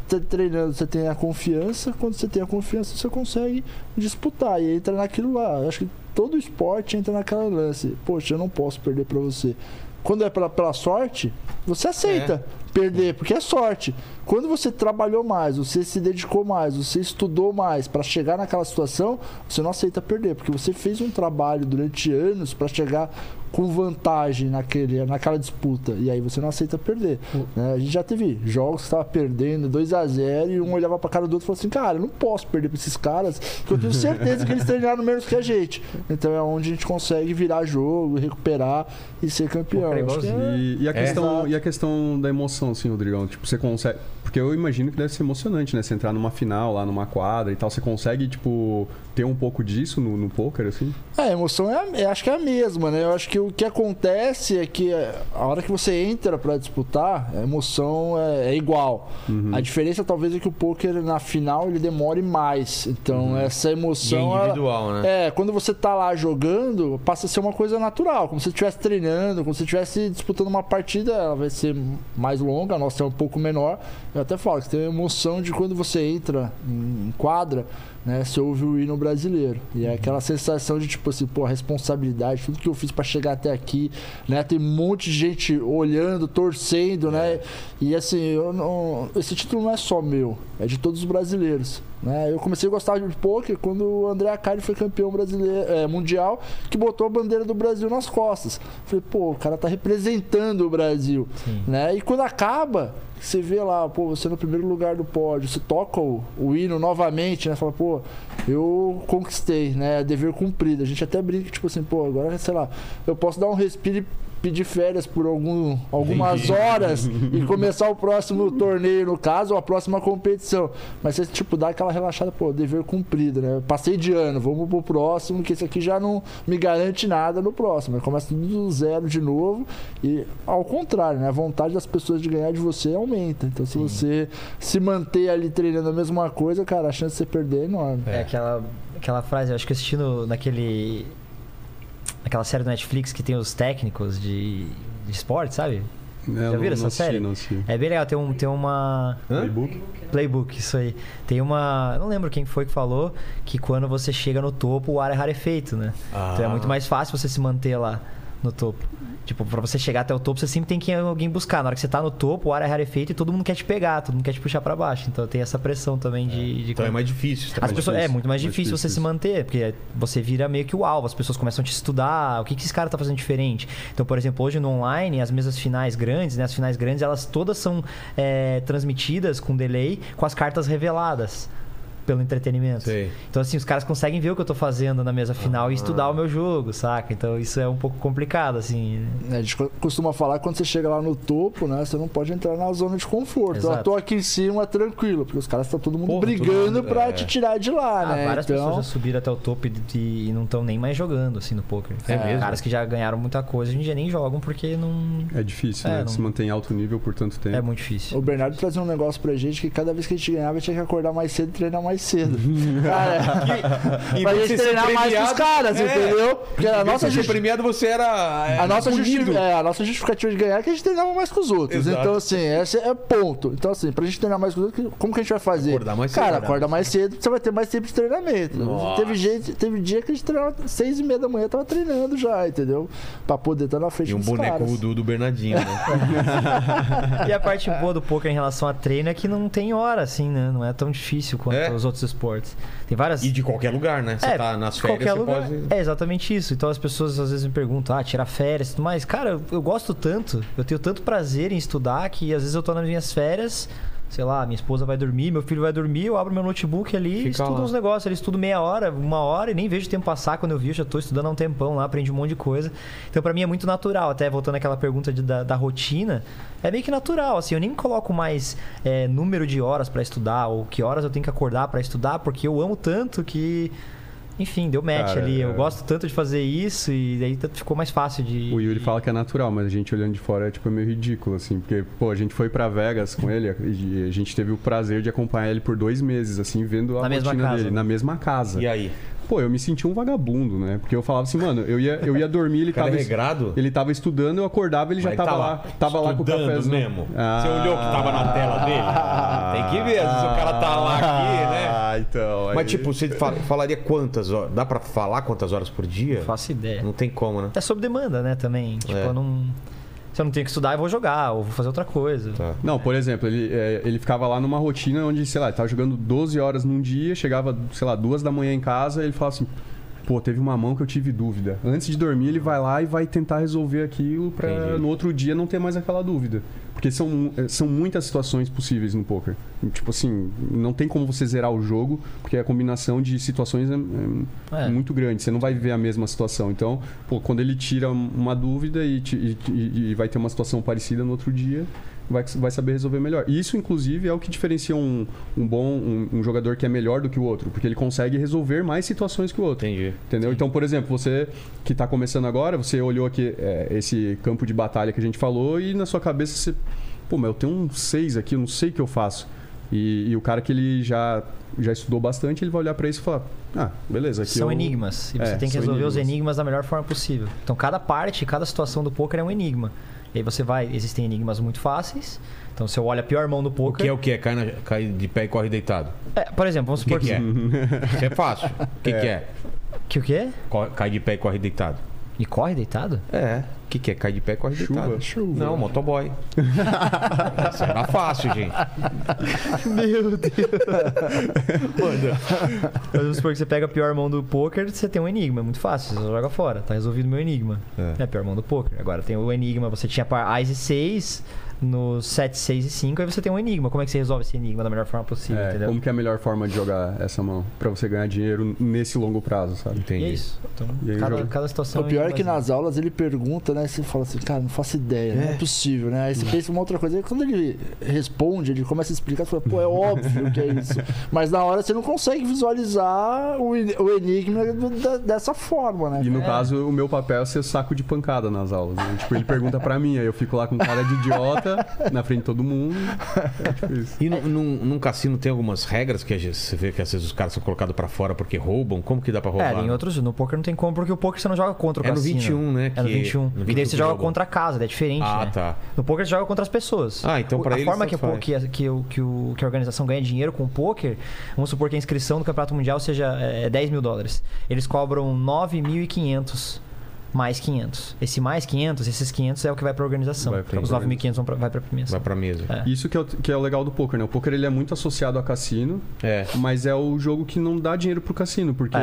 [SPEAKER 5] tre- treinando você tem a confiança, quando você tem a confiança você consegue disputar e entra naquilo lá. Eu acho que todo esporte entra naquela lance. Poxa, eu não posso perder pra você. Quando é pela, pela sorte, você aceita perder, porque é sorte. Quando você trabalhou mais, você se dedicou mais, você estudou mais pra chegar naquela situação, você não aceita perder, porque você fez um trabalho durante anos pra chegar com vantagem naquele, naquela disputa. E aí você não aceita perder. né? A gente já teve jogos que estava perdendo 2 a 0 e um olhava pra cara do outro e falava assim: Cara, eu não posso perder pra esses caras, porque eu tenho certeza que eles treinaram menos que a gente. Então é onde a gente consegue virar jogo, recuperar e ser campeão.
[SPEAKER 4] Pô,
[SPEAKER 5] Acho que é-
[SPEAKER 6] E, e a
[SPEAKER 1] É.
[SPEAKER 6] questão,
[SPEAKER 5] Exato.
[SPEAKER 6] e a questão da emoção, assim, Rodrigão? Tipo, você consegue. Porque eu imagino que deve ser emocionante, né? Você entrar numa final, lá numa quadra e tal. Você consegue, tipo, ter um pouco disso no, no poker, assim?
[SPEAKER 5] É, a emoção é, a- é- acho que é a mesma, né? Eu acho que o que acontece é que é, a hora que você entra pra disputar, a emoção é, é igual.
[SPEAKER 1] Uhum.
[SPEAKER 5] A diferença talvez é que o poker na final ele demore mais. Então essa
[SPEAKER 1] E é
[SPEAKER 5] emoção ela-
[SPEAKER 1] individual, né?
[SPEAKER 5] é, quando você tá lá jogando, passa a ser uma coisa natural, como se você estivesse treinando, como se você estivesse disputando uma partida, ela vai ser mais longa, a nossa é um pouco menor. Eu até falo que tem a emoção de quando você entra em, em quadra, né? Você ouve o hino brasileiro. E é aquela sensação de tipo assim, pô, a responsabilidade, tudo que eu fiz para chegar até aqui, né? Tem um monte de gente olhando, torcendo, né? E assim, eu não- esse título não é só meu, é de todos os brasileiros. Né? Eu comecei a gostar de pôquer quando o André Acari foi campeão brasileiro, é, mundial, que botou a bandeira do Brasil nas costas. Falei, pô, o cara tá representando o Brasil. Né? E quando acaba, você vê lá, pô, você no primeiro lugar do pódio, você toca o, o hino novamente, né? Fala, pô, eu conquistei, né? É Dever cumprido. A gente até brinca, tipo assim, pô, agora, sei lá, eu posso dar um respiro e pedir férias por algum, algumas horas e começar o próximo torneio, no caso, ou a próxima competição. Mas você, tipo, dá aquela relaxada, pô, dever cumprido, né? Passei de ano, vamos pro próximo, que esse aqui já não me garante nada no próximo. Aí Começa tudo do zero de novo e, ao contrário, né? A vontade das pessoas de ganhar de você aumenta. Então, se você se manter ali treinando a mesma coisa, cara, a chance de você perder é enorme.
[SPEAKER 4] É, aquela, aquela frase, eu acho que eu assisti no, naquele. Naquela série do Netflix que tem os técnicos de, de esporte, sabe?
[SPEAKER 6] Né, eu
[SPEAKER 4] viram
[SPEAKER 6] não-
[SPEAKER 4] essa
[SPEAKER 6] não assisti,
[SPEAKER 4] série?
[SPEAKER 6] Não assisti.
[SPEAKER 4] É bem legal, tem, um, tem uma.
[SPEAKER 6] Playbook?
[SPEAKER 4] Playbook, isso aí. Tem uma. eu Não lembro quem foi que falou que quando você chega no topo, o ar é rarefeito, né?
[SPEAKER 1] Ah,
[SPEAKER 4] Então é muito mais fácil você se manter lá no topo. Tipo, pra você chegar até o topo, você sempre tem que ir alguém buscar. Na hora que você tá no topo, o ar é rarefeito e todo mundo quer te pegar, todo mundo quer te puxar pra baixo. Então tem essa pressão também de. de
[SPEAKER 1] Então é mais difícil. tá
[SPEAKER 4] as
[SPEAKER 1] mais
[SPEAKER 4] pessoas, é muito mais
[SPEAKER 6] mais
[SPEAKER 4] difícil você
[SPEAKER 6] difícil
[SPEAKER 4] se
[SPEAKER 6] isso.
[SPEAKER 4] manter, porque você vira meio que o alvo, as pessoas começam a te estudar, o que, que esse cara tá fazendo diferente. Então, por exemplo, hoje no online, as mesas finais grandes, né? As finais grandes, elas todas são é, transmitidas com delay, com as cartas reveladas pelo entretenimento.
[SPEAKER 1] Sei.
[SPEAKER 4] Então, assim, os caras conseguem ver o que eu tô fazendo na mesa final e estudar o meu jogo, saca? Então, isso é um pouco complicado, assim. né?
[SPEAKER 5] né? A gente co- costuma falar que quando você chega lá no topo, né? Você não pode entrar na zona de conforto.
[SPEAKER 4] Exato.
[SPEAKER 5] Eu tô aqui em cima tranquilo, porque os caras estão todo mundo
[SPEAKER 1] Porra, todo
[SPEAKER 5] brigando
[SPEAKER 1] mundo-
[SPEAKER 5] pra
[SPEAKER 1] é.
[SPEAKER 5] te tirar de lá,
[SPEAKER 4] Ah,
[SPEAKER 5] né?
[SPEAKER 4] várias
[SPEAKER 5] então,
[SPEAKER 4] pessoas já subiram até o topo e, e não estão nem mais jogando, assim, no poker.
[SPEAKER 1] É mesmo?
[SPEAKER 4] Caras que já ganharam muita coisa, hoje em dia nem jogam porque não...
[SPEAKER 6] É difícil,
[SPEAKER 4] É,
[SPEAKER 6] né?
[SPEAKER 4] não-
[SPEAKER 6] Se manter em alto nível por tanto tempo.
[SPEAKER 4] É muito difícil.
[SPEAKER 5] O Bernardo trazia um negócio pra gente que cada vez que a gente ganhava, tinha que acordar mais cedo e treinar mais cedo. Cara, pra gente
[SPEAKER 1] você ser
[SPEAKER 5] treinar mais que os
[SPEAKER 1] premiado-
[SPEAKER 5] caras,
[SPEAKER 1] É.
[SPEAKER 5] entendeu? Porque a nossa,
[SPEAKER 1] Nossa,
[SPEAKER 5] justi-
[SPEAKER 1] gente premiado você era. é,
[SPEAKER 5] a, nossa
[SPEAKER 1] punido.
[SPEAKER 5] justi- é, a nossa justificativa de ganhar é que a gente treinava mais com os outros.
[SPEAKER 1] Exato.
[SPEAKER 5] Então, assim, esse é ponto. Então, assim, pra gente treinar mais com os outros, como que a gente vai fazer?
[SPEAKER 1] Acordar mais cedo,
[SPEAKER 5] Cara,
[SPEAKER 1] acordar
[SPEAKER 5] acorda mais cedo, você vai ter mais tempo de treinamento.
[SPEAKER 1] Nossa.
[SPEAKER 5] Teve, gente, teve dia que a gente treinava seis e meia da manhã, tava treinando já, entendeu? Pra poder estar na frente
[SPEAKER 1] E um
[SPEAKER 5] dos
[SPEAKER 1] boneco
[SPEAKER 5] caras.
[SPEAKER 1] do, do Bernardinho, né?
[SPEAKER 4] E a parte boa do poker em relação a treino é que não tem hora, assim, né? Não é tão difícil quanto
[SPEAKER 1] É.
[SPEAKER 4] os outros esportes. Tem várias.
[SPEAKER 1] E de qualquer lugar, né? Você
[SPEAKER 4] É,
[SPEAKER 1] tá nas
[SPEAKER 4] de
[SPEAKER 1] férias,
[SPEAKER 4] qualquer
[SPEAKER 1] você
[SPEAKER 4] lugar.
[SPEAKER 1] pode.
[SPEAKER 4] É exatamente isso. Então as pessoas às vezes me perguntam, ah, tirar férias e tudo mais. Cara, eu, eu gosto tanto, eu tenho tanto prazer em estudar que às vezes eu tô nas minhas férias, sei lá, minha esposa vai dormir, meu filho vai dormir, eu abro meu notebook ali e
[SPEAKER 1] Fica
[SPEAKER 4] estudo
[SPEAKER 1] lá.
[SPEAKER 4] uns negócios. Ele estudo meia hora, uma hora e nem vejo o tempo passar. Quando eu vi, eu já tô estudando há um tempão lá, aprendi um monte de coisa. Então pra mim é muito natural, até voltando àquela pergunta de- da, da rotina, é meio que natural, assim, eu nem coloco mais é, número de horas pra estudar ou que horas eu tenho que acordar pra estudar, porque eu amo tanto que enfim, deu match
[SPEAKER 6] Cara,
[SPEAKER 4] ali. Eu
[SPEAKER 6] é.
[SPEAKER 4] gosto tanto de fazer isso e daí tanto ficou mais fácil de.
[SPEAKER 6] O Yuri fala que é natural, mas a gente olhando de fora é tipo meio ridículo, assim, porque, pô, a gente foi pra Vegas com ele e a gente teve o prazer de acompanhar ele por dois meses, assim, vendo a
[SPEAKER 4] Na mesma
[SPEAKER 6] rotina
[SPEAKER 4] casa. né?
[SPEAKER 6] dele, na mesma casa.
[SPEAKER 1] E aí?
[SPEAKER 6] Pô, eu me senti um vagabundo, né? Porque eu falava assim, mano, eu ia, eu ia dormir, ele
[SPEAKER 1] O cara
[SPEAKER 6] tava.
[SPEAKER 1] é regrado?
[SPEAKER 6] Ele tava estudando, eu acordava, ele já
[SPEAKER 1] Mas tá
[SPEAKER 6] tava, lá. Tava lá com o Ah.
[SPEAKER 1] estudando
[SPEAKER 6] café.
[SPEAKER 1] mesmo. Você olhou o que tava na tela dele? Tem que ver, às vezes o cara tá lá aqui, né?
[SPEAKER 6] Ah, então. aí-
[SPEAKER 1] Mas tipo, você fa- falaria quantas horas? Dá pra falar quantas horas por dia?
[SPEAKER 4] Não faço ideia.
[SPEAKER 1] Não tem como, né?
[SPEAKER 4] É sob demanda, né, também. Tipo,
[SPEAKER 1] É.
[SPEAKER 4] eu não. Se eu não tenho que estudar, eu vou jogar, ou vou fazer outra coisa.
[SPEAKER 1] Tá.
[SPEAKER 6] Não, por exemplo, ele, é, ele ficava lá numa rotina onde, sei lá, ele tava jogando 12 horas num dia, chegava, sei lá, duas da manhã em casa e ele falava assim. Pô, teve uma mão que eu tive dúvida. Antes de dormir, ele vai lá e vai tentar resolver aquilo pra
[SPEAKER 1] Entendi.
[SPEAKER 6] no outro dia não ter mais aquela dúvida. Porque são, mu- eh, são muitas situações possíveis no poker. Tipo assim, não tem como você zerar o jogo, porque a combinação de situações é, é
[SPEAKER 4] É.
[SPEAKER 6] muito grande. Você não vai ver a mesma situação. Então, pô, quando ele tira uma dúvida e, ti- e- e- e vai ter uma situação parecida no outro dia, vai, vai saber resolver melhor. E isso, inclusive, é o que diferencia um, um bom um, um jogador que é melhor do que o outro, porque ele consegue resolver mais situações que o outro.
[SPEAKER 1] Entendi.
[SPEAKER 6] Entendeu? Então, por exemplo, você que está começando agora, você olhou aqui é, esse campo de batalha que a gente falou e na sua cabeça você. Pô, mas eu tenho um 6 aqui, eu não sei o que eu faço. E, e o cara que ele já, já estudou bastante, ele vai olhar para isso e falar: Ah, beleza. Aqui
[SPEAKER 4] São
[SPEAKER 6] eu-
[SPEAKER 4] enigmas. E você
[SPEAKER 6] É,
[SPEAKER 4] tem que
[SPEAKER 6] são
[SPEAKER 4] resolver os
[SPEAKER 6] enigmas.
[SPEAKER 4] enigmas da melhor forma possível. Então cada parte, cada situação do poker é um enigma. E aí você vai. Existem enigmas muito fáceis. Então você olha a pior mão do
[SPEAKER 1] O que
[SPEAKER 4] poker.
[SPEAKER 1] é o que é? Cai, na- cai de pé e corre deitado.
[SPEAKER 4] É, por exemplo, vamos
[SPEAKER 1] O que,
[SPEAKER 4] supor
[SPEAKER 1] que é? Isso é fácil. O que, que é?
[SPEAKER 4] que o quê?
[SPEAKER 1] Co- Cai de pé e corre deitado.
[SPEAKER 4] E corre deitado?
[SPEAKER 1] É. O que, que é? Cai de pé e corre
[SPEAKER 6] Chuva.
[SPEAKER 1] deitado. Chuva. Não, motoboy. Isso era fácil, gente.
[SPEAKER 4] Meu Deus. Mas vamos supor que você pega a pior mão do poker, você tem um enigma, é muito fácil, você joga fora, tá resolvido o meu enigma.
[SPEAKER 1] É.
[SPEAKER 4] É, a pior mão do poker. Agora tem o enigma, você tinha par ás e 6, no 7, 6 e 5, aí você tem um enigma. Como é que você resolve esse enigma da melhor forma possível,
[SPEAKER 6] É,
[SPEAKER 4] assim, entendeu?
[SPEAKER 6] como que é a melhor forma de jogar essa mão? Pra você ganhar dinheiro nesse longo prazo, sabe?
[SPEAKER 4] E é
[SPEAKER 1] Entendi.
[SPEAKER 4] isso. Então,
[SPEAKER 6] E aí
[SPEAKER 4] cada,
[SPEAKER 6] joga.
[SPEAKER 4] cada situação.
[SPEAKER 5] O pior é que
[SPEAKER 4] enigmazinho.
[SPEAKER 5] nas aulas ele pergunta, né? Você fala assim, cara, não faço ideia, não é possível, né? Aí você pensa uma outra coisa. Aí quando ele responde, ele começa a explicar, você fala, pô, é óbvio que é isso. Mas na hora você não consegue visualizar o, en- o enigma do- da- dessa forma, né?
[SPEAKER 6] E no
[SPEAKER 4] É.
[SPEAKER 6] caso, o meu papel é ser saco de pancada nas aulas. né? Tipo, ele pergunta pra mim, aí eu fico lá com cara de idiota, na frente de todo mundo. É tipo isso.
[SPEAKER 1] E num, num- num cassino tem algumas regras que a gente- você vê que às vezes os caras são colocados pra fora porque roubam? Como que dá pra roubar?
[SPEAKER 4] É, em outros, no poker não tem como, porque o poker você não joga contra o
[SPEAKER 1] É no
[SPEAKER 4] cassino.
[SPEAKER 1] 21, né,
[SPEAKER 4] É no
[SPEAKER 1] que-
[SPEAKER 4] 21.
[SPEAKER 1] no
[SPEAKER 4] e daí
[SPEAKER 1] 21
[SPEAKER 4] você joga
[SPEAKER 1] joga.
[SPEAKER 4] contra a casa, daí é diferente,
[SPEAKER 1] Ah,
[SPEAKER 4] né?
[SPEAKER 1] tá.
[SPEAKER 4] No poker você joga contra as pessoas.
[SPEAKER 1] Ah, então
[SPEAKER 4] O-
[SPEAKER 1] pra
[SPEAKER 4] A
[SPEAKER 1] eles,
[SPEAKER 4] forma
[SPEAKER 1] tanto
[SPEAKER 4] que, o po-
[SPEAKER 1] faz.
[SPEAKER 4] que, a- que, o- que, o- que a organização ganha dinheiro com o poker, vamos supor que a inscrição do Campeonato Mundial seja é, 10 mil dólares. Eles cobram 9.500 mais 500. Esse mais 500, esses 500 é o que vai pra organização.
[SPEAKER 6] Vai pra
[SPEAKER 4] Os 9.500 vão pra, vai pra premiação.
[SPEAKER 1] Vai pra mesa.
[SPEAKER 4] É.
[SPEAKER 6] Isso que é, o, que é o legal do poker, né? O poker ele é muito associado a cassino,
[SPEAKER 1] É.
[SPEAKER 6] mas é o jogo que não dá dinheiro pro cassino, porque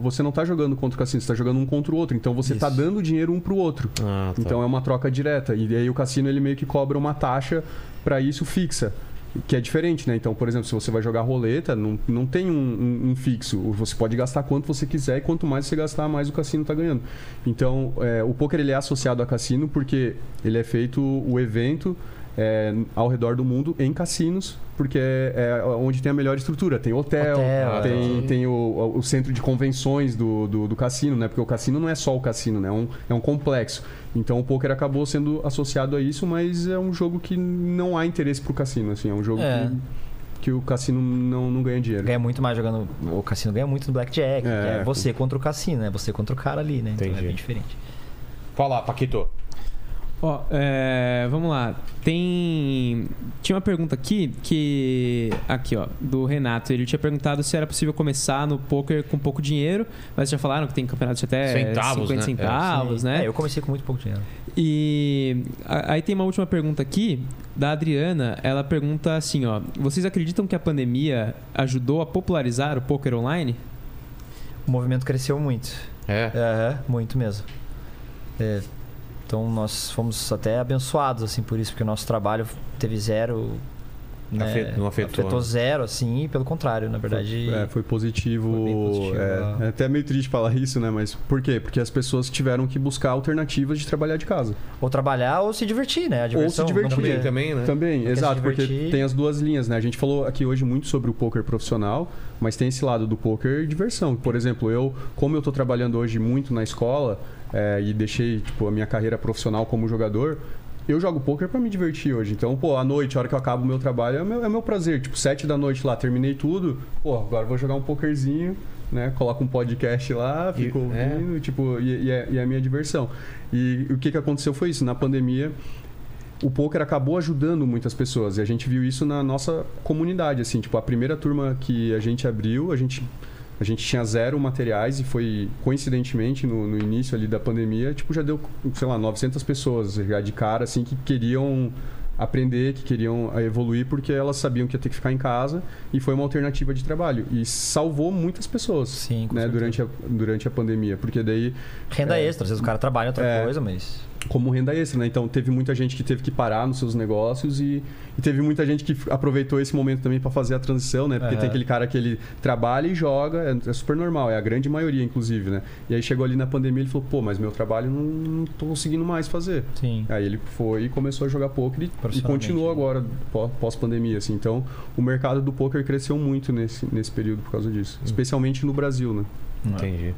[SPEAKER 6] você não tá jogando contra o cassino, você tá jogando um contra o outro. Então você tá
[SPEAKER 4] Isso.
[SPEAKER 6] dando dinheiro um pro outro.
[SPEAKER 1] Ah, tá.
[SPEAKER 6] Então é uma troca direta. E aí o cassino ele meio que cobra uma taxa pra isso fixa. Que é diferente, né? Então, por exemplo, se você vai jogar roleta, não, não tem um, um- um fixo. Você pode gastar quanto você quiser e quanto mais você gastar, mais o cassino tá ganhando. Então, é, o poker ele é associado a cassino porque ele é feito o evento é, ao redor do mundo em cassinos, porque é, é onde tem a melhor estrutura. Tem hotel,
[SPEAKER 4] Hotel,
[SPEAKER 6] tem, tem o, o centro de convenções do, do, do cassino, né? Porque o cassino não é só o cassino, né? É um, é um complexo. Então o poker acabou sendo associado a isso, mas é um jogo que não há interesse pro cassino, assim. É um jogo
[SPEAKER 4] É.
[SPEAKER 6] que, que o cassino não, não ganha dinheiro.
[SPEAKER 4] Ganha muito mais jogando. O cassino ganha muito no Blackjack. que
[SPEAKER 6] É.
[SPEAKER 4] É, você contra o cassino, né? Você contra o cara ali, né? Então é
[SPEAKER 1] Entendi.
[SPEAKER 4] bem diferente.
[SPEAKER 1] Fala, Paquito.
[SPEAKER 3] Ó, é, vamos lá. Tem. Tinha uma pergunta aqui que. Aqui, ó, do Renato. Ele tinha perguntado se era possível começar no poker com pouco dinheiro, mas já falaram que tem campeonatos de até
[SPEAKER 1] Centavos,
[SPEAKER 3] 50
[SPEAKER 1] né?
[SPEAKER 3] centavos, né?
[SPEAKER 4] É, eu comecei com muito pouco dinheiro.
[SPEAKER 3] E a- aí tem uma última pergunta aqui da Adriana. Ela pergunta assim, ó: Vocês acreditam que a pandemia ajudou a popularizar o poker online?
[SPEAKER 4] O movimento cresceu muito.
[SPEAKER 1] É.
[SPEAKER 4] Aham, muito mesmo. É, então nós fomos até abençoados assim por isso, porque o nosso trabalho teve zero. né,
[SPEAKER 1] Afe- não afetou, né?
[SPEAKER 4] zero, assim, e pelo contrário, na verdade.
[SPEAKER 6] É, foi positivo.
[SPEAKER 4] Foi bem positivo,
[SPEAKER 6] é,
[SPEAKER 4] né?
[SPEAKER 6] é até meio triste falar isso, né? Mas por quê? Porque as pessoas tiveram que buscar alternativas de trabalhar de casa.
[SPEAKER 4] Ou trabalhar ou se divertir, né? A diversão não
[SPEAKER 6] divertir.
[SPEAKER 4] podia-
[SPEAKER 1] Também, também, né?
[SPEAKER 6] Também,
[SPEAKER 4] Porque
[SPEAKER 6] exato,
[SPEAKER 4] se
[SPEAKER 6] porque
[SPEAKER 4] divertir-
[SPEAKER 6] tem as duas linhas, né? A gente falou aqui hoje muito sobre o poker profissional, mas tem esse lado do poker diversão. Por exemplo, eu, como eu tô trabalhando hoje muito na escola é, e deixei tipo, a minha carreira profissional como jogador. Eu jogo poker pra me divertir hoje. Então, pô, à noite, a hora que eu acabo o meu trabalho, é meu, é meu prazer. Tipo, sete da noite lá, terminei tudo. Pô, agora eu vou jogar um pokerzinho, né? Coloco um podcast lá,
[SPEAKER 1] E-
[SPEAKER 6] fico
[SPEAKER 1] é.
[SPEAKER 6] ouvindo, tipo, e, e é, e é a minha diversão. E o que, que aconteceu foi isso. Na pandemia, o poker acabou ajudando muitas pessoas e a gente viu isso na nossa comunidade assim tipo a primeira turma que a gente abriu a gente a gente tinha zero materiais e foi coincidentemente no, no início ali da pandemia tipo já deu sei lá 900 pessoas já de cara assim que queriam aprender que queriam eh, evoluir porque elas sabiam que ia ter que ficar em casa e foi uma alternativa de trabalho e salvou muitas pessoas
[SPEAKER 4] Sim, com
[SPEAKER 6] né,
[SPEAKER 4] certeza.
[SPEAKER 6] durante a, durante a pandemia porque daí
[SPEAKER 4] Renda
[SPEAKER 6] É.
[SPEAKER 4] extra, às vezes o cara trabalha em outra
[SPEAKER 6] É.
[SPEAKER 4] coisa, mas.
[SPEAKER 6] como renda extra, né? Então teve muita gente que teve que parar nos seus negócios e, e teve muita gente que f- aproveitou esse momento também para fazer a transição, né? Porque
[SPEAKER 4] Aham.
[SPEAKER 6] tem aquele cara que ele trabalha e joga, é, é super normal, é a grande maioria, inclusive, né? E aí chegou ali na pandemia ele falou, pô, mas meu trabalho não, não tô conseguindo mais fazer.
[SPEAKER 4] Sim.
[SPEAKER 1] É.
[SPEAKER 6] Aí ele foi e começou a jogar poker e, e
[SPEAKER 4] Profissionalmente,
[SPEAKER 6] continuou
[SPEAKER 4] né?
[SPEAKER 6] agora, pó- pós-pandemia, assim. Então o mercado do poker cresceu muito nesse, nesse período por causa disso. Especialmente no Brasil, né?
[SPEAKER 1] Entendi.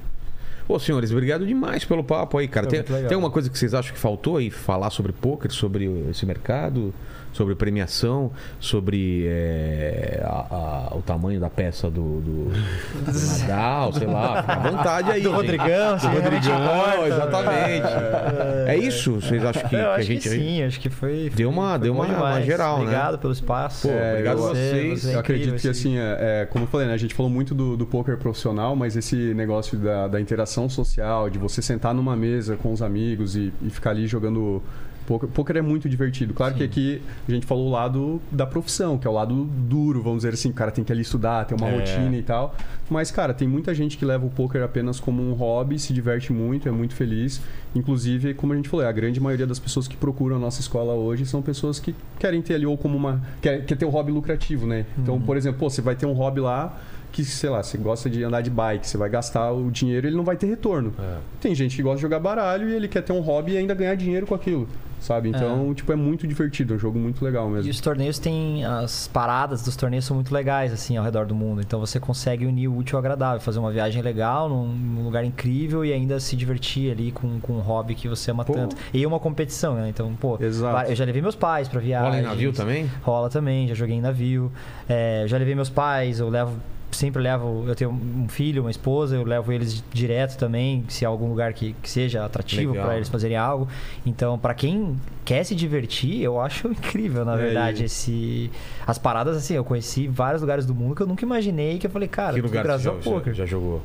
[SPEAKER 1] Ô, senhores, obrigado demais pelo papo aí, cara.
[SPEAKER 4] Foi
[SPEAKER 1] Tem,
[SPEAKER 4] muito legal.
[SPEAKER 1] tem alguma coisa que vocês acham que faltou aí? Falar sobre pôquer, sobre esse mercado? sobre premiação, sobre é, a- a- o tamanho da peça do, do, do Nadal, sei lá. Fica à vontade aí.
[SPEAKER 4] Do
[SPEAKER 1] gente.
[SPEAKER 4] Rodrigão,
[SPEAKER 1] Do
[SPEAKER 4] se realmente né?
[SPEAKER 1] Rodrigão,
[SPEAKER 4] importa,
[SPEAKER 1] exatamente. É isso? Vocês acham que,
[SPEAKER 4] Ah, eu
[SPEAKER 1] que a
[SPEAKER 4] acho
[SPEAKER 1] gente.
[SPEAKER 4] que sim, acho que foi.
[SPEAKER 1] Deu
[SPEAKER 4] foi-
[SPEAKER 1] uma-
[SPEAKER 4] foi
[SPEAKER 1] deu
[SPEAKER 4] bom
[SPEAKER 1] uma- uma
[SPEAKER 4] demais.
[SPEAKER 1] geral, né?
[SPEAKER 4] Obrigado pelo espaço.
[SPEAKER 1] Pô,
[SPEAKER 6] É,
[SPEAKER 1] obrigado a
[SPEAKER 6] eu-
[SPEAKER 1] vocês.
[SPEAKER 4] você é
[SPEAKER 6] eu acredito
[SPEAKER 4] incrível,
[SPEAKER 6] que, assim, é, é, como eu falei, né? A gente falou muito do, do poker profissional, mas esse negócio da, da interação social, de você sentar numa mesa com os amigos e, e ficar ali jogando. Poker, poker é muito divertido. Claro que aqui a gente falou o lado da profissão, que é o lado duro, vamos dizer assim. O cara tem que ali estudar, tem uma
[SPEAKER 1] É.
[SPEAKER 6] rotina e tal. Mas, cara, tem muita gente que leva o poker apenas como um hobby, se diverte muito, é muito feliz. Inclusive, como a gente falou, a grande maioria das pessoas que procuram a nossa escola hoje são pessoas que querem ter ali ou como uma. quer, quer ter um hobby lucrativo, né? Então, por exemplo, pô, você vai ter um hobby lá que, sei lá, você gosta de andar de bike, você vai gastar o dinheiro e ele não vai ter retorno. Tem gente que gosta de jogar baralho e ele quer ter um hobby e ainda ganhar dinheiro com aquilo, sabe? Então, tipo, é muito divertido, é um jogo muito legal
[SPEAKER 4] E
[SPEAKER 6] mesmo.
[SPEAKER 4] os torneios têm. As paradas dos torneios são muito legais, assim, ao redor do mundo. Então você consegue unir o útil ao agradável, fazer uma viagem legal num, num lugar incrível e ainda se divertir ali com, com um hobby que você ama
[SPEAKER 6] Pô.
[SPEAKER 4] tanto. E uma competição, né? Então, pô,
[SPEAKER 6] Exato.
[SPEAKER 4] eu já levei meus pais pra viagem.
[SPEAKER 1] Rola em navio também?
[SPEAKER 4] Rola também, já joguei em navio. É, já levei meus pais, eu levo. Sempre levo. Eu tenho um filho, uma esposa, eu levo eles direto também, se há algum lugar que, que seja atrativo
[SPEAKER 1] Legal.
[SPEAKER 4] para eles fazerem algo. Então, para quem quer se divertir, eu acho incrível, na
[SPEAKER 6] É,
[SPEAKER 4] verdade,
[SPEAKER 6] e-
[SPEAKER 4] esse. As paradas, assim, eu conheci vários lugares do mundo que eu nunca imaginei, que eu falei, cara, é
[SPEAKER 1] que
[SPEAKER 4] tudo
[SPEAKER 1] lugar você
[SPEAKER 4] graças
[SPEAKER 1] já,
[SPEAKER 4] ao poker.
[SPEAKER 1] já- já jogou?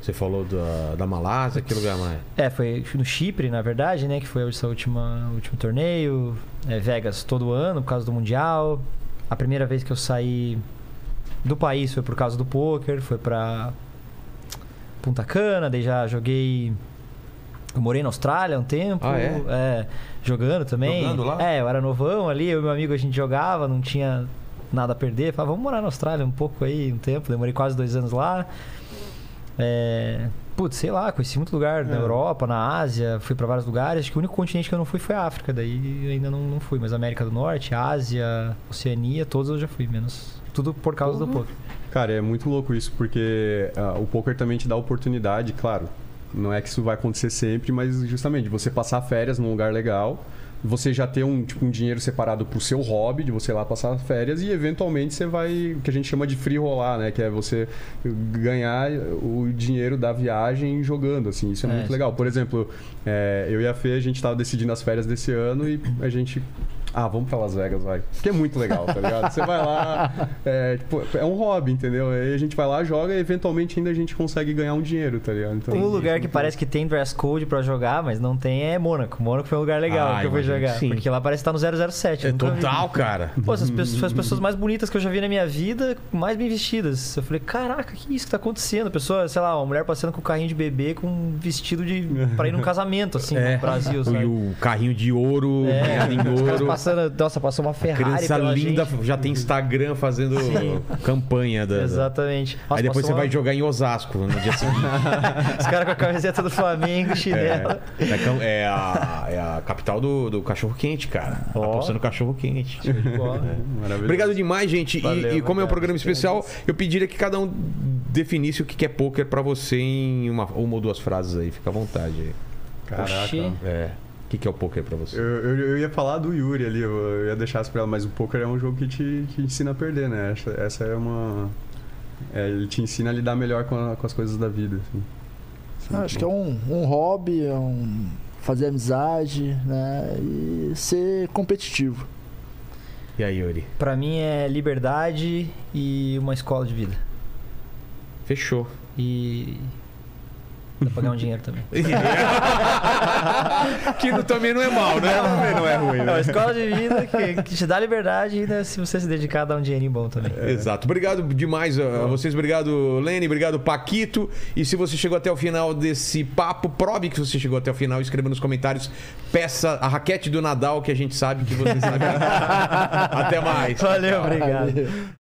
[SPEAKER 1] Você falou da, da Malásia, que lugar mais?
[SPEAKER 4] É, foi no Chipre, na verdade, né? Que foi essa última o último torneio. É, Vegas todo ano, por causa do Mundial. A primeira vez que eu saí do país foi por causa do poker, foi pra Punta Cana, daí já joguei. Eu morei na Austrália um tempo.
[SPEAKER 1] Ah, é?
[SPEAKER 4] é, jogando também.
[SPEAKER 1] Jogando lá?
[SPEAKER 4] É, eu era novão ali, eu e meu amigo a gente jogava, não tinha nada a perder. Falava, vamos morar na Austrália um pouco aí, um tempo. Demorei quase dois anos lá. É, putz, sei lá, conheci muito
[SPEAKER 1] É.
[SPEAKER 4] lugar na Europa, na Ásia, fui pra vários lugares. Acho que o único continente que eu não fui foi a África, daí ainda não, não fui. Mas América do Norte, Ásia, Oceania, todos eu já fui, menos. Tudo por causa do poker.
[SPEAKER 6] Cara, é muito louco isso, porque ah, o poker também te dá oportunidade, claro. Não é que isso vai acontecer sempre, mas justamente você passar férias num lugar legal, você já ter um, tipo, um dinheiro separado pro seu hobby, de você ir lá passar férias, e eventualmente você vai, o que a gente chama de free rolar, né? Que é você ganhar o dinheiro da viagem jogando, assim. Isso é,
[SPEAKER 4] É,
[SPEAKER 6] muito
[SPEAKER 4] isso
[SPEAKER 6] legal. Por exemplo, é, eu e a Fê, a gente tava decidindo as férias desse ano e a gente ah, vamos pra Las Vegas, vai. Porque é muito legal, tá ligado? Você vai lá, é, tipo, é um hobby, entendeu? Aí a gente vai lá, joga e eventualmente ainda a gente consegue ganhar um dinheiro, tá ligado? Então,
[SPEAKER 4] Um lugar que parece que tem dress code pra jogar, mas não tem é Mônaco. Mônaco foi um lugar legal
[SPEAKER 1] Ah,
[SPEAKER 4] que eu fui
[SPEAKER 1] imagino que
[SPEAKER 4] jogar.
[SPEAKER 1] sim.
[SPEAKER 4] Porque lá parece que tá no 007. eu
[SPEAKER 1] É
[SPEAKER 4] nunca vi.
[SPEAKER 1] total, cara.
[SPEAKER 4] Pô, essas pessoas, foi as pessoas mais bonitas que eu já vi na minha vida, mais bem vestidas. Eu falei, caraca, que isso que tá acontecendo? A pessoa, sei lá, uma mulher passando com um carrinho de bebê com um vestido de. pra ir num casamento, assim,
[SPEAKER 1] É.
[SPEAKER 4] no Brasil,
[SPEAKER 1] E
[SPEAKER 4] sabe?
[SPEAKER 1] o carrinho de ouro,
[SPEAKER 4] É,
[SPEAKER 1] ganhado em
[SPEAKER 4] os caras
[SPEAKER 1] ouro.
[SPEAKER 4] passando. Nossa, passou uma Ferrari.
[SPEAKER 1] Criança
[SPEAKER 4] pela
[SPEAKER 1] linda
[SPEAKER 4] gente.
[SPEAKER 1] já tem Instagram fazendo campanha da. da-
[SPEAKER 4] Exatamente. Nossa,
[SPEAKER 1] Aí depois você
[SPEAKER 4] passou
[SPEAKER 1] vai
[SPEAKER 4] uma-
[SPEAKER 1] jogar em Osasco no dia seguinte.
[SPEAKER 4] Os caras com a camiseta do Flamengo, chinelo.
[SPEAKER 1] É, é cam- é a, é a capital do, do cachorro quente, cara. Tá
[SPEAKER 4] Ó.
[SPEAKER 1] Apostando cachorro quente.
[SPEAKER 6] maravilhoso.
[SPEAKER 1] Obrigado demais, gente. E-
[SPEAKER 4] Valeu,
[SPEAKER 1] e, como é um
[SPEAKER 4] obrigado.
[SPEAKER 1] programa especial, eu pediria que cada um definisse o que que é pôquer pra você em uma, uma ou duas frases aí. Fica à vontade.
[SPEAKER 9] Oxi.
[SPEAKER 1] É. O que que é o pôquer pra você?
[SPEAKER 6] Eu, eu, eu ia falar do Yuri ali, eu ia deixar isso pra ela, mas o poker é um jogo que te que ensina a perder, né? Essa, essa é uma. é, ele te ensina a lidar melhor com, a- com as coisas da vida. assim. Isso é
[SPEAKER 5] Ah,
[SPEAKER 6] muito
[SPEAKER 5] acho que
[SPEAKER 6] bom.
[SPEAKER 5] é um, um hobby, é um fazer amizade, né? E ser competitivo.
[SPEAKER 1] E aí, Yuri?
[SPEAKER 4] Pra mim é liberdade e uma escola de vida.
[SPEAKER 1] Fechou.
[SPEAKER 4] E. Dá pra ganhar um dinheiro também.
[SPEAKER 1] que não- também não é mal, né?
[SPEAKER 6] Não é ruim,
[SPEAKER 4] É
[SPEAKER 6] né?
[SPEAKER 4] uma escola de vida que, que te dá liberdade e ainda se você se dedicar, dá um dinheirinho bom também.
[SPEAKER 1] É. Exato. Obrigado demais a a vocês. Obrigado, Lene. Obrigado, Paquito. E se você chegou até o final desse papo, prove que você chegou até o final. Escreva nos comentários. Peça a raquete do Nadal, que a gente sabe que você sabe. até mais.
[SPEAKER 4] Valeu, obrigado.